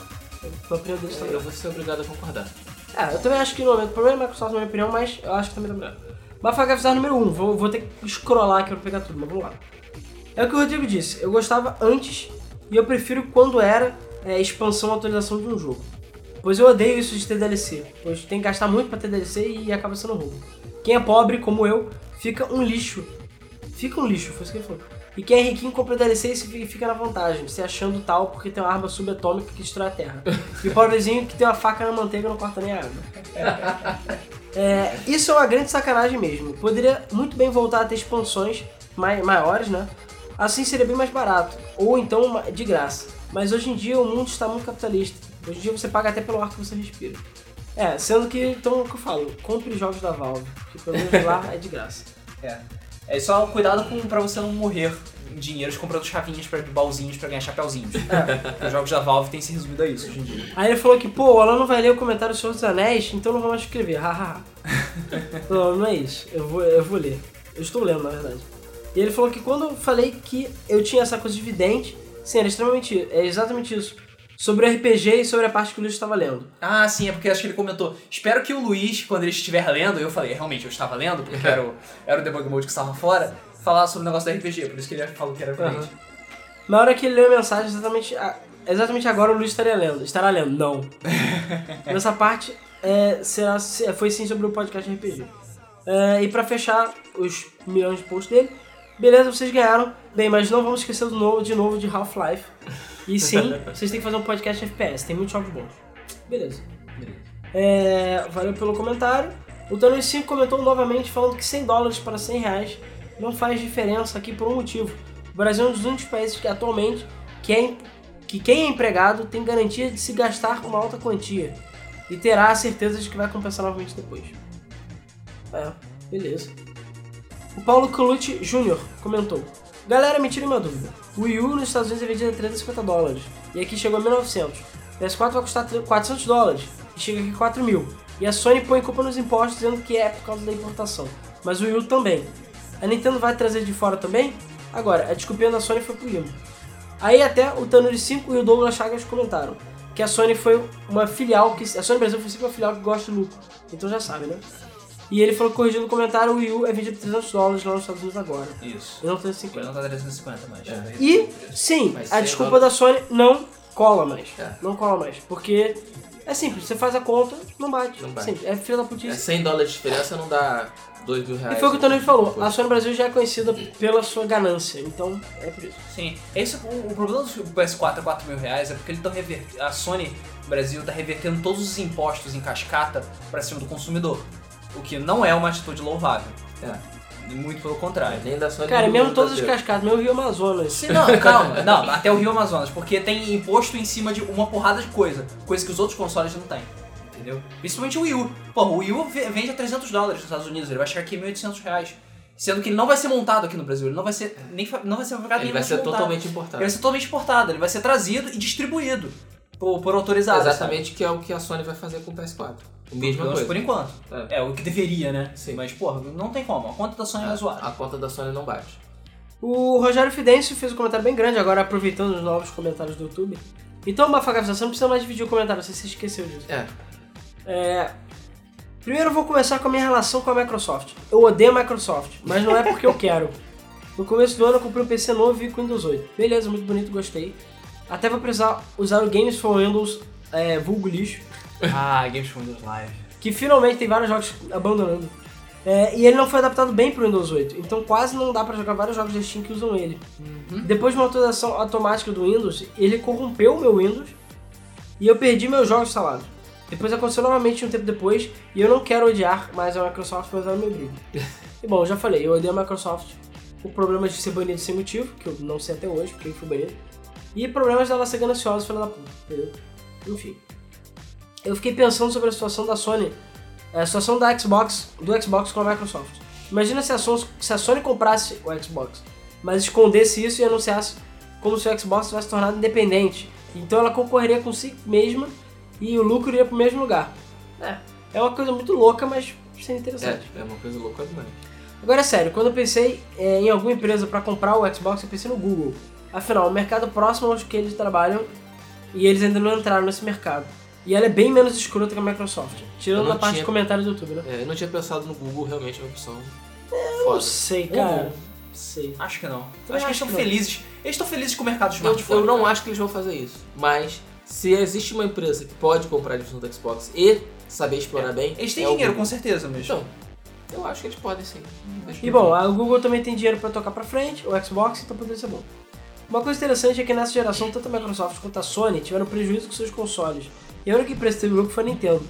Na opinião deles tá
É,
melhor.
Eu vou ser obrigado a concordar.
É, eu também acho que no momento, o problema é a Microsoft, na minha opinião, mas eu acho que também tá melhor. Bafaga Avisar número 1, um. vou, vou ter que scrollar aqui pra pegar tudo, mas vamos lá. É o que o Rodrigo disse, eu gostava antes e eu prefiro quando era é, expansão ou atualização de um jogo. Pois eu odeio isso de ter DLC, pois tem que gastar muito pra ter DLC e acaba sendo roubo. Quem é pobre, como eu, fica um lixo. Fica um lixo, foi isso que ele falou. E quem é riquinho compra DLC e se fi- fica na vantagem, se achando tal porque tem uma arma subatômica que destrói a terra. E o pobrezinho que tem uma faca na manteiga não corta nem a água. É, isso é uma grande sacanagem mesmo. Poderia muito bem voltar a ter expansões mai- maiores, né? Assim seria bem mais barato, ou então ma- de graça. Mas hoje em dia o mundo está muito capitalista. Hoje em dia você paga até pelo ar que você respira. É, sendo que, então, é o que eu falo, compre jogos da Valve, que pelo menos lá é de graça.
É. É só um cuidado com, pra você não morrer em dinheiros comprando chavinhas pra balzinhos pra ganhar chapeuzinhos. Os jogos da Valve têm se resumido a isso hoje em dia.
Aí ele falou que, pô, o Alan não vai ler o comentário do Senhor dos Anéis, então não vou mais escrever, hahaha. não, não é isso, eu vou, eu vou ler. Eu estou lendo, na verdade. E ele falou que quando eu falei que eu tinha essa coisa de vidente, sim, era extremamente, é exatamente isso. Sobre o RPG e sobre a parte que o Luiz estava lendo.
Ah, sim, é porque acho que ele comentou. Espero que o Luiz, quando ele estiver lendo, eu falei, realmente, eu estava lendo, porque era o, era o debug mode que estava fora, falar sobre o negócio da RPG, por isso que ele falou que era verdade.
Na hora que ele leu a mensagem, exatamente, a- exatamente agora o Luiz estaria lendo. Estará lendo, não. Nessa parte é, será, se- foi sim sobre o podcast RPG. É, e pra fechar os milhões de posts dele, beleza, vocês ganharam. Bem, mas não vamos esquecer do novo, de novo de Half-Life. E sim, vocês têm que fazer um podcast FPS, tem muitos jogos bons. Beleza. É, valeu pelo comentário. O Thanos 5 comentou novamente falando que 100 dólares para 100 reais não faz diferença aqui por um motivo. O Brasil é um dos únicos países que atualmente que, é em- que quem é empregado tem garantia de se gastar uma alta quantia e terá a certeza de que vai compensar novamente depois. É, beleza. O Paulo Colucci Jr. comentou: Galera, me tirem uma dúvida. O Wii U nos Estados Unidos é vendido a 350 dólares e aqui chegou a 1900. O PS4 vai custar 3- 400 dólares e chega aqui 4 mil. E a Sony põe culpa nos impostos dizendo que é por causa da importação. Mas o Wii U também. A Nintendo vai trazer de fora também? Agora, a desculpinha da Sony foi pro limbo. Aí até o Tanuri 5 e o Douglas Chagas comentaram que a Sony foi uma filial que. A Sony Brasil foi sempre uma filial que gosta de lucro. Então já sabe, né? E ele falou que corrigindo o comentário, o Wii U é vendido por 300 dólares lá nos Estados Unidos agora.
Isso.
E não 350.
Ele não tá 350 mais.
E, sim,
Mas
a
sei
desculpa
lá.
da Sony não cola mais.
É.
Não cola mais. Porque é simples, você faz a conta, não bate.
Não bate.
Simples, É filha da
É
putice.
100 dólares de diferença não dá 2 mil reais.
E foi o que o Tony falou, a Sony Brasil já é conhecida pela sua ganância, então é por isso.
Sim, esse, o, o problema do PS4 a 4 mil reais é porque ele tá rever- a Sony Brasil tá revertendo todos os impostos em cascata pra cima do consumidor, o que não é uma atitude louvável. É. Muito pelo contrário.
Nem da Sony.
Cara,
nem do tá
mesmo todas as
brasileiro.
cascadas, mesmo Rio Amazonas.
Sim, não, calma, não, até o Rio Amazonas, porque tem imposto em cima de uma porrada de coisa, coisa que os outros consoles não têm, entendeu? Principalmente o Wii U. Pô, o Wii U ve- vende a 300 dólares nos Estados Unidos, ele vai chegar aqui em 1.800 reais. Sendo que ele não vai ser montado aqui no Brasil, ele não vai ser nem fa- não vai ser fabricado
Ele
nem
vai ser
montado.
totalmente
Ele
importado.
vai ser totalmente exportado, ele vai ser trazido e distribuído por, por autorizado.
Exatamente que é o que a Sony vai fazer com o PS4. O
sabe? Pelo
mesma
menos
coisa.
por enquanto.
É.
É, o que deveria, né?
Sim.
Mas, porra, não tem como. A conta da Sony é zoada.
A, a conta da Sony não bate.
O Rogério Fidêncio fez um comentário bem grande, agora aproveitando os novos comentários do YouTube. Então, Bafagafa, você não precisa mais dividir o comentário, você se esqueceu disso.
É.
É, Primeiro eu vou começar com a minha relação com a Microsoft. Eu odeio a Microsoft, mas não é porque eu quero. No começo do ano eu comprei um PC novo e com Windows 8. Beleza, muito bonito, gostei. Até vou precisar usar o Games for Windows, é, vulgo lixo,
Ah, Games from Windows Live.
que finalmente tem vários jogos abandonando. É, e ele não foi adaptado bem para o Windows 8, então quase não dá para jogar vários jogos da Steam que usam ele. Depois de uma atualização automática do Windows, ele corrompeu o meu Windows e eu perdi meus jogos instalados. Depois aconteceu novamente um tempo depois e eu não quero odiar mais a Microsoft, mas ela me obriga. e bom, já falei, eu odeio a Microsoft por problemas de ser banido sem motivo, que eu não sei até hoje porque foi banido, e problemas dela ser gananciosa, filha da puta, entendeu? Enfim. Eu fiquei pensando sobre a situação da Sony, a situação da Xbox, do Xbox com a Microsoft. Imagina se a Sony, se a Sony comprasse o Xbox, mas escondesse isso e anunciasse como se o Xbox tivesse tornado independente. Então ela concorreria com si mesma e o lucro iria pro mesmo lugar. É, é uma coisa muito louca, mas seria interessante.
É, é uma coisa louca demais.
Agora, é sério, quando eu pensei é, em alguma empresa para comprar o Xbox, eu pensei no Google. Afinal, o mercado próximo aos que eles trabalham e eles ainda não entraram nesse mercado. E ela é bem menos escrota que a Microsoft,
Eu
tirando
não
a parte
tinha-
de comentários do YouTube, né?
É, eu não tinha pensado no Google, realmente é uma opção.
Eu
foda.
Não sei,
Google.
cara. Não sei.
Acho que não. Acho,
Eu
que
acho
eles estão
que não.
felizes. Eles estão felizes com o mercado
Eu,
smartphone.
eu não
cara.
acho que eles vão fazer isso. Mas se existe uma empresa que pode comprar a divisão do Xbox e saber explorar bem.
Eles têm
é o
dinheiro, com
Google.
certeza, mas.
Então, eu acho que eles podem sim. Acho
E
que-
bom, a Google também tem dinheiro para tocar para frente, o Xbox, então poderia ser bom. Uma coisa interessante é que nessa geração, tanto a Microsoft quanto a Sony tiveram prejuízo com seus consoles. E a única empresa que teve lucro foi a Nintendo.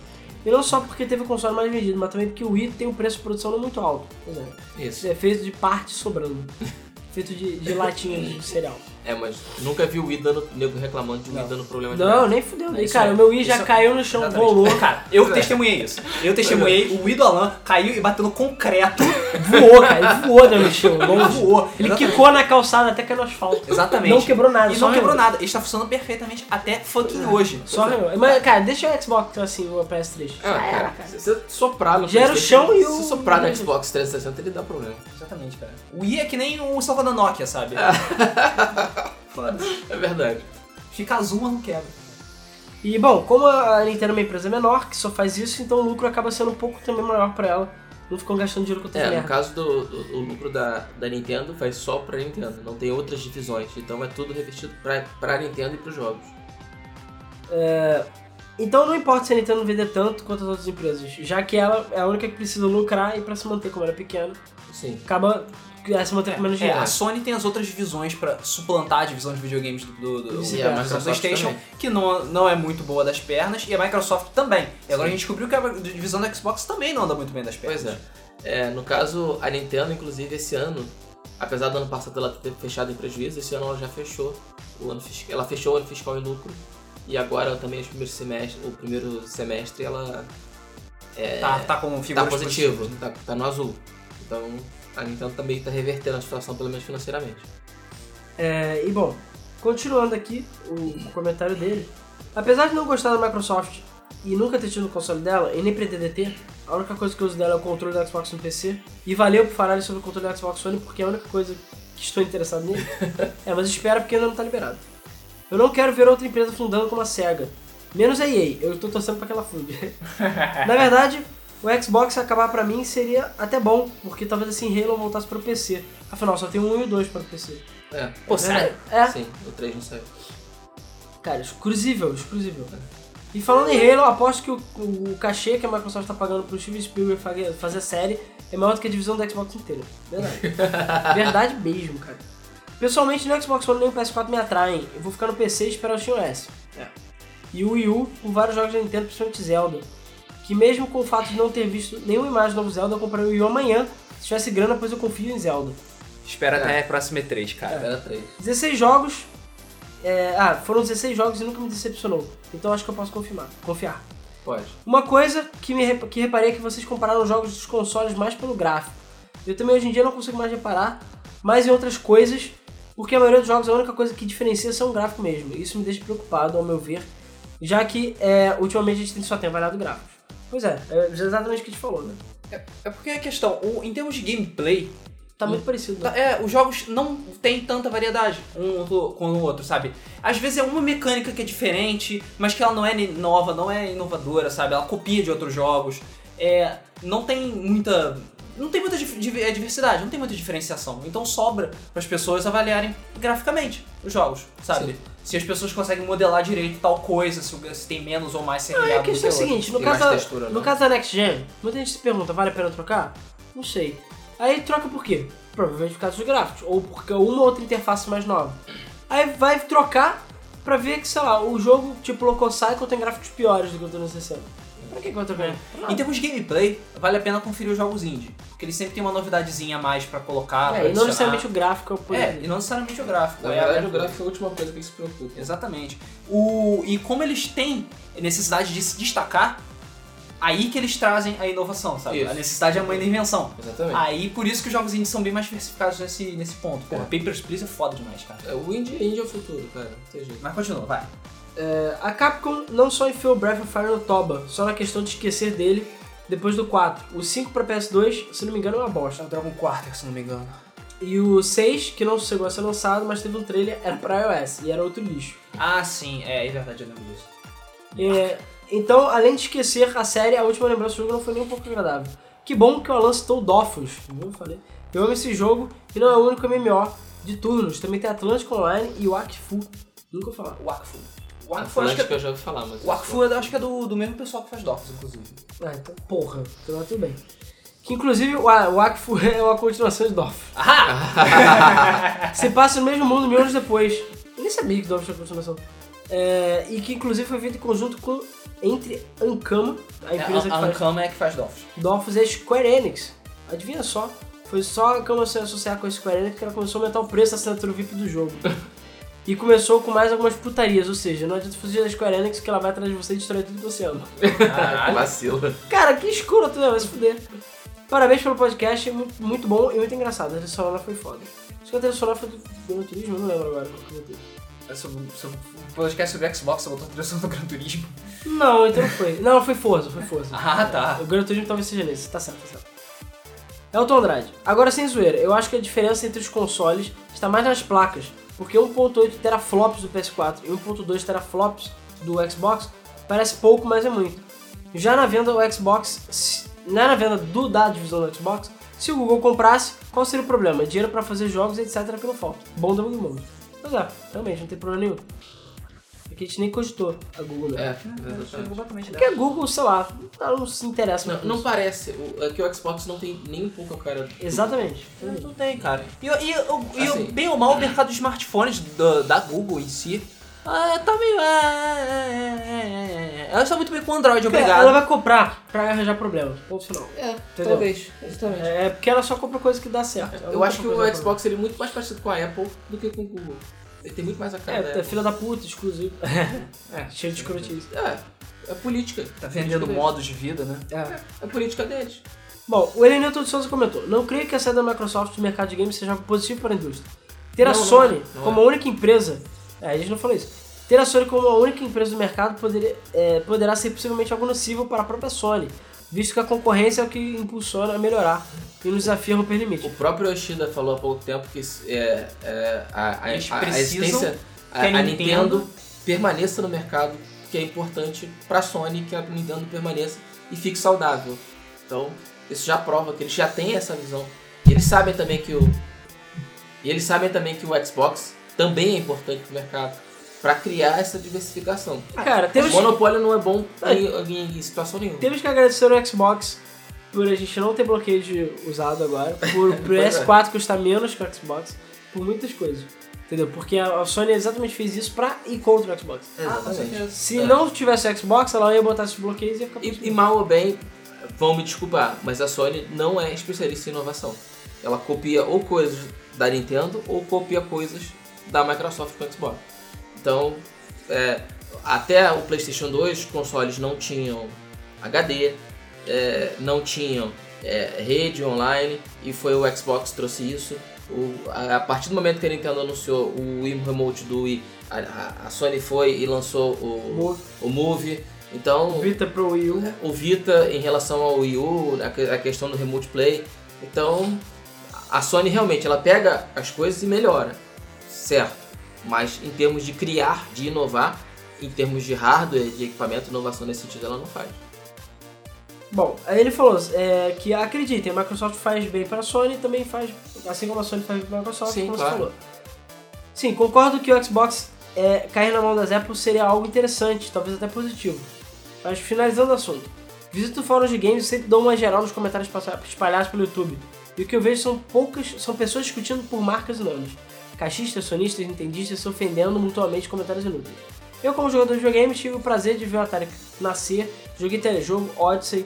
E não só porque teve o console mais vendido, mas também porque o Wii tem um preço de produção não muito alto. Pois é.
Isso.
É feito de parte sobrando. feito de, de latinha de cereal.
É, mas nunca vi o Wii dando. nego reclamando de Wii dando problema de
Não,
nada.
nem fudeu.
É
E
isso
cara,
aí.
o meu Wii já
Isso é-
caiu no chão,
Exatamente.
rolou,
Cara, eu testemunhei isso. Eu testemunhei o Ido Alan caiu e bateu no concreto.
voou, cara. Ele voou no chão,
Não
longe.
voou.
Ele quicou na calçada até caiu no asfalto.
Exatamente.
Não quebrou nada,
E
só
não quebrou É.
arranhou.
nada. Ele está funcionando perfeitamente até fucking hoje.
Só arranhou. Mas, cara, deixa o Xbox assim, o PS3.
É.
Ah, cara, se você soprar no
Já era o
PlayStation,
chão e o-
Se soprar no Xbox 360, ele dá problema.
Exatamente, cara. O Wii é que nem o Salvador Nokia, sabe?
É verdade.
Fica azul, mas não quebra.
E bom, como a Nintendo é uma empresa menor que só faz isso, então o lucro acaba sendo um pouco também maior pra ela. Não ficam gastando dinheiro com outras
É, no
merda.
caso do, do- o lucro da, da Nintendo vai só pra Nintendo, não tem outras divisões. Então é tudo revestido pra, pra Nintendo e pros jogos.
Então não importa se a Nintendo vender tanto quanto as outras empresas, já que ela é a única que precisa lucrar e pra se manter como era pequena,
Sim.
acaba é, se manter com menos
É,
dinheiro.
a Sony tem as outras divisões pra suplantar a divisão de videogames do, do, do-
Sim,
da
a
Microsoft
PlayStation, que não, não é muito boa das pernas, e a Microsoft também. E agora a gente descobriu que a divisão da Xbox também não anda muito bem das pernas.
Pois é. É, No caso, a Nintendo, inclusive, esse ano, apesar do ano passado ela ter fechado em prejuízo, esse ano ela já fechou. O ano fiscal, ela fechou o ano fiscal em lucro. E agora também os primeiros semestres, o primeiro semestre ela
Tá, tá com
tá
figuras
positivo,
positivas.
tá, tá no azul. Então a Nintendo também tá revertendo a situação, pelo menos financeiramente.
É, e bom, continuando aqui o comentário dele. Apesar de não gostar da Microsoft e nunca ter tido o console dela, e nem pretender ter, a única coisa que eu uso dela é o controle da Xbox no PC. E valeu por falarem sobre o controle da Xbox One, porque é a única coisa que estou interessado nele. é, mas espera porque ainda não tá liberado. Eu não quero ver outra empresa fundando como a SEGA. Menos a EA, eu tô torcendo pra que ela funde. Na verdade, o Xbox acabar pra mim seria até bom, porque talvez assim Halo voltasse pro PC. Afinal, só tem um e o dois para o PC.
É.
Pô, sério?
É,
Sim, o 3 não saiu.
Cara, exclusível, exclusível. E falando em Halo, eu aposto que o, o cachê que a Microsoft tá pagando pro Steven Spielberg fazer, fazer a série é maior do que a divisão do Xbox inteira. Verdade. Verdade mesmo, cara. Pessoalmente, no Xbox One nem o PS4 me atraem. Eu vou ficar no PC e esperar o Steam OS. E o Wii U, com vários jogos da Nintendo, principalmente Zelda. Que mesmo com o fato de não ter visto nenhuma imagem do novo Zelda, eu comprei o Wii U amanhã. Se tivesse grana, pois eu confio em Zelda.
Espera
É.
até a próxima E3, cara.
Era três.
16 jogos. é, ah, foram 16 jogos e nunca me decepcionou. Então acho que eu posso confirmar, confiar.
Pode.
Uma coisa que, me, rep- que reparei é que vocês compararam os jogos dos consoles mais pelo gráfico. Eu também hoje em dia não consigo mais reparar, mas em outras coisas, porque a maioria dos jogos a única coisa que diferencia são o gráfico mesmo. Isso me deixa preocupado, ao meu ver, já que é, ultimamente a gente só tem avaliado gráficos. Pois é, é exatamente o que a gente falou, né?
É porque a questão, o- em termos de gameplay,
Tá muito parecido. Né?
Tá, É, os jogos não tem tanta variedade um do- com o outro, sabe? Às vezes é uma mecânica que é diferente, mas que ela não é ni- nova, não é inovadora, sabe? Ela copia de outros jogos. É, não tem muita. Não tem muita dif- div- é, diversidade, não tem muita diferenciação. Então sobra para as pessoas avaliarem graficamente os jogos, sabe? Se as pessoas conseguem modelar direito tal coisa, se, o- se tem menos ou mais
Não,
serrilhado
é a
do que
questão é a
outro.
seguinte, no
Tem
caso,
mais
da-
textura,
no
né?
caso da Next Gen, muita gente se pergunta, vale a pena trocar? Não sei. Aí troca por quê? Provavelmente por causa dos gráficos, ou porque uma outra interface mais nova. Aí vai trocar pra ver que, sei lá, o jogo tipo Loco Cycle tem gráficos piores do que o 360. Pra que que eu É, tô
É,
ganhando?
Em termos de gameplay, vale a pena conferir os jogos indie. Porque eles sempre têm uma novidadezinha a mais pra colocar. pra
É, e não
adicionar.
necessariamente o gráfico é o poder.
É, e não necessariamente o gráfico.
Na
é
verdade, o
abertura.
gráfico é a última coisa que se preocupa.
Exatamente. O, e como eles têm necessidade de se destacar, aí que eles trazem a inovação, sabe?
Isso.
A necessidade é a mãe da invenção.
Exatamente.
Aí, por isso que os jogos indies são bem mais diversificados nesse, nesse ponto. Porra, Papers, Please é foda demais, cara.
É, o indie, indie é o futuro, cara. Não tem jeito.
Mas continua, vai.
É, a Capcom não só enfiou Breath of Fire no Toba, só na questão de esquecer dele depois do 4. O 5 pra PS2, se não me engano, é uma bosta.
É o Dragon Quarter, se não me engano.
E o 6, que não chegou a ser lançado, mas teve um trailer, era pra iOS e era outro lixo.
Ah, sim, é, é verdade, eu lembro disso.
É, então, além de esquecer a série, a última lembrança do jogo não foi nem um pouco agradável. Que bom que o Alan citou o Dofus, viu? Eu falei. Eu amo esse jogo e não é o único MMO de turnos. Também tem Atlântico Online e o Akfu. Nunca vou falar.
Wakfu.
Ah,
Wakfu, acho
Fnatic
que é,
eu já ouvi falar, mas...
Wakfu, eu acho que é do, do mesmo pessoal que faz Dofus, inclusive.
Ah, então, porra. Então lá tudo bem. Que inclusive o, A- o Akfu é uma continuação de Dofus.
Ah!
Se passa no mesmo mundo mil anos depois. Eu nem sabia que Dofus tinha continuação. É, e que inclusive foi feito em conjunto com entre Ankama, a
É,
empresa
a,
que
a
faz
Ankama é que faz Dofus.
Dofus é Square Enix. Adivinha só? Foi só que eu comecei a associar com a Square Enix que ela começou a aumentar o preço da assinatura VIP do jogo. E começou com mais algumas putarias, ou seja, não adianta fugir da Square Enix que ela vai atrás de você e destrói tudo que você ama.
Ah, vacilo.
Cara, que escuro tu é, vai se fuder. Parabéns pelo podcast, é mu- muito bom e muito engraçado. A trilha sonora foi foda. Acho que a trilha sonora foi do Gran Turismo, eu não lembro agora qual que eu botei.
É sobre, sobre, podcast sobre Xbox, eu botou a trilha sonora do Gran Turismo.
Não, então não foi. Não, foi Forza, foi Forza.
Ah, tá.
O Gran Turismo talvez seja nesse, tá certo, tá certo. Elton Andrade. Agora sem zoeira, eu acho que a diferença entre os consoles está mais nas placas, porque 1.8 teraflops do PS4 e 1.2 teraflops do Xbox parece pouco, mas é muito. Já na venda o Xbox, se- já na venda do da divisão do Xbox, se o Google comprasse, qual seria o problema? É Dinheiro para fazer jogos, etc, que não falta. Bom da mundo. Pois é, realmente, não tem problema nenhum. Aqui a gente nem cogitou a Google, né?
É,
Saiu
exatamente.
completamente
Porque a Google, sei lá, ela não se interessa
Não,
muito
não
nisso.
parece. O, é que o Xbox não tem nem um pouco a cara do...
Exatamente.
Não, Não tem, cara. E, e, e, e
Assim.
bem ou mal, o mercado de smartphones da, da Google em si ah, tá meio. é, é, é, é, é. Ela está muito bem com o Android, obrigado.
Ela vai comprar pra arranjar problema. Ponto final.
É,
Entendeu?
talvez. Exatamente.
É porque ela só compra coisa que dá certo. Ela
Eu
nunca
acho que
compra
o
coisa
Xbox ele é muito mais parecido com a Apple do que com o Google. Ele tem muito mais a
que dá
cara
certo.
tá
da
É, é
Apple.
filha da puta, exclusivo.
É.
Cheio de escrotismo.
É, é política.
Tá vendendo
Política
modos de vida, né?
É.
deles. É política deles.
Bom, o Elenilton de Souza comentou: Não creio que a saída da Microsoft do mercado de games seja algo positivo para a indústria. Ter a
Não, não
Sony
é. Não
como
é.
a única empresa. É, a gente não falou isso. Ter a Sony como a única empresa do mercado poderia, é, poderá ser possivelmente algo nocivo para a própria Sony, visto que a concorrência é o que impulsiona a melhorar e nos desafia a romper limites.
O próprio Yoshida falou há pouco tempo que é, é, a, a, a, a
Eles precisam
existência, a,
que a
a
Nintendo-
Nintendo permaneça no mercado, que é importante pra Sony que a Nintendo permaneça e fique saudável. Então, isso já prova que eles já têm essa visão. E eles sabem também que o. E eles sabem também que o Xbox também é importante pro mercado. pra criar essa diversificação.
Ah, Cara, temos,
Monopólio não é bom em, em- em situação nenhuma.
temos que agradecer o Xbox por a gente não ter bloqueio de usado agora, por o PS4 custar menos que o Xbox, por muitas coisas. Entendeu? Porque a a Sony exatamente fez isso pra ir contra o Xbox.
Ah, com
Exatamente.
certeza.
Se
É.
não tivesse o Xbox, ela ia botar esses bloqueios e ia ficar
E,
putinha.
e mal ou bem, vão me desculpar, mas a Sony não é especialista em inovação. Ela copia ou coisas da Nintendo ou copia coisas da Microsoft com o Xbox. Então, é, até o PlayStation 2, os consoles não tinham HD, é, não tinham é, rede online e foi o Xbox que trouxe isso. O- a, a partir do momento que a Nintendo anunciou o Wii Remote do Wii, a, a- a Sony foi e lançou o,
Move.
o Move. Então,
Vita Pro Wii U.
o Vita em relação ao Wii U, a que- a questão do Remote Play. Então, a Sony realmente ela pega as coisas e melhora, certo? Mas em termos de criar, de inovar, em termos de hardware, de equipamento, inovação nesse sentido ela não faz.
Bom, aí ele falou é, que acreditem, a Microsoft faz bem para a Sony e também faz, assim como a Sony faz bem para a Microsoft,
Sim,
como
claro.
você falou. Sim, concordo que o Xbox é, cair na mão das Apple seria algo interessante, talvez até positivo. Mas finalizando o assunto, visito fóruns de games e sempre dou uma geral nos comentários passa- espalhados pelo YouTube. E o que eu vejo são poucas, são pessoas discutindo por marcas e nomes. Caixistas, sonistas, nintendistas se ofendendo mutuamente com comentários inúteis. Eu, como jogador de videogames, tive o prazer de ver o Atari nascer, joguei telejogo, Odyssey,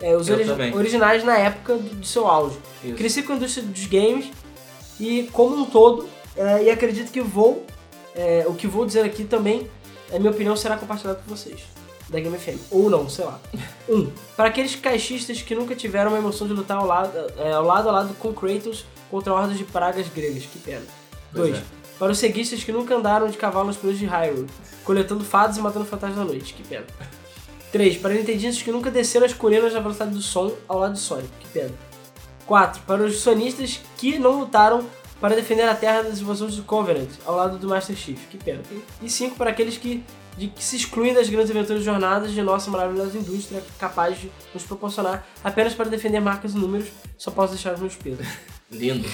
é, os
Eu
ori-
também.
originais na época do, do seu auge.
Isso.
Cresci com a indústria dos games e, como um todo, é, e acredito que vou, é, o que vou dizer aqui também, a minha opinião será compartilhada por vocês, da Game FM. Ou não, sei lá. Um, para aqueles caixistas que nunca tiveram uma emoção de lutar ao lado, é, ao lado a lado com Kratos contra hordas de pragas gregas, que pena.
Pois
Dois,
é.
para os ceguistas que nunca andaram de cavalo nos pelos de Hyrule, coletando fadas e matando fantasmas da noite, que pena. 3. Para nintendistas que nunca desceram as colinas na velocidade do som ao lado de Sonic, que pena. 4. Para os sonistas que não lutaram para defender a terra das invasões do Covenant ao lado do Master Chief, que pena. E 5. Para aqueles que, de, que se excluem das grandes aventuras e jornadas de nossa maravilhosa indústria, capaz de nos proporcionar apenas para defender marcas e números, só posso deixar os meus pesos.
Lindo.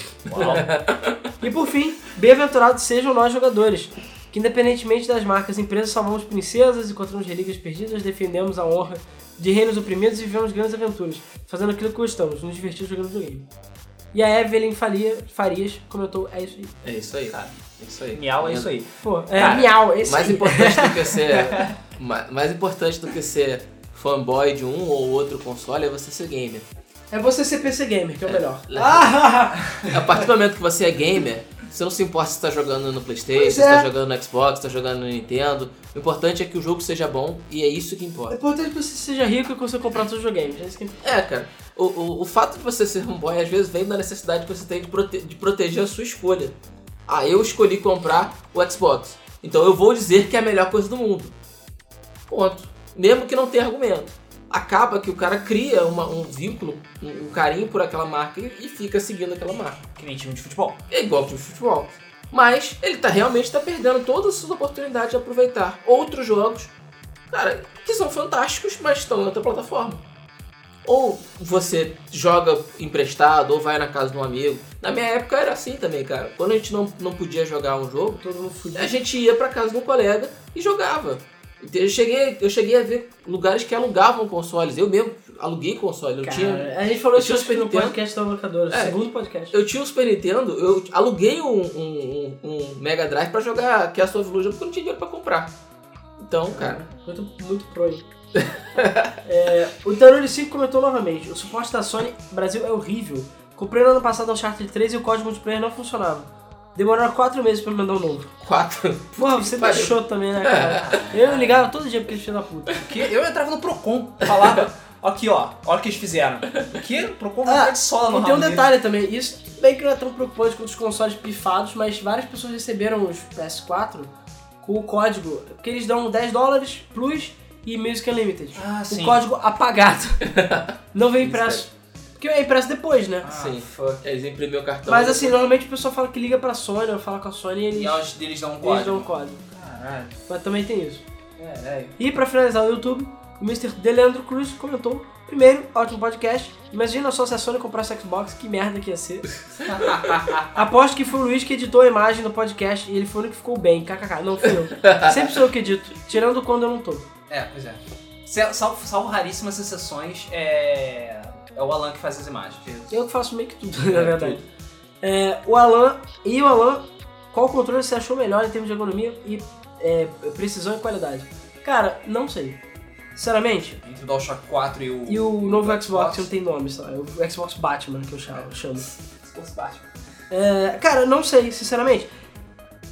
E por fim, bem-aventurados sejam nós jogadores, que independentemente das marcas e empresas, salvamos princesas, encontramos relíquias perdidas, defendemos a honra de reinos oprimidos e vivemos grandes aventuras, fazendo aquilo que gostamos, nos divertir jogando videogame. E a Evelyn Faria- Farias comentou, é isso aí.
É isso aí, cara. É isso aí.
Miau é isso aí.
Pô, é
Cara,
miau, é isso
mais
aí.
importante do que ser ma- mais importante do que ser fanboy de um ou outro console é você ser gamer.
É você ser PC Gamer, que é o melhor.
É.
Ah,
A partir do momento que você é gamer, você não se importa se tá jogando no Playstation,
Pois
se tá
é.
jogando no Xbox, se tá jogando no Nintendo. O importante é que o jogo seja bom e é isso que
é
importa.
importante que você seja rico e consiga comprar todos os videogames. É isso que importa.
É, cara. O, o, o fato de você ser fanboy às vezes vem da necessidade que você tem de, prote- de proteger a sua escolha. Ah, eu escolhi comprar o Xbox. Então eu vou dizer que é a melhor coisa do mundo. Ponto. Mesmo que não tenha argumento. Acaba que o cara cria uma- um vínculo, um, um carinho por aquela marca e- e fica seguindo aquela marca.
Que nem time de futebol.
é igual ao time de futebol. Mas ele tá realmente tá perdendo todas as suas oportunidades de aproveitar outros jogos, cara, que são fantásticos, mas estão em outra plataforma. Ou você joga emprestado, ou vai na casa de um amigo. Na minha época era assim também, cara. Quando a gente não, não podia jogar um jogo,
Todo mundo fudido.
a gente ia pra casa de um colega e jogava. Então, Eu cheguei, eu cheguei a ver lugares que alugavam consoles. Eu mesmo aluguei console. Eu É, tinha
Cara, a gente falou
eu
isso
tinha
acho que no
Super Nintendo.
podcast da locadora,
É.
segundo podcast.
eu tinha o Super Nintendo, eu aluguei um, um- um- um Mega Drive pra jogar Castle of Illusion porque eu não tinha dinheiro pra comprar. Então, cara,
Muito, muito pro aí. É, o Danone 5 comentou novamente: o suporte da Sony Brasil é horrível. Comprei no ano passado o Uncharted 3 e o código multiplayer não funcionava. Demoraram 4 meses pra me mandar um novo.
quatro.
Porra, você
Valeu.
deixou também, né, cara? Eu ligava todo dia porque eles da puta.
Que eu entrava no Procon, falava, aqui ó, olha o que eles fizeram. O quê? O Procon vai ficar é de sola no
E tem um
rabo dele.
detalhe também: isso tudo bem que não é tão preocupante quanto os consoles pifados, mas várias pessoas receberam os PS4 com o código, porque eles dão 10 dólares plus e Music Unlimited.
Ah, sim.
o código apagado. não veio impresso. Porque é impresso depois, né?
Ah,
Sim.
fuck.
Eles imprimiam o cartão.
Mas assim, normalmente o pessoal fala que liga pra Sony, ou fala com a Sony e eles,
E eles deles dão um
eles dão um
código.
código.
Caralho, É,
Mas também tem isso.
caralho.
E pra finalizar o YouTube, O Mr. Deleandro Cruz comentou. Primeiro, ótimo podcast. Imagina só se a Sony comprasse a Xbox, que merda que ia ser.
é.
Aposto que foi o Luiz que editou a imagem do podcast e ele foi o único que ficou bem. KKK, não fui eu. Sempre sou eu que edito, tirando quando eu não tô.
É, pois é. Se- Salvo, salvo raríssimas exceções, é. É o Alan que faz as imagens.
Eu que faço meio que tudo, na verdade. É, o Alan, e o Alan, qual controle você achou melhor em termos de ergonomia e é, precisão e qualidade? Cara, não sei. Sinceramente,
Entre o DualShock 4 e o.
e o novo Xbox que não tem nome, sabe? O Xbox Batman que eu chamo. eu chamo.
Xbox Batman.
É, cara, não sei, sinceramente.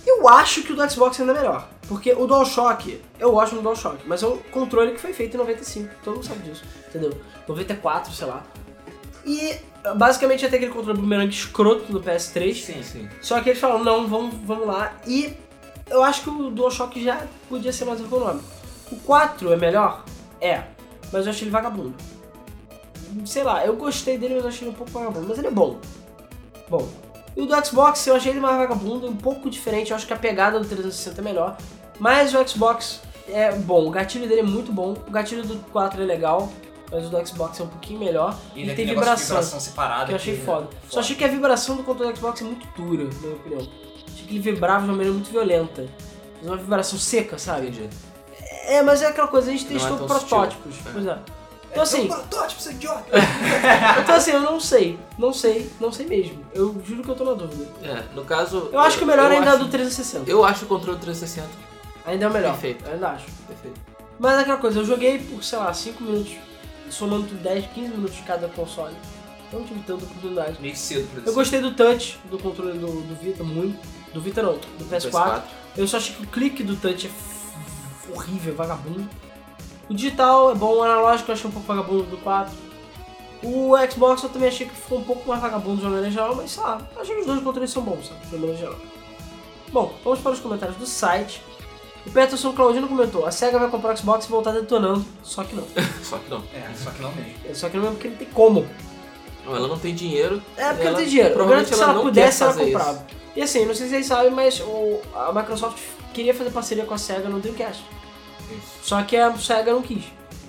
Eu acho que o do Xbox ainda é melhor. Porque o DualShock, eu gosto do DualShock, mas é um controle que foi feito em 95, todo mundo sabe disso, entendeu? 94, sei lá. E basicamente ia ter aquele controle bumerangue escroto do PS3.
Sim,
Sim.
Só que eles falaram, não, vamos, vamos lá. E eu acho que o DualShock já podia ser mais ergonômico. O 4 é melhor? É. Mas eu achei ele vagabundo. Sei lá, eu gostei dele, mas eu achei ele um pouco vagabundo. Mas ele é bom. Bom. E o do Xbox, eu achei ele mais vagabundo, um pouco diferente. Eu acho que a pegada do 360 é melhor. Mas o Xbox é bom. O gatilho dele é muito bom. O gatilho do 4 é legal. Mas o do Xbox é um pouquinho melhor. E,
daquele
tem
é negócio de
vibração.
vibração separada.
Que eu achei
né?
que- é
foda. Só achei que a vibração do controle do Xbox é muito dura, na minha opinião. Achei que ele vibrava de uma maneira muito violenta. Fez Uma vibração seca, sabe?
Entendi.
É, mas é aquela coisa, a gente
Não é
testou
tão
protótipos.
sutil.
Pois é. Então assim,
protótipo, seu idiota!
então assim, eu não sei. Não sei, não sei mesmo. Eu juro que eu tô na dúvida.
É, no caso.
Eu acho que o melhor ainda é
acho-
do 360.
Eu acho o controle 360
Ainda é o melhor.
Perfeito.
Eu ainda acho.
perfeito.
Mas é aquela coisa, eu joguei por, sei lá, 5 minutos, somando 10, 15 minutos cada console. Então não tive tanta oportunidade.
Meio cedo pra
Eu gostei do touch do controle do, do Vita muito. Do Vita não, do PS4. Eu só achei que o clique do touch é f- horrível, vagabundo. O digital é bom, o analógico eu achei um pouco vagabundo do 4. O Xbox eu também achei que ficou um pouco mais vagabundo de uma maneira geral, mas sei lá, eu achei que os dois controles são bons, sabe? De uma maneira geral. Bom, vamos para os comentários do site. O Peterson Claudino comentou: a SEGA vai comprar o Xbox e voltar detonando. Só que não.
Só que não.
É, só que não mesmo.
Só que não é porque não tem como.
Não, Ela não tem dinheiro.
É
ela,
porque ela, tem dinheiro. Eu garanto
Provavelmente
que se ela,
não
pudesse,
quer
ela
fazer isso.
comprava. E assim, não sei se vocês sabem, mas o- a Microsoft queria fazer parceria com a SEGA no Dreamcast.
Isso.
Só que a SEGA não quis.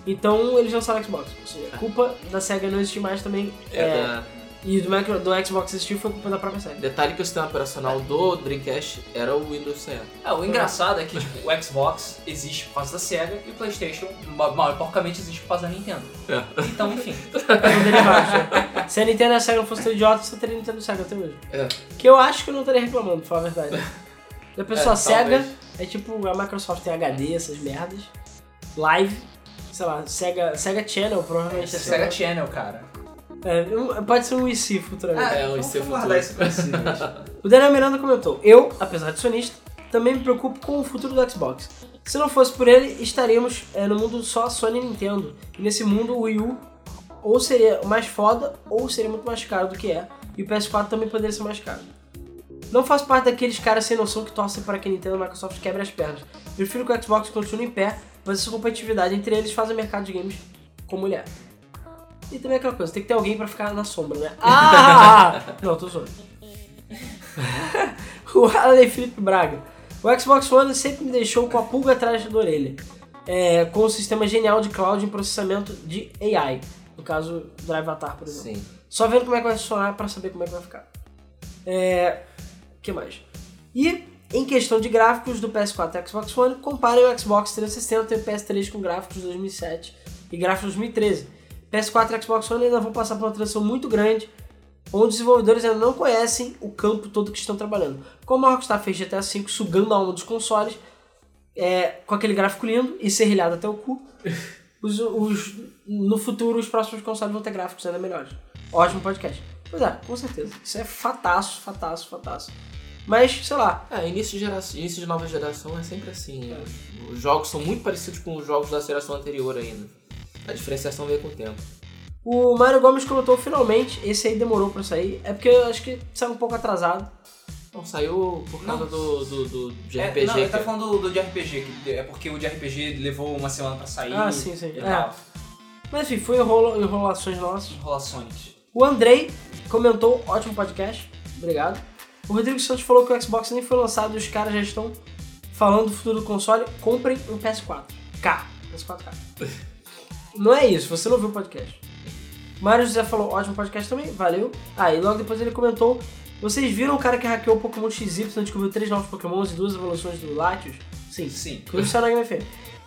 Então eles lançaram o Xbox. Ou seja, a culpa da SEGA não existir mais também.
É,
é,
da-
E do, micro, do Xbox existir foi culpa da própria SEGA.
Detalhe que o sistema operacional do Dreamcast era o Windows 100.
É, o engraçado é que tipo, o Xbox existe por causa da SEGA e o Playstation, ma- mal e porcamente, existe por causa da Nintendo.
É.
Então, enfim.
Não teria mais, né? Se a Nintendo e a SEGA fossem tão idiotas, você teria Nintendo e SEGA até hoje.
É.
Que eu acho que eu não estaria reclamando, pra falar a verdade. Já pensou,
É,
a SEGA
talvez.
é tipo, a Microsoft tem HD, essas merdas. Live, sei lá, SEGA, SEGA Channel, provavelmente.
Esse é
sei lá.
SEGA Channel, cara.
É, um- pode ser um IC futuramente.
É, um
Então, vamos
IC
guardar
futuro.
isso pra si, gente.
O Daniel Miranda comentou, eu, apesar de sonista, também me preocupo com o futuro do Xbox. Se não fosse por ele, estaríamos é, no mundo só Sony e Nintendo. E nesse mundo, o Wii U ou seria mais foda, ou seria muito mais caro do que é. E o PS4 também poderia ser mais caro. Não faço parte daqueles caras sem noção que torcem para que Nintendo e Microsoft quebrem as pernas. Prefiro que o Xbox continue em pé, mas essa competitividade entre eles faz o mercado de games como mulher. E também aquela coisa, tem que ter alguém pra ficar na sombra, né? Ah! Não, tô zoando. o Allen Felipe Braga. O Xbox One sempre me deixou com a pulga atrás da orelha. É, com o sistema genial de cloud em processamento de AI. No caso, Drive Atar, por exemplo.
Sim.
Só vendo como é que vai funcionar pra saber como é que vai ficar. É. que mais? E, em questão de gráficos do PS4 e Xbox One, comparem o Xbox 360 e o PS3 com gráficos de 2007 e gráficos de 2013. PS4 e Xbox One ainda vão passar por uma transição muito grande, onde os desenvolvedores ainda não conhecem o campo todo que estão trabalhando. Como a Rockstar fez GTA V sugando a alma dos consoles, é, com aquele gráfico lindo e serrilhado até o cu, os- os- no futuro os próximos consoles vão ter gráficos ainda melhores. Ótimo podcast. Pois é, com certeza. Isso é fataço, fataço, fataço. Mas, sei lá,
É, início de, gera... início de nova geração é sempre assim. né? Os- Os jogos são muito parecidos com os jogos da geração anterior ainda. A diferenciação veio com o tempo.
o Mário Gomes comentou finalmente, esse aí demorou pra sair. É porque eu acho que saiu um pouco atrasado.
Não, Então, saiu por causa do, do, do- de
É,
RPG.
não, ele tá
que-
falando do, do de RPG, que é porque o de RPG levou uma semana pra sair.
Ah, sim, sim.
E
É.
tal.
Mas enfim, foi enrolo- enrolações nossas.
Enrolações.
O Andrei comentou, ótimo podcast, obrigado. O Rodrigo Santos falou que o Xbox nem foi lançado e os caras já estão falando do futuro do console. Comprem um PS4. K. PS4K. Não é isso, você não viu o podcast. Mário José falou, ótimo podcast também, valeu. Aí e logo depois ele comentou, vocês viram o cara que hackeou o Pokémon XY, descobriu três novos Pokémons e duas evoluções do Latios? Sim,
Sim.
Tudo está na Game FM.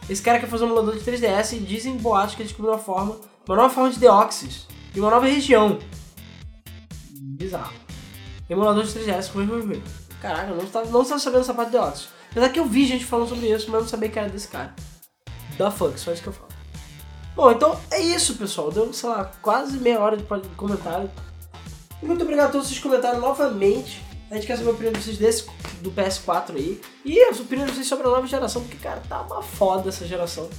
Esse cara quer fazer um emulador de 3DS e dizem boatos que ele descobriu uma forma, uma nova forma de Deoxys e uma nova região. Bizarro. Emulador de 3DS com o mesmo movimento. Caraca, eu não estava não tava sabendo essa parte de Deoxys. Apesar que eu vi gente falando sobre isso, mas eu não sabia que era desse cara. Da fuck, só isso que eu falo. Bom, então é isso, pessoal. Deu, sei lá, quase meia hora de pod- comentário. Muito obrigado a todos que comentaram novamente. A gente quer saber a opinião de vocês desse, do PS4 aí. E as opiniões de vocês sobre a nova geração, porque, cara, tá uma foda essa geração.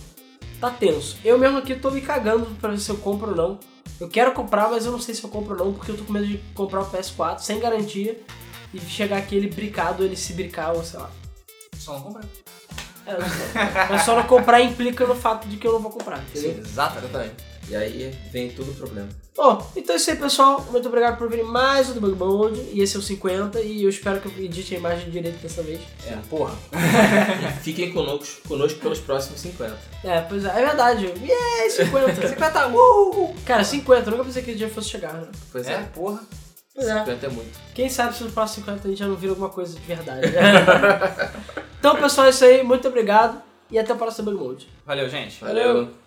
Tá tenso. Eu mesmo aqui tô me cagando pra ver se eu compro ou não. Eu quero comprar, mas eu não sei se eu compro ou não, porque eu tô com medo de comprar o PS4 sem garantia e chegar aqui ele bricado, ele se bricar, ou sei lá.
Só não compra.
É, eu não sei. mas só não comprar implica no fato de que eu não vou comprar, entendeu?
assim.
Exatamente. E aí vem todo o problema.
Bom, então é isso aí, pessoal. Muito obrigado por virem mais um do Bug Mode. E esse é o 50. E eu espero que eu edite a imagem direito dessa vez.
É, porra.
Fiquem conosco, conosco pelos próximos 50.
É, pois é, é verdade. Yay, 50. 50, uh! Cara, 50. Eu nunca pensei que esse dia fosse chegar, né?
Pois
É,
é,
porra.
Pois é.
50 é muito.
Quem sabe se no próximo 50 a gente já não vira alguma coisa de verdade. né? então, pessoal, é isso aí. Muito obrigado. E até o próximo Bug Mode.
Valeu, gente.
Valeu.
Valeu.